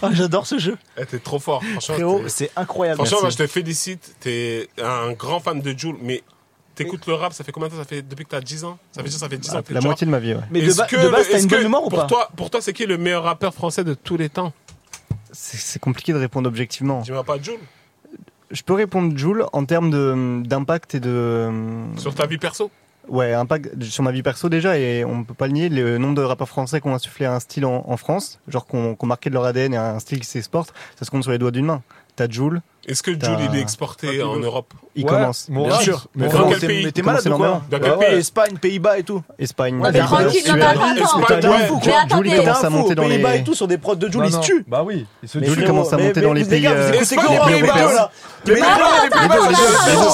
Speaker 2: Oh, J'adore ce jeu.
Speaker 3: Eh, t'es trop fort. Franchement, t'es-
Speaker 2: c'est incroyable.
Speaker 3: Franchement, moi, je
Speaker 2: Merci.
Speaker 3: te félicite. T'es un grand fan de Jules, mais t'écoutes le rap, ça fait combien de temps Ça fait depuis que t'as 10 ans Ça veut dire ça fait 10 ans. que
Speaker 10: La
Speaker 3: tu
Speaker 10: moitié de ma vie, ouais.
Speaker 2: Mais Ah, de
Speaker 3: Est-ce
Speaker 2: ba-
Speaker 3: que
Speaker 2: de base,
Speaker 3: le-
Speaker 2: t'as
Speaker 3: est-ce
Speaker 2: une bonne
Speaker 3: que
Speaker 2: humeur ou
Speaker 3: pour
Speaker 2: pas
Speaker 3: toi, Pour toi, c'est qui le meilleur rappeur français de tous les temps
Speaker 10: C'est c'est compliqué de répondre objectivement.
Speaker 3: Tu m'as pas Jules
Speaker 10: Je peux répondre Joule en termes de- d'impact et de.
Speaker 3: Sur ta vie perso
Speaker 10: Ouais, impact sur ma vie perso déjà, et on peut pas le nier, le nombre de rappeurs français qui ont insufflé un style en, en France, genre qu'on qu'on marquait de leur ADN et un style qui s'exporte, ça se compte sur les doigts d'une main. T'as Joule.
Speaker 3: Est-ce que
Speaker 10: t'as-
Speaker 3: Jules, il est exporté
Speaker 2: Ah,
Speaker 3: en Europe
Speaker 10: Il commence.
Speaker 2: Bien sûr.
Speaker 10: Mais
Speaker 2: comment-
Speaker 10: quel
Speaker 2: t'es-
Speaker 10: pays
Speaker 2: mais t'es malade ou quoi
Speaker 10: Dans
Speaker 2: Ouais,
Speaker 10: quel
Speaker 2: ouais,
Speaker 10: pays
Speaker 2: Espagne, Pays-Bas et tout.
Speaker 10: Espagne.
Speaker 2: Ouais, mais
Speaker 10: Pays-Bas,
Speaker 2: tranquille,
Speaker 10: Suède.
Speaker 2: non, mais attends.
Speaker 10: Espagne,
Speaker 2: Espagne,
Speaker 10: ouais.
Speaker 2: ouais.
Speaker 10: Joule,
Speaker 2: Mais
Speaker 10: Joule, il
Speaker 2: attendez.
Speaker 10: commence à
Speaker 2: T'es un fou,
Speaker 10: monter dans les.
Speaker 2: Pays-Bas et tout, sur des prods de Joule,
Speaker 10: Non,
Speaker 2: ils se
Speaker 10: non.
Speaker 2: tuent.
Speaker 10: Bah oui. Ils se
Speaker 2: Mais
Speaker 10: Joule
Speaker 2: frérot,
Speaker 10: commence à
Speaker 2: mais-
Speaker 10: monter
Speaker 2: mais
Speaker 10: dans les
Speaker 2: vous, les
Speaker 10: pays.
Speaker 2: gars, vous
Speaker 10: euh,
Speaker 2: écoutez que les pays bas, là. Mais les gars, les pays bas,
Speaker 4: attends,
Speaker 2: Tu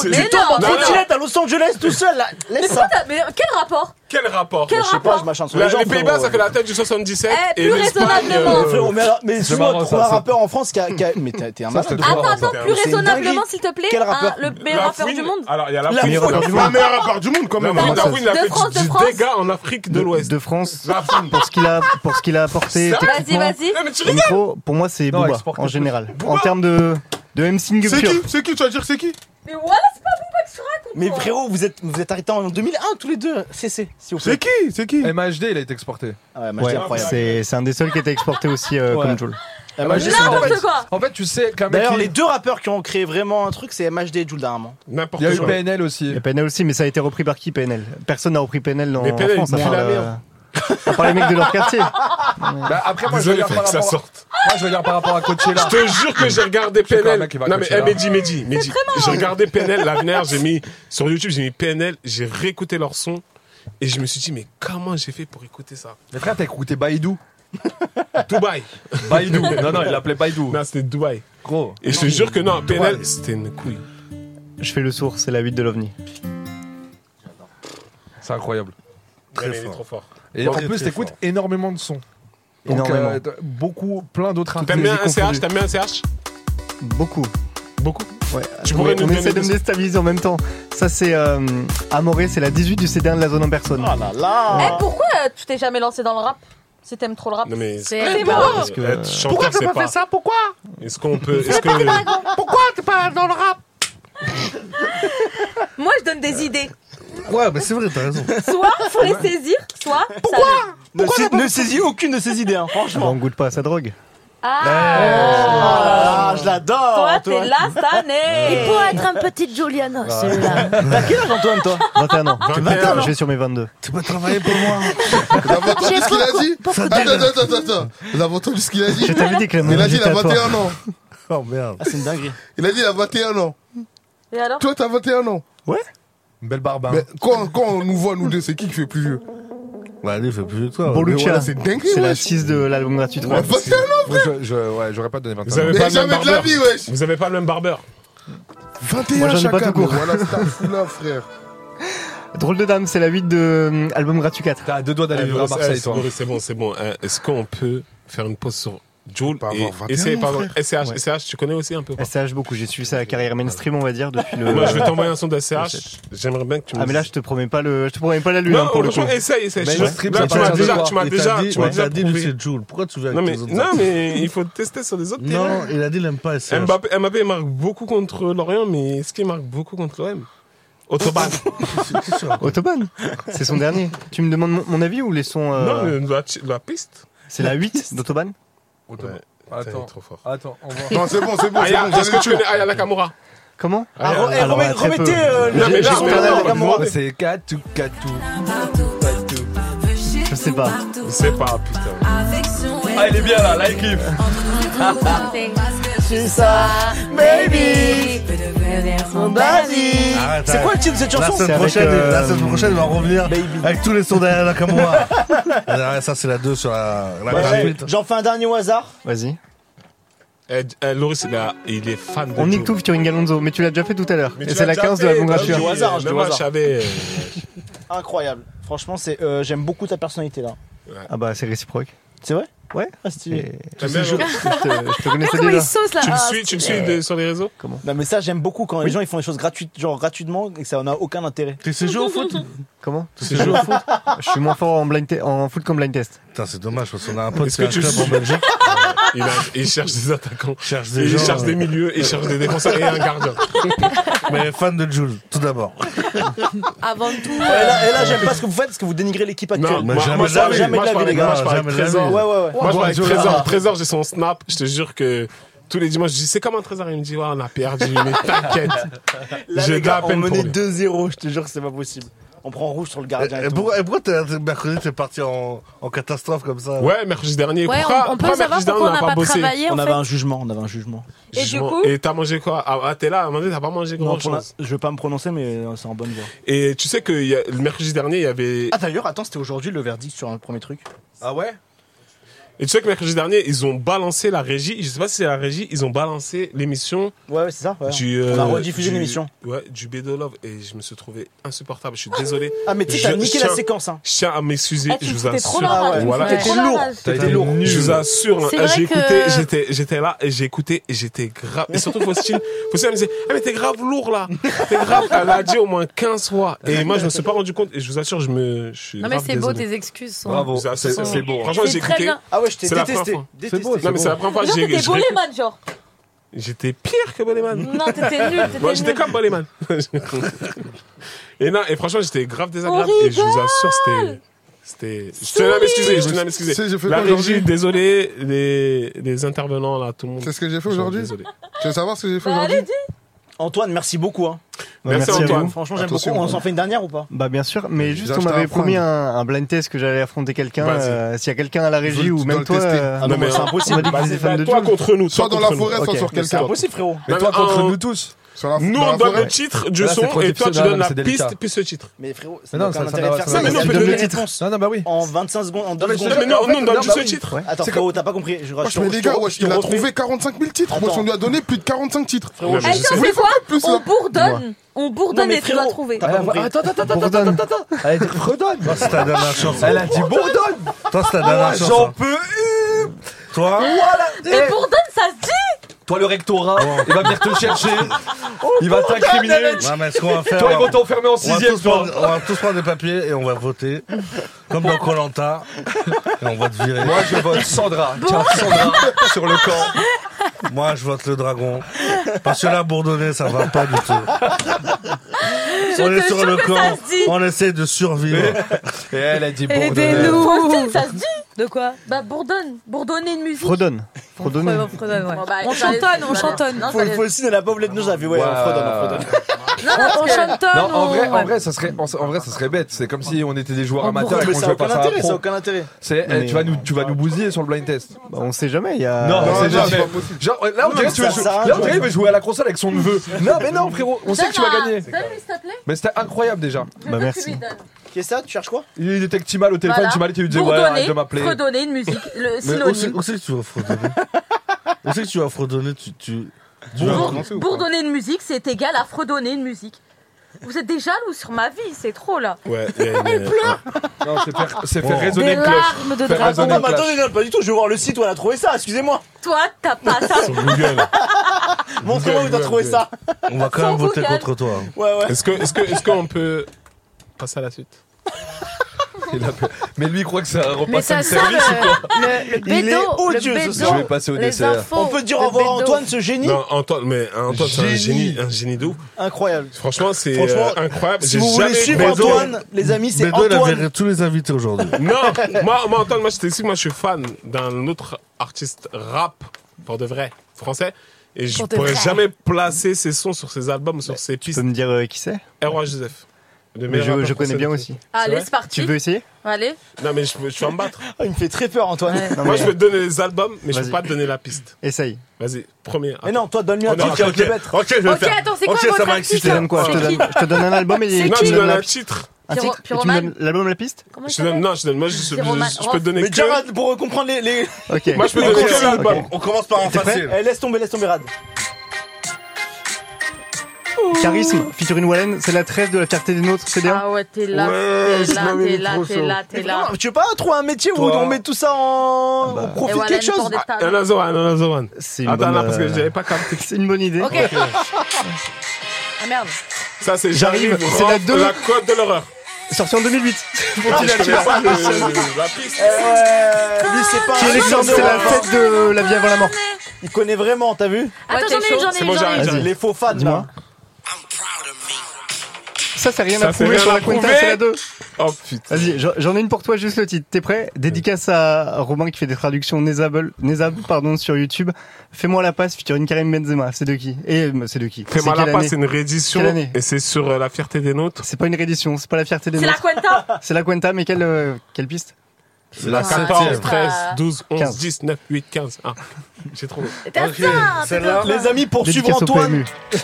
Speaker 4: mais
Speaker 2: tombes en
Speaker 4: non, mais
Speaker 2: trottinette à Los Angeles tout seul, là.
Speaker 4: Mais
Speaker 2: Laisse
Speaker 4: quoi,
Speaker 2: ça.
Speaker 4: t'as- mais quel rapport
Speaker 3: Quel rapport
Speaker 4: Quel
Speaker 3: Je sais
Speaker 4: rapport
Speaker 3: pas, je
Speaker 2: m'acharne sur
Speaker 3: La-
Speaker 2: les gens,
Speaker 3: Les Pays-Bas,
Speaker 2: frérot,
Speaker 3: ça fait la tête du 77.
Speaker 4: Eh,
Speaker 3: et
Speaker 4: plus
Speaker 3: l'Espagne,
Speaker 4: raisonnablement.
Speaker 3: euh,
Speaker 2: Frérot, mais, alors- mais
Speaker 3: C'est
Speaker 2: excuse-moi,
Speaker 3: marrant,
Speaker 2: trois
Speaker 3: ça, ça.
Speaker 2: rappeurs en France qui a. qui a- Mais t'es t'es un malade.
Speaker 4: Attends, attends, plus
Speaker 2: C'est une
Speaker 4: raisonnablement,
Speaker 2: dinguerie.
Speaker 4: s'il te plaît.
Speaker 2: Quel
Speaker 4: hein,
Speaker 2: rappeur
Speaker 4: Le meilleur
Speaker 3: La
Speaker 4: rappeur du
Speaker 3: fouine.
Speaker 4: monde.
Speaker 3: Alors, il y a la,
Speaker 2: La
Speaker 3: fouine.
Speaker 2: fouine.
Speaker 3: La
Speaker 7: La meilleure rappeur du monde, quand
Speaker 3: Non,
Speaker 7: même.
Speaker 3: mais
Speaker 10: Comment
Speaker 3: la
Speaker 10: ça
Speaker 3: fouine, elle
Speaker 4: De
Speaker 3: a fait
Speaker 4: France, de
Speaker 3: du
Speaker 4: France.
Speaker 3: dégât en Afrique de l'Ouest.
Speaker 10: de France
Speaker 3: La fouine.
Speaker 10: pour ce qu'il a pour ce qu'il a apporté.
Speaker 3: Vas-y,
Speaker 10: techniquement,
Speaker 4: vas-y.
Speaker 3: Non, mais tu
Speaker 10: au micro, pour moi c'est Booba
Speaker 6: exporte
Speaker 10: en
Speaker 6: quelque
Speaker 10: général. En termes de de MCing
Speaker 7: C'est
Speaker 10: pur.
Speaker 7: qui C'est qui Tu vas dire c'est qui
Speaker 4: Mais voilà, c'est pas Booba que tu racontes.
Speaker 2: Mais
Speaker 4: toi.
Speaker 2: frérot, vous êtes, vous êtes arrêtés en 2001 tous les deux. Cessez, s'il vous plaît.
Speaker 7: C'est qui C'est qui
Speaker 6: MHD, il a été exporté.
Speaker 2: Ah ouais, moi, je
Speaker 10: Ouais,
Speaker 2: dis incroyable.
Speaker 10: c'est c'est un des seuls qui était exporté aussi euh,
Speaker 2: Ouais.
Speaker 10: comme Joule.
Speaker 2: Ah,
Speaker 6: bah,
Speaker 2: moi, je dis, c'est
Speaker 4: N'importe
Speaker 2: dingue.
Speaker 4: quoi.
Speaker 6: En fait, tu sais qu'un mec.
Speaker 2: D'ailleurs,
Speaker 6: qui-
Speaker 2: les deux rappeurs qui ont créé vraiment un truc, c'est MHD et Jules Darman.
Speaker 3: N'importe
Speaker 6: Il y a eu
Speaker 3: quoi.
Speaker 6: PNL aussi.
Speaker 10: Il y a PNL aussi, mais ça a été repris par qui PNL Personne n'a repris PNL dans
Speaker 3: Mais
Speaker 10: en
Speaker 3: PNL,
Speaker 10: France,
Speaker 3: ils
Speaker 10: à
Speaker 3: font
Speaker 10: part,
Speaker 3: la
Speaker 10: euh,
Speaker 3: merde.
Speaker 10: à part les mecs de leur quartier.
Speaker 6: Bah, après, moi, je
Speaker 3: Désolé,
Speaker 6: regarde
Speaker 3: faut
Speaker 6: par
Speaker 3: que ça
Speaker 6: rapport.
Speaker 3: sorte.
Speaker 6: Moi, je regarde par rapport à Coachella.
Speaker 3: Je te jure que j'ai regardé
Speaker 6: sais pas, un
Speaker 3: PNL.
Speaker 6: mec qui va
Speaker 3: Non, mais
Speaker 6: coacher
Speaker 3: eh,
Speaker 6: là.
Speaker 3: Mehdi, Mehdi, Mehdi. J'ai regardé PNL, l'avenir, j'ai mis sur YouTube, j'ai mis PNL, j'ai réécouté leur son et je me suis dit, mais comment j'ai fait pour écouter ça
Speaker 6: Mais frère, t'as écouté Baïdou
Speaker 3: Dubaï.
Speaker 6: Baïdou. Non, non, il l'appelait Baïdou.
Speaker 3: Non, c'était Dubaï.
Speaker 6: Gros.
Speaker 3: Et je te jure que non, PNL, c'était une couille.
Speaker 10: Je fais le sourd, c'est la 8 de l'OVNI.
Speaker 6: C'est incroyable.
Speaker 8: Très
Speaker 3: Ouais, mais il est
Speaker 8: fort.
Speaker 3: trop fort.
Speaker 6: Et en
Speaker 8: Très,
Speaker 6: plus,
Speaker 8: très
Speaker 6: t'écoutes
Speaker 8: fort.
Speaker 6: énormément de sons. Donc,
Speaker 10: Énormément.
Speaker 6: euh, t'as beaucoup, plein d'autres
Speaker 3: T'aimes
Speaker 6: artistes.
Speaker 3: bien un
Speaker 10: confondus.
Speaker 3: CH T'aimes bien un CH
Speaker 10: Beaucoup.
Speaker 3: Beaucoup.
Speaker 10: Ouais.
Speaker 3: Tu
Speaker 10: On-
Speaker 3: pourrais nous
Speaker 10: on essaie
Speaker 3: donner
Speaker 10: de me
Speaker 3: des-
Speaker 10: déstabiliser en même temps. Ça, c'est euh, Amoré, c'est la 18 du CD1 de la zone en personne.
Speaker 3: Ah
Speaker 2: Oh là là.
Speaker 4: Eh, pourquoi euh, tu t'es jamais lancé dans le rap Si t'aimes trop le rap.
Speaker 3: Non, mais.
Speaker 5: C'est-
Speaker 4: C'est bon.
Speaker 3: Parce que être
Speaker 6: Pourquoi
Speaker 3: chanteur,
Speaker 6: t'as
Speaker 3: c'est
Speaker 6: pas
Speaker 3: pas.
Speaker 6: fait ça Pourquoi
Speaker 3: Est-ce qu'on peut. Est-ce que.
Speaker 6: Pourquoi t'es pas dans le rap
Speaker 4: Moi, je donne
Speaker 3: Euh.
Speaker 4: des idées.
Speaker 8: Ouais, mais c'est vrai, t'as raison.
Speaker 4: Soit faut les saisir, soit. Pourquoi
Speaker 2: Ne, sais- ne saisis aucune de ses idées, hein, franchement.
Speaker 10: On goûte pas à sa drogue.
Speaker 4: Ah
Speaker 2: Ah là là, je l'adore.
Speaker 10: Oh,
Speaker 4: Toi,
Speaker 2: Antoine.
Speaker 4: t'es là cette année.
Speaker 5: Pour être un petit Giuliano, celui-là.
Speaker 2: T'as quel âge, Antoine, toi
Speaker 10: 21 ans.
Speaker 3: 21
Speaker 10: Je vais sur mes 22.
Speaker 8: Tu peux travailler pour moi.
Speaker 7: Vous avez entendu ce qu'il a dit Attends, attends, attends, attends. Vous avez entendu ce qu'il a dit
Speaker 10: Je t'avais dit que la
Speaker 7: Il a dit
Speaker 10: était
Speaker 7: il a
Speaker 10: à toi.
Speaker 7: 21 ans.
Speaker 8: Oh merde.
Speaker 2: Ah, c'est une dinguerie.
Speaker 7: Il a dit il a 21 ans.
Speaker 4: Et alors
Speaker 7: Toi, t'as 21 ans.
Speaker 6: Une belle barbe. hein.
Speaker 7: Mais quand, quand on nous voit, nous deux, c'est qui qui fait plus vieux
Speaker 8: Bah, lui, il fait plus de toi.
Speaker 10: Bon, Lucia,
Speaker 7: C'est dingue,
Speaker 10: c'est la
Speaker 7: wesh.
Speaker 10: 6 de l'album gratuit 3.
Speaker 7: Ouais, 21 ans
Speaker 6: Moi, je, je- ouais, j'aurais pas donné 21
Speaker 3: Vous avez
Speaker 7: Mais
Speaker 3: pas le même
Speaker 7: jamais de la
Speaker 3: barbeur.
Speaker 7: vie, wesh
Speaker 3: Vous avez pas le même barbeur.
Speaker 7: 21
Speaker 10: Moi, j'en ai pas
Speaker 7: chacun,
Speaker 10: tout court.
Speaker 7: mais Voilà, c'est fou là, frère.
Speaker 10: Drôle de dame, c'est la 8 de euh, album gratuit 4.
Speaker 6: T'as deux doigts d'aller
Speaker 3: Eh,
Speaker 6: vivre à
Speaker 3: Boris, eh,
Speaker 6: Marseille,
Speaker 3: c'est
Speaker 6: toi.
Speaker 3: Boris, C'est bon, c'est bon. Eh, Est-ce qu'on peut faire une pause sur Joule et,
Speaker 10: avoir 21
Speaker 3: et c'est,
Speaker 10: ans,
Speaker 3: pardon,
Speaker 10: frère.
Speaker 3: SCH,
Speaker 10: Ouais.
Speaker 3: SCH, tu connais aussi un peu. quoi.
Speaker 10: SCH beaucoup, j'ai suivi sa carrière mainstream, on va dire, depuis le.
Speaker 3: Moi, je
Speaker 7: Euh,
Speaker 3: vais t'envoyer un son de SCH. J'aimerais bien que tu me
Speaker 10: Ah, mais là, je te promets pas, le... je te promets pas la lune
Speaker 3: Non,
Speaker 10: hein, pour le coup.
Speaker 3: franchement, essaye, essaye. Mais Je- mainstream, là, ça tu m'as parle déjà- de tu m'as quoi déjà- Il t'a dit- tu m'as il déjà t'a dit, nous, prouvé. c'est
Speaker 8: Joule. Pourquoi tu viens
Speaker 3: non, mais, non, mais il faut tester sur les autres terrains.
Speaker 8: Non, il a dit il aime pas SCH.
Speaker 3: Mbappé, Mbappé marque beaucoup contre Lorient, mais est-ce qu'il marque beaucoup contre l'OM Autobahn.
Speaker 10: Autobahn C'est son dernier. Tu me demandes mon, mon avis ou les sons. euh,
Speaker 3: Non, mais la, la piste.
Speaker 10: C'est la 8 d'Autobahn
Speaker 3: Autobahn.
Speaker 11: Attends.
Speaker 3: trop fort.
Speaker 11: Attends, on va.
Speaker 10: Non, c'est bon, c'est bon, c'est
Speaker 3: Aya,
Speaker 10: bon,
Speaker 3: Est-ce que
Speaker 10: j'allais
Speaker 3: tu
Speaker 10: le
Speaker 3: connais Aya Nakamura
Speaker 10: Comment
Speaker 3: Ah,
Speaker 6: eh,
Speaker 11: re-
Speaker 3: alors,
Speaker 11: remet-
Speaker 3: alors, très
Speaker 11: eh, remettez,
Speaker 3: peu.
Speaker 11: euh,
Speaker 3: Non, mais là,
Speaker 11: J'ai-
Speaker 3: mais là,
Speaker 11: j'ai-
Speaker 3: on va-
Speaker 11: C'est Katou, Katou.
Speaker 10: Je sais pas.
Speaker 3: Je sais pas, putain.
Speaker 6: Ah, il est bien là, là, il kiffe.
Speaker 1: C'est ça, baby.
Speaker 8: Arrête,
Speaker 1: C'est quoi le titre de cette chanson
Speaker 8: La semaine prochaine,
Speaker 10: euh,
Speaker 8: la semaine prochaine, il va en revenir avec tous les sons derrière la caméra. Ah, ça, c'est la 2 sur la, la
Speaker 2: Ouais,
Speaker 8: gratuite.
Speaker 2: J'en fais un dernier au hasard.
Speaker 10: Vas-y.
Speaker 3: Eh, eh, Loris, il a- il est fan de
Speaker 10: On nique
Speaker 3: Joe.
Speaker 10: tout, Turing Galonzo, mais tu l'as déjà fait tout à l'heure.
Speaker 3: Mais
Speaker 10: Et
Speaker 3: tu
Speaker 10: c'est
Speaker 3: l'as
Speaker 10: la
Speaker 3: déjà
Speaker 10: 15 de
Speaker 3: fait, bah
Speaker 10: la
Speaker 3: oui,
Speaker 10: Bongrature.
Speaker 3: au hasard, je Même dois moi, euh, au hasard. je savais,
Speaker 2: euh, Incroyable. Franchement, c'est euh, j'aime beaucoup ta personnalité là.
Speaker 10: Ah bah, c'est réciproque.
Speaker 2: C'est vrai
Speaker 10: Ouais.
Speaker 2: Ah, stylé.
Speaker 10: Tu sais, je, je te, je te connaissais
Speaker 2: Comment
Speaker 10: déjà.
Speaker 2: il sauce, là Tu le Ah, suis- tu le stylé. suis de-
Speaker 3: sur les réseaux
Speaker 10: Comment
Speaker 2: Non, mais ça, j'aime beaucoup quand les gens ils font les choses gratuites, genre gratuitement et que ça n'a aucun intérêt.
Speaker 8: Tu sais jouer au foot
Speaker 3: Hein
Speaker 10: Comment
Speaker 8: Tu sais jouer au foot
Speaker 10: Je suis moins fort en, blind te- en foot qu'en blind test.
Speaker 8: Putain, c'est dommage parce qu'on a un pote
Speaker 10: Est-ce
Speaker 8: qui a
Speaker 10: que
Speaker 8: un
Speaker 10: tu
Speaker 8: club
Speaker 10: joues
Speaker 8: en Belgique.
Speaker 3: Il, a- il cherche des attaquants.
Speaker 8: Cherche
Speaker 3: il
Speaker 8: gens,
Speaker 3: cherche
Speaker 8: euh.
Speaker 3: des milieux, il cherche des défenseurs et un gardien.
Speaker 8: Mais fan de Jules, tout d'abord.
Speaker 4: Avant tout.
Speaker 2: Et là, et là, j'aime pas ce que vous faites parce que vous dénigrez l'équipe actuelle.
Speaker 3: Non, mais jamais de la vie. Moi, je
Speaker 2: de la vie,
Speaker 3: parlais-
Speaker 2: les gars.
Speaker 3: moi, je parlais de
Speaker 2: Jamais de la vie.
Speaker 3: Trésor.
Speaker 2: Ouais, ouais, ouais.
Speaker 3: Moi, je parlais de
Speaker 2: Guardiola.
Speaker 3: Trésor. Trésor, j'ai son snap. Je te jure que tous les dimanches, je dis c'est comme un Trésor. Il me dit, ouais, on a perdu, mais t'inquiète.
Speaker 2: Là,
Speaker 3: je
Speaker 2: les
Speaker 3: l'ai
Speaker 2: gars,
Speaker 3: à
Speaker 2: on
Speaker 3: peine
Speaker 2: menait
Speaker 3: pour
Speaker 2: 2-0, je te jure que c'est pas possible. On prend rouge sur le
Speaker 8: Et,
Speaker 2: gardien. et
Speaker 8: et
Speaker 2: tout.
Speaker 8: pourquoi, et pourquoi t'es- t'es- mercredi t'es parti en, en catastrophe comme ça
Speaker 3: Ouais, mercredi dernier.
Speaker 5: Ouais,
Speaker 3: pourquoi,
Speaker 5: on- on peut
Speaker 3: pourquoi
Speaker 5: savoir
Speaker 3: mercredi dernier,
Speaker 5: pourquoi on
Speaker 3: n'a
Speaker 5: n'a pas travaillé, en
Speaker 2: On
Speaker 5: fait
Speaker 2: avait un jugement, on avait un jugement.
Speaker 5: Et du
Speaker 3: Jugement.
Speaker 5: coup
Speaker 3: Et t'as mangé quoi Ah, ah, t'es là, à un moment donné, t'as pas mangé
Speaker 2: Non,
Speaker 3: grand
Speaker 2: pour la-
Speaker 3: chose.
Speaker 2: je vais pas me prononcer, mais euh, c'est en bonne voie.
Speaker 3: Et tu sais que il y a- le mercredi dernier, il y avait.
Speaker 2: Ah d'ailleurs, attends, c'était aujourd'hui le verdict sur un premier truc.
Speaker 11: Ah ouais
Speaker 3: Et tu sais que mercredi dernier, ils ont balancé la régie. Je sais pas si c'est la régie, ils ont balancé l'émission.
Speaker 2: Ouais, ouais, c'est ça. ouais.
Speaker 3: Du,
Speaker 2: on
Speaker 3: euh,
Speaker 2: a rediffusé
Speaker 3: du-
Speaker 2: l'émission.
Speaker 3: Ouais, du Bédo Love. Et je me suis trouvé insupportable. Je suis désolé.
Speaker 2: Ah, mais tu sais, t'as
Speaker 3: Je-
Speaker 2: niqué
Speaker 3: je
Speaker 2: la
Speaker 3: tiens-
Speaker 2: séquence, hein.
Speaker 3: Je tiens à m'excuser.
Speaker 2: Ah, tu-
Speaker 3: je vous
Speaker 2: t'étais
Speaker 3: assure.
Speaker 2: trop lourd, Ah ouais,
Speaker 3: Voilà.
Speaker 2: tu t'étais trop lourd. T'as été lourd.
Speaker 3: Je vous assure. hein,
Speaker 2: C'est vrai
Speaker 3: J'ai
Speaker 2: que-
Speaker 3: écouté. J'étais, j'étais là et j'ai écouté et j'étais grave. Et surtout Faustine. Faustine elle me disait, ah, mais t'es grave lourd là. T'es grave. Elle l'a dit au moins 15 fois. Et moi, je me suis pas rendu compte. Et je vous assure, je me. Je suis
Speaker 5: Non, mais
Speaker 3: grave
Speaker 5: c'est beau,
Speaker 3: désolé.
Speaker 5: tes excuses sont.
Speaker 3: Bravo, Ça, c'est-
Speaker 5: sont-
Speaker 3: c'est beau. hein. Franchement,
Speaker 5: C'est
Speaker 3: j'ai
Speaker 5: très
Speaker 3: écouté.
Speaker 5: bien.
Speaker 3: Ah ouais, je t'ai C'est la détesté, première fois. détesté. C'est beau, c'est Non, mais beau. c'est la première fois que
Speaker 4: Genre,
Speaker 3: j'ai-
Speaker 4: T'étais
Speaker 3: je-
Speaker 4: volé, man, genre.
Speaker 3: J'étais pire que Boleman.
Speaker 4: Non, t'étais nul, t'étais
Speaker 3: Moi, j'étais
Speaker 4: nul.
Speaker 3: comme Boleman. et non, et franchement, j'étais grave désagréable. Et je vous assure, c'était. C'était. Je tenais à m'excuser, je tenais à m'excuser.
Speaker 7: Tu sais, j'ai fait
Speaker 3: La
Speaker 7: quoi aujourd'hui
Speaker 3: régie, désolé, les, les intervenants là, tout le monde.
Speaker 7: C'est ce que j'ai
Speaker 3: Je
Speaker 7: fait
Speaker 3: suis
Speaker 7: aujourd'hui
Speaker 3: Désolé.
Speaker 7: Tu veux savoir ce que j'ai fait
Speaker 2: Bah,
Speaker 7: aujourd'hui
Speaker 2: Antoine, merci beaucoup. Hein.
Speaker 3: Merci, Merci à Antoine. vous.
Speaker 2: Franchement, j'aime beaucoup.
Speaker 7: Attention.
Speaker 2: On s'en fait une dernière ou pas
Speaker 10: Bah bien sûr, mais juste
Speaker 2: J'ai
Speaker 10: on
Speaker 2: acheté
Speaker 10: m'avait
Speaker 2: un
Speaker 10: promis un,
Speaker 2: fringue.
Speaker 10: un blind test que j'allais affronter quelqu'un.
Speaker 2: Vas-y.
Speaker 10: euh, S'il y a quelqu'un à la
Speaker 2: Je veux
Speaker 10: régie
Speaker 2: le-
Speaker 10: ou
Speaker 2: je
Speaker 10: même
Speaker 2: dois
Speaker 10: toi,
Speaker 2: le tester.
Speaker 10: euh,
Speaker 2: Ah non, mais
Speaker 10: on
Speaker 2: c'est
Speaker 10: m'a dit
Speaker 2: impossible.
Speaker 10: que vous
Speaker 2: Vas-y,
Speaker 10: étiez fan
Speaker 2: bah,
Speaker 10: de
Speaker 2: toi
Speaker 10: Jules.
Speaker 2: contre nous,
Speaker 7: Soit
Speaker 2: toi
Speaker 7: dans
Speaker 2: contre
Speaker 7: la forêt,
Speaker 2: nous.
Speaker 7: soit
Speaker 2: Ok.
Speaker 7: sur
Speaker 2: Mais c'est
Speaker 7: quelqu'un.
Speaker 2: impossible, frérot.
Speaker 7: Mais
Speaker 3: Non,
Speaker 7: toi,
Speaker 3: mais
Speaker 7: contre
Speaker 3: Bah, un-
Speaker 7: nous tous. Sur la-
Speaker 3: Nous,
Speaker 7: dans la
Speaker 3: on donne
Speaker 7: forêt.
Speaker 3: le titre du
Speaker 7: Là, c'est
Speaker 3: son
Speaker 7: trop
Speaker 3: et toi, tu
Speaker 7: exceptionnel,
Speaker 3: donnes
Speaker 7: mais
Speaker 3: la
Speaker 7: c'est
Speaker 3: piste
Speaker 7: délicat.
Speaker 3: puis ce titre.
Speaker 2: Mais frérot,
Speaker 7: Mais non,
Speaker 2: ça n'a
Speaker 7: ça-
Speaker 2: aucun
Speaker 7: ça
Speaker 2: intérêt de
Speaker 7: va-
Speaker 2: faire
Speaker 7: ça
Speaker 2: ça.
Speaker 7: va-
Speaker 2: Mais
Speaker 7: ça
Speaker 2: non,
Speaker 7: va- ça
Speaker 2: mais
Speaker 7: va-
Speaker 2: donne le
Speaker 7: ça va-
Speaker 2: titre.
Speaker 7: Non, non, bah oui.
Speaker 2: En 25 secondes, en 2
Speaker 7: mais je-
Speaker 2: secondes.
Speaker 7: mais non, bah
Speaker 3: nous, on donne juste
Speaker 7: le
Speaker 3: titre.
Speaker 2: Attends, frérot, t'as pas compris. Je
Speaker 7: Moi,
Speaker 2: je
Speaker 7: je mets
Speaker 2: te-
Speaker 7: les gars,
Speaker 2: je te
Speaker 7: wesh, il a
Speaker 2: refais.
Speaker 7: trouvé 45 000 titres. Moi,
Speaker 2: Attends.
Speaker 7: on lui a donné plus de 45 titres.
Speaker 2: Frérot,
Speaker 7: Vous
Speaker 4: Eh, tiens,
Speaker 7: voulez
Speaker 4: c'est
Speaker 7: faire
Speaker 4: quoi
Speaker 7: plus,
Speaker 4: On
Speaker 7: là
Speaker 4: bourdonne. On bourdonne
Speaker 2: mais
Speaker 4: et tu dois
Speaker 2: frérot,
Speaker 4: trouver.
Speaker 2: t'as pas compris.
Speaker 11: Attends, attends, attends, attends, attends, attends. Elle a dit redonne.
Speaker 8: Toi, c'est ta dernière chance.
Speaker 11: Elle
Speaker 7: hein.
Speaker 11: a dit bourdonne.
Speaker 8: Toi, c'est ta
Speaker 11: Ah,
Speaker 8: dernière chance.
Speaker 11: j'en
Speaker 8: hein.
Speaker 3: Ah.
Speaker 8: Toi,
Speaker 3: eh.
Speaker 4: Mais bourdonne, ça se dit
Speaker 6: Toi, le rectorat,
Speaker 7: Ah,
Speaker 6: il va venir te chercher.
Speaker 3: Oh.
Speaker 6: Il va
Speaker 8: Putain,
Speaker 6: t'incriminer.
Speaker 8: David. Ouais, mais ce qu'on va faire,
Speaker 6: Toi, ils
Speaker 8: on-
Speaker 6: vont t'enfermer en
Speaker 8: on va
Speaker 6: sixième,
Speaker 8: tous
Speaker 6: toi.
Speaker 8: prendre- On va tous prendre des papiers et on va voter. Comme dans Colanta. Et on va te virer.
Speaker 6: Moi, je vote Sandra. Tiens, Sandra, sur le camp.
Speaker 8: Moi, je vote le dragon. Parce que là, bourdonner, ça va pas du tout. on est
Speaker 4: te
Speaker 8: sur
Speaker 4: jure
Speaker 8: le
Speaker 4: que ça
Speaker 8: camp.
Speaker 4: se dit.
Speaker 8: On essaie de survivre.
Speaker 6: Et elle a dit bon.
Speaker 5: Aidez-nous.
Speaker 4: Faustine, ça se dit De quoi Bah, bourdonne. Bourdonner une musique.
Speaker 10: Fredonne. Fredonner.
Speaker 5: Ouais, on fredonne, ouais.
Speaker 4: Bon, bah,
Speaker 5: On
Speaker 4: ça allait-
Speaker 5: chantonne, on
Speaker 4: ça allait-
Speaker 5: chantonne.
Speaker 4: non,
Speaker 2: Faut
Speaker 4: ça allait-
Speaker 2: faut aussi de la pauvre lettre nous j'avais. Ouais, on fredonne, on fredonne.
Speaker 4: Non, non,
Speaker 5: On
Speaker 4: parce que-
Speaker 5: chantonne.
Speaker 12: Non, en
Speaker 5: on-
Speaker 12: vrai, en
Speaker 5: ouais.
Speaker 12: vrai, ça serait, en, en vrai, ça serait bête. C'est comme si on était des joueurs
Speaker 2: On
Speaker 12: amateurs et
Speaker 2: bourre,
Speaker 12: qu'on
Speaker 2: mais ça a
Speaker 12: jouait pas
Speaker 2: aucun
Speaker 12: ça à
Speaker 2: intérêt,
Speaker 12: pro.
Speaker 2: ça a aucun intérêt.
Speaker 12: C'est, eh, tu vas nous, tu vas nous bousiller sur le blind test.
Speaker 10: Bah, on sait jamais, il y a.
Speaker 12: Non, c'est
Speaker 10: Bah,
Speaker 12: jamais. Genre, là, on
Speaker 10: Non,
Speaker 12: dirait
Speaker 10: mais
Speaker 12: que tu veux
Speaker 10: ça
Speaker 12: jouer-
Speaker 10: sert à
Speaker 12: là, on
Speaker 10: rien,
Speaker 12: dirait
Speaker 10: toi.
Speaker 12: qu'il veut jouer à la console avec son neveu. Non, mais non, frérot, on sait que tu vas
Speaker 4: Donne à-
Speaker 12: gagner.
Speaker 4: Donne-lui, s'il te plaît.
Speaker 12: Mais c'était incroyable déjà.
Speaker 10: Bah merci.
Speaker 2: Qu'est-ce que ça Tu cherches quoi
Speaker 12: Il était que Timal au téléphone,
Speaker 4: Voilà.
Speaker 12: Timal il lui disait ouais,
Speaker 4: Bourdonner,
Speaker 12: arrête de m'appeler.
Speaker 4: fredonner une musique. Le
Speaker 8: Mais on sait,
Speaker 4: synonyme.
Speaker 8: on sait que tu vas fredonner. on sait que tu vas fredonner. Tu, tu, tu vas
Speaker 4: Bour-
Speaker 8: commencer ou pas
Speaker 4: Bourdonner une musique, c'est égal à fredonner une musique. Vous êtes des jaloux sur ma vie, c'est trop là.
Speaker 3: Ouais, il y a une- euh,
Speaker 4: Elle pleure.
Speaker 6: euh,
Speaker 12: Non, c'est faire, c'est faire
Speaker 3: Wow.
Speaker 12: résonner
Speaker 4: Des
Speaker 12: une cloche.
Speaker 4: larmes de
Speaker 12: Faire
Speaker 4: dragon.
Speaker 12: résonner
Speaker 2: Non,
Speaker 12: une
Speaker 2: mais
Speaker 12: cloche.
Speaker 2: attendez, non, pas du tout. Je vais voir le site où elle a trouvé ça, excusez-moi.
Speaker 4: Toi, t'as pas ça.
Speaker 2: Montre-moi où t'as trouvé ça.
Speaker 6: On va quand
Speaker 4: Sans
Speaker 6: même voter
Speaker 4: bocal.
Speaker 6: contre toi.
Speaker 2: Ouais, ouais.
Speaker 3: Est-ce que, est-ce que, est-ce qu'on peut passer à la suite
Speaker 12: Il a peur. Mais lui, il croit que c'est un repas
Speaker 5: Mais ça
Speaker 12: de
Speaker 5: sent
Speaker 12: service ou
Speaker 4: euh,
Speaker 12: quoi
Speaker 5: le, le, le
Speaker 2: Il est
Speaker 5: bédo,
Speaker 2: odieux,
Speaker 5: le
Speaker 2: ce
Speaker 5: bédo,
Speaker 12: soir. Je vais passer au
Speaker 5: les
Speaker 12: dessert.
Speaker 5: infos,
Speaker 2: On peut dire
Speaker 5: le
Speaker 2: au revoir à
Speaker 5: bédo.
Speaker 2: Antoine, ce génie
Speaker 3: Non, Antoine, mais Antoine, c'est un génie, un génie de ouf.
Speaker 2: Incroyable.
Speaker 3: Franchement, c'est
Speaker 2: Franchement,
Speaker 3: euh, incroyable.
Speaker 2: Si
Speaker 3: J'ai
Speaker 2: vous voulez
Speaker 3: jamais
Speaker 2: suivre
Speaker 3: Bédo-
Speaker 2: Antoine, les amis, c'est
Speaker 6: Bédo, il a
Speaker 2: Antoine.
Speaker 6: viré tous les invités aujourd'hui.
Speaker 3: Non, moi, moi, Antoine, moi, je t'explique, moi, je suis fan d'un autre artiste rap, pour de vrai, français. Et je
Speaker 5: Pour de
Speaker 3: pourrais
Speaker 5: vrai.
Speaker 3: jamais placer ses sons sur ses albums, sur ses
Speaker 10: Tu
Speaker 3: pistes.
Speaker 10: peux me dire euh, qui c'est
Speaker 3: R.O.A. Joseph. le
Speaker 10: Mais
Speaker 3: meilleur
Speaker 10: je,
Speaker 3: rappeur
Speaker 10: je connais
Speaker 3: français
Speaker 10: bien
Speaker 3: de-
Speaker 10: aussi.
Speaker 3: C'est
Speaker 4: Allez,
Speaker 3: vrai
Speaker 4: c'est parti.
Speaker 10: Tu veux essayer
Speaker 4: Allez.
Speaker 3: Non, mais je, peux- je vais me battre.
Speaker 10: Oh,
Speaker 2: Ah, Il me fait très peur, Antoine.
Speaker 10: Non,
Speaker 3: Moi,
Speaker 10: mais
Speaker 3: je peux te donner les albums, mais je peux
Speaker 10: Vas-y.
Speaker 3: pas te donner la piste.
Speaker 10: Essaye.
Speaker 3: Vas-y, premier.
Speaker 2: Mais non, toi, donne-lui un
Speaker 3: On est
Speaker 2: titre, je
Speaker 3: raconté.
Speaker 2: vais te mettre.
Speaker 6: Ok, je vais le
Speaker 4: Ok,
Speaker 6: faire.
Speaker 4: attends, c'est quoi
Speaker 6: Ok,
Speaker 4: votre
Speaker 6: ça m'a
Speaker 4: artiste,
Speaker 10: Je te
Speaker 6: excité.
Speaker 10: donne quoi je te
Speaker 4: C'est
Speaker 10: donne,
Speaker 4: qui
Speaker 10: je te donne un album et
Speaker 4: C'est
Speaker 3: Non,
Speaker 10: tu
Speaker 4: qui
Speaker 10: me
Speaker 3: je
Speaker 10: donnes
Speaker 3: donne
Speaker 10: la-
Speaker 3: un titre.
Speaker 10: un
Speaker 4: Pyro-
Speaker 10: titre et tu me
Speaker 4: Pyroman
Speaker 10: donnes l'album et la piste
Speaker 4: Comment il
Speaker 3: Je donne,
Speaker 4: s'appelle Oh.
Speaker 3: non, je donne. Moi, je, je- je- je peux te donner
Speaker 2: Mais
Speaker 3: que.
Speaker 2: Jarad, pour comprendre les. les-
Speaker 10: Ok.
Speaker 3: Moi, je peux te donner que l'album.
Speaker 6: On commence par un
Speaker 10: T'es prêt
Speaker 6: facile.
Speaker 2: Eh, laisse tomber, laisse tomber, Rad.
Speaker 10: Charisme, featuring Wallen, c'est la trêve de la fierté des nôtres, c'est bien
Speaker 4: Ah ouais, t'es là,
Speaker 6: Ouais,
Speaker 4: t'es
Speaker 6: je
Speaker 4: là,
Speaker 6: m'avais
Speaker 4: t'es
Speaker 6: mis
Speaker 4: là,
Speaker 6: trop
Speaker 4: t'es
Speaker 6: chaud.
Speaker 4: là, t'es là.
Speaker 2: Tu veux pas trouver un métier où
Speaker 6: Toi.
Speaker 2: on met tout ça en.
Speaker 10: Bah.
Speaker 2: on
Speaker 4: Et
Speaker 2: profite
Speaker 4: voilà,
Speaker 2: quelque
Speaker 4: une
Speaker 2: chose
Speaker 4: porte des talents.
Speaker 3: Another one, another one.
Speaker 10: C'est une,
Speaker 3: Attends,
Speaker 10: bonne,
Speaker 3: là, parce que
Speaker 10: euh,
Speaker 3: j'avais pas capté.
Speaker 10: c'est une bonne idée.
Speaker 4: Ok. Ah merde.
Speaker 3: Ça, c'est
Speaker 10: J'arrive,
Speaker 3: J'arrive,
Speaker 10: c'est la
Speaker 3: rentre,
Speaker 10: deux.
Speaker 3: la cote de l'horreur.
Speaker 10: Sorti en 2008.
Speaker 4: Oh,
Speaker 3: Ah, je connais pas le- la piste.
Speaker 2: Euh, Eh Lui, c'est pas
Speaker 10: Qui
Speaker 2: un
Speaker 10: est l'exemple,
Speaker 2: chanteur
Speaker 10: c'est la
Speaker 2: de-
Speaker 10: fête de la vie avant la mort.
Speaker 2: Il connaît vraiment, t'as vu
Speaker 5: Attends,
Speaker 4: Ouais,
Speaker 5: j'en
Speaker 4: t'es
Speaker 5: ai
Speaker 4: chaud.
Speaker 5: une, j'en ai
Speaker 3: C'est
Speaker 5: une,
Speaker 3: bon,
Speaker 5: j'en ai
Speaker 3: j'arrive,
Speaker 5: une.
Speaker 3: j'arrive.
Speaker 2: Les faux fans, là.
Speaker 10: Dis-moi. Ça, c'est rien
Speaker 3: Ça,
Speaker 10: à
Speaker 3: c'est
Speaker 10: prouver
Speaker 3: rien
Speaker 10: sur
Speaker 3: à
Speaker 10: la compta,
Speaker 3: prouver.
Speaker 10: c'est la 2.
Speaker 3: Oh putain.
Speaker 10: Vas-y, j'en- j'en ai une pour toi, juste le titre. T'es prêt Dédicace à Romain qui fait des traductions Nezable, Nezab pardon, sur YouTube. Fais-moi la passe, featuring Karim Benzema. C'est de qui Et euh, c'est de qui
Speaker 3: Fais
Speaker 10: C'est
Speaker 3: mal à
Speaker 10: quelle
Speaker 3: pas,
Speaker 10: année
Speaker 3: c'est une réédition.
Speaker 10: Quelle année
Speaker 3: Et c'est sur euh, la fierté des nôtres.
Speaker 10: C'est pas une réédition, c'est pas la fierté des
Speaker 4: C'est la
Speaker 10: nôtres.
Speaker 4: Cuenta
Speaker 10: C'est la Quenta, mais quelle, euh, quelle piste
Speaker 6: C'est la
Speaker 4: Ah,
Speaker 3: 14,
Speaker 6: septième.
Speaker 4: putain.
Speaker 3: 13, 12, 11,
Speaker 10: 15.
Speaker 3: 10, 9, 8, 15. Ah, j'ai trouvé.
Speaker 4: T'as
Speaker 6: Ok,
Speaker 4: ça, t'es
Speaker 6: celle-là.
Speaker 4: là.
Speaker 2: Les amis, poursuivre
Speaker 10: Dédicace au PMU.
Speaker 2: Antoine.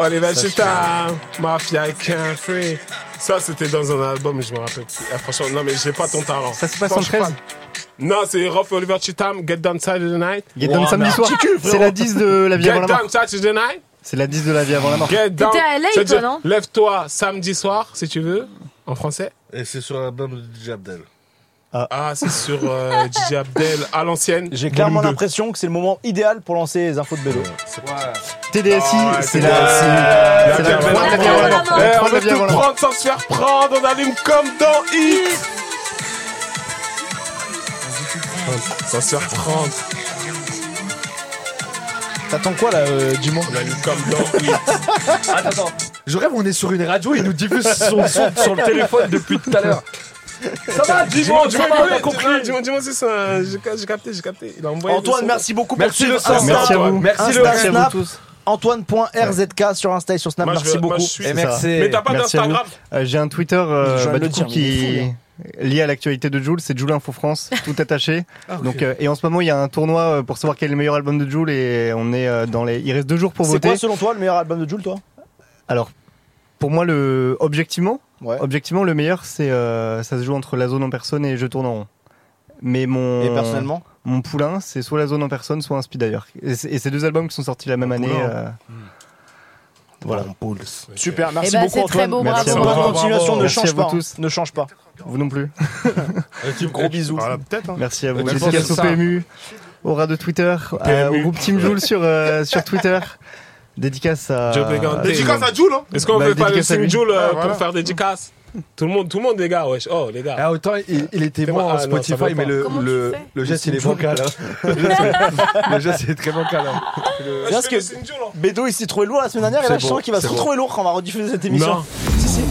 Speaker 3: Oh, les Vegeta, Mafia, King Free. Ça, c'était dans un album, je me rappelle. plus. Ah, franchement, non, mais j'ai pas ton talent.
Speaker 10: Ça se passe en 13
Speaker 3: Non, c'est Rolf Oliver Chitam, Get Down Saturday Night.
Speaker 10: Get down samedi soir. C'est la 10 de la vie
Speaker 3: Get
Speaker 10: avant la mort.
Speaker 3: Down Saturday Night.
Speaker 10: C'est la 10 de la vie avant la mort.
Speaker 3: Get Down.
Speaker 5: à
Speaker 3: Ça
Speaker 5: LA,
Speaker 3: veut
Speaker 5: toi,
Speaker 3: dire,
Speaker 5: non
Speaker 3: Lève-toi samedi soir, si tu veux, en français.
Speaker 6: Et c'est sur l'album de DJ Abdel.
Speaker 3: Ah, c'est sur euh, DJ Abdel, à l'ancienne.
Speaker 2: J'ai clairement
Speaker 3: Volume deux.
Speaker 2: l'impression que c'est le moment idéal pour lancer les infos de vélo.
Speaker 10: TDSI,
Speaker 3: Ah,
Speaker 10: c'est
Speaker 3: TDSI.
Speaker 10: la, c'est
Speaker 3: La
Speaker 10: la
Speaker 3: vie
Speaker 10: 3 de la vie
Speaker 4: avant
Speaker 10: avant la
Speaker 4: la
Speaker 10: mort.
Speaker 4: mort.
Speaker 10: La
Speaker 3: Eh, on
Speaker 10: 3 de la
Speaker 3: veut
Speaker 10: vie avant
Speaker 3: tout
Speaker 10: la mort.
Speaker 3: prendre sans se faire prendre, on allume comme dans Hit. Sans se faire prendre,
Speaker 2: T'attends quoi là, euh, dis-moi
Speaker 3: on allume comme dans Hit.
Speaker 12: Je rêve, on est sur une radio et il nous diffuse son son sur le téléphone depuis tout à l'heure. Ça va, dis-moi,
Speaker 3: Dis-moi, dis-moi, dis-moi, dis-moi, dis-moi, dis-moi si ça. J'ai j'ai capté, j'ai capté. Il a envoyé le
Speaker 2: Antoine,
Speaker 3: son.
Speaker 2: merci beaucoup pour
Speaker 12: Merci
Speaker 2: suivre
Speaker 12: le sang.
Speaker 2: Insta,
Speaker 10: Merci à
Speaker 3: Insta,
Speaker 10: vous. Ah,
Speaker 12: Merci
Speaker 2: Insta,
Speaker 12: le
Speaker 10: Merci à
Speaker 2: Snap,
Speaker 10: vous tous.
Speaker 2: Antoine.rzk sur Insta et sur Snap,
Speaker 3: Moi, je
Speaker 2: merci
Speaker 3: veux- moi,
Speaker 2: beaucoup.
Speaker 3: je suis-
Speaker 10: Et
Speaker 3: merci.
Speaker 10: merci.
Speaker 3: Mais t'as pas
Speaker 10: Merci à vous.
Speaker 3: d'Instagram
Speaker 10: Euh, J'ai un Twitter euh,
Speaker 2: Je viens
Speaker 10: bah,
Speaker 2: de le
Speaker 10: du coup,
Speaker 2: dire, mais il est
Speaker 10: qui
Speaker 2: fou, hein.
Speaker 10: est lié à l'actualité de Jules, c'est Jules Info France, tout attaché.
Speaker 2: Ah,
Speaker 10: Donc, euh, et en ce moment, il y a un tournoi euh, pour savoir quel est le meilleur album de Jules et on est euh, dans les. Il reste deux jours pour
Speaker 2: C'est
Speaker 10: voter.
Speaker 2: quoi selon toi le meilleur album de Jules, toi
Speaker 10: Alors, pour moi, le objectivement,
Speaker 2: Ouais.
Speaker 10: objectivement, le meilleur, c'est euh, ça se joue entre la zone en personne et je tourne en rond. Mais mon
Speaker 2: Et personnellement
Speaker 10: mon poulain, c'est soit la zone en personne, soit un speed d'ailleurs. Et c'est et c'est deux albums qui sont sortis la même année.
Speaker 6: poulain.
Speaker 10: euh,
Speaker 2: Voilà. Super,
Speaker 5: Eh
Speaker 2: merci
Speaker 5: ben,
Speaker 2: beaucoup
Speaker 5: c'est très
Speaker 2: Antoine.
Speaker 5: beau,
Speaker 10: Merci
Speaker 5: bravo.
Speaker 10: à
Speaker 2: Bonne
Speaker 10: Bravo,
Speaker 2: continuation, ne
Speaker 10: Merci à
Speaker 2: change
Speaker 10: vous
Speaker 2: pas. hein.
Speaker 10: tous.
Speaker 2: Ne change pas.
Speaker 10: Vous non plus.
Speaker 6: Un type gros bisou. peut-être.
Speaker 10: Merci à vous.
Speaker 12: Merci
Speaker 10: Dédicace
Speaker 12: à
Speaker 10: au
Speaker 12: ça.
Speaker 10: PMU, au rat de Twitter, euh, au groupe Team Joule sur, euh, sur Twitter. Dédicace à.
Speaker 3: Euh, Joe Brigand.
Speaker 7: Dédicace à Jules, hein.
Speaker 3: Est-ce qu'on
Speaker 10: Bah,
Speaker 3: veut pas le
Speaker 10: dédicace à lui.
Speaker 3: Simjoul
Speaker 7: Ah,
Speaker 3: euh, pour
Speaker 7: voilà.
Speaker 3: faire dédicace Tout le monde, tout le monde, les gars, wesh. Oh, les gars.
Speaker 12: Ah, autant il, il était bon
Speaker 3: Fais-moi- ah,
Speaker 12: en
Speaker 3: non, ça
Speaker 12: Spotify,
Speaker 3: veut
Speaker 12: mais
Speaker 3: pas.
Speaker 12: le,
Speaker 5: Comment
Speaker 12: le,
Speaker 5: tu fais
Speaker 12: le geste il est bancal. hein. Le geste- le geste il est très bancal. hein. Le-
Speaker 3: Ouais,
Speaker 2: Bien
Speaker 3: je
Speaker 2: ce
Speaker 3: fais le
Speaker 2: que-
Speaker 3: Simjoul, hein.
Speaker 2: Bédo, il s'est trouvé lourd la semaine dernière et là
Speaker 12: C'est
Speaker 2: je
Speaker 12: beau,
Speaker 2: sens qu'il va se
Speaker 12: c'est beau.
Speaker 2: retrouver lourd quand on va rediffuser cette émission.
Speaker 3: Non.
Speaker 2: Si, si.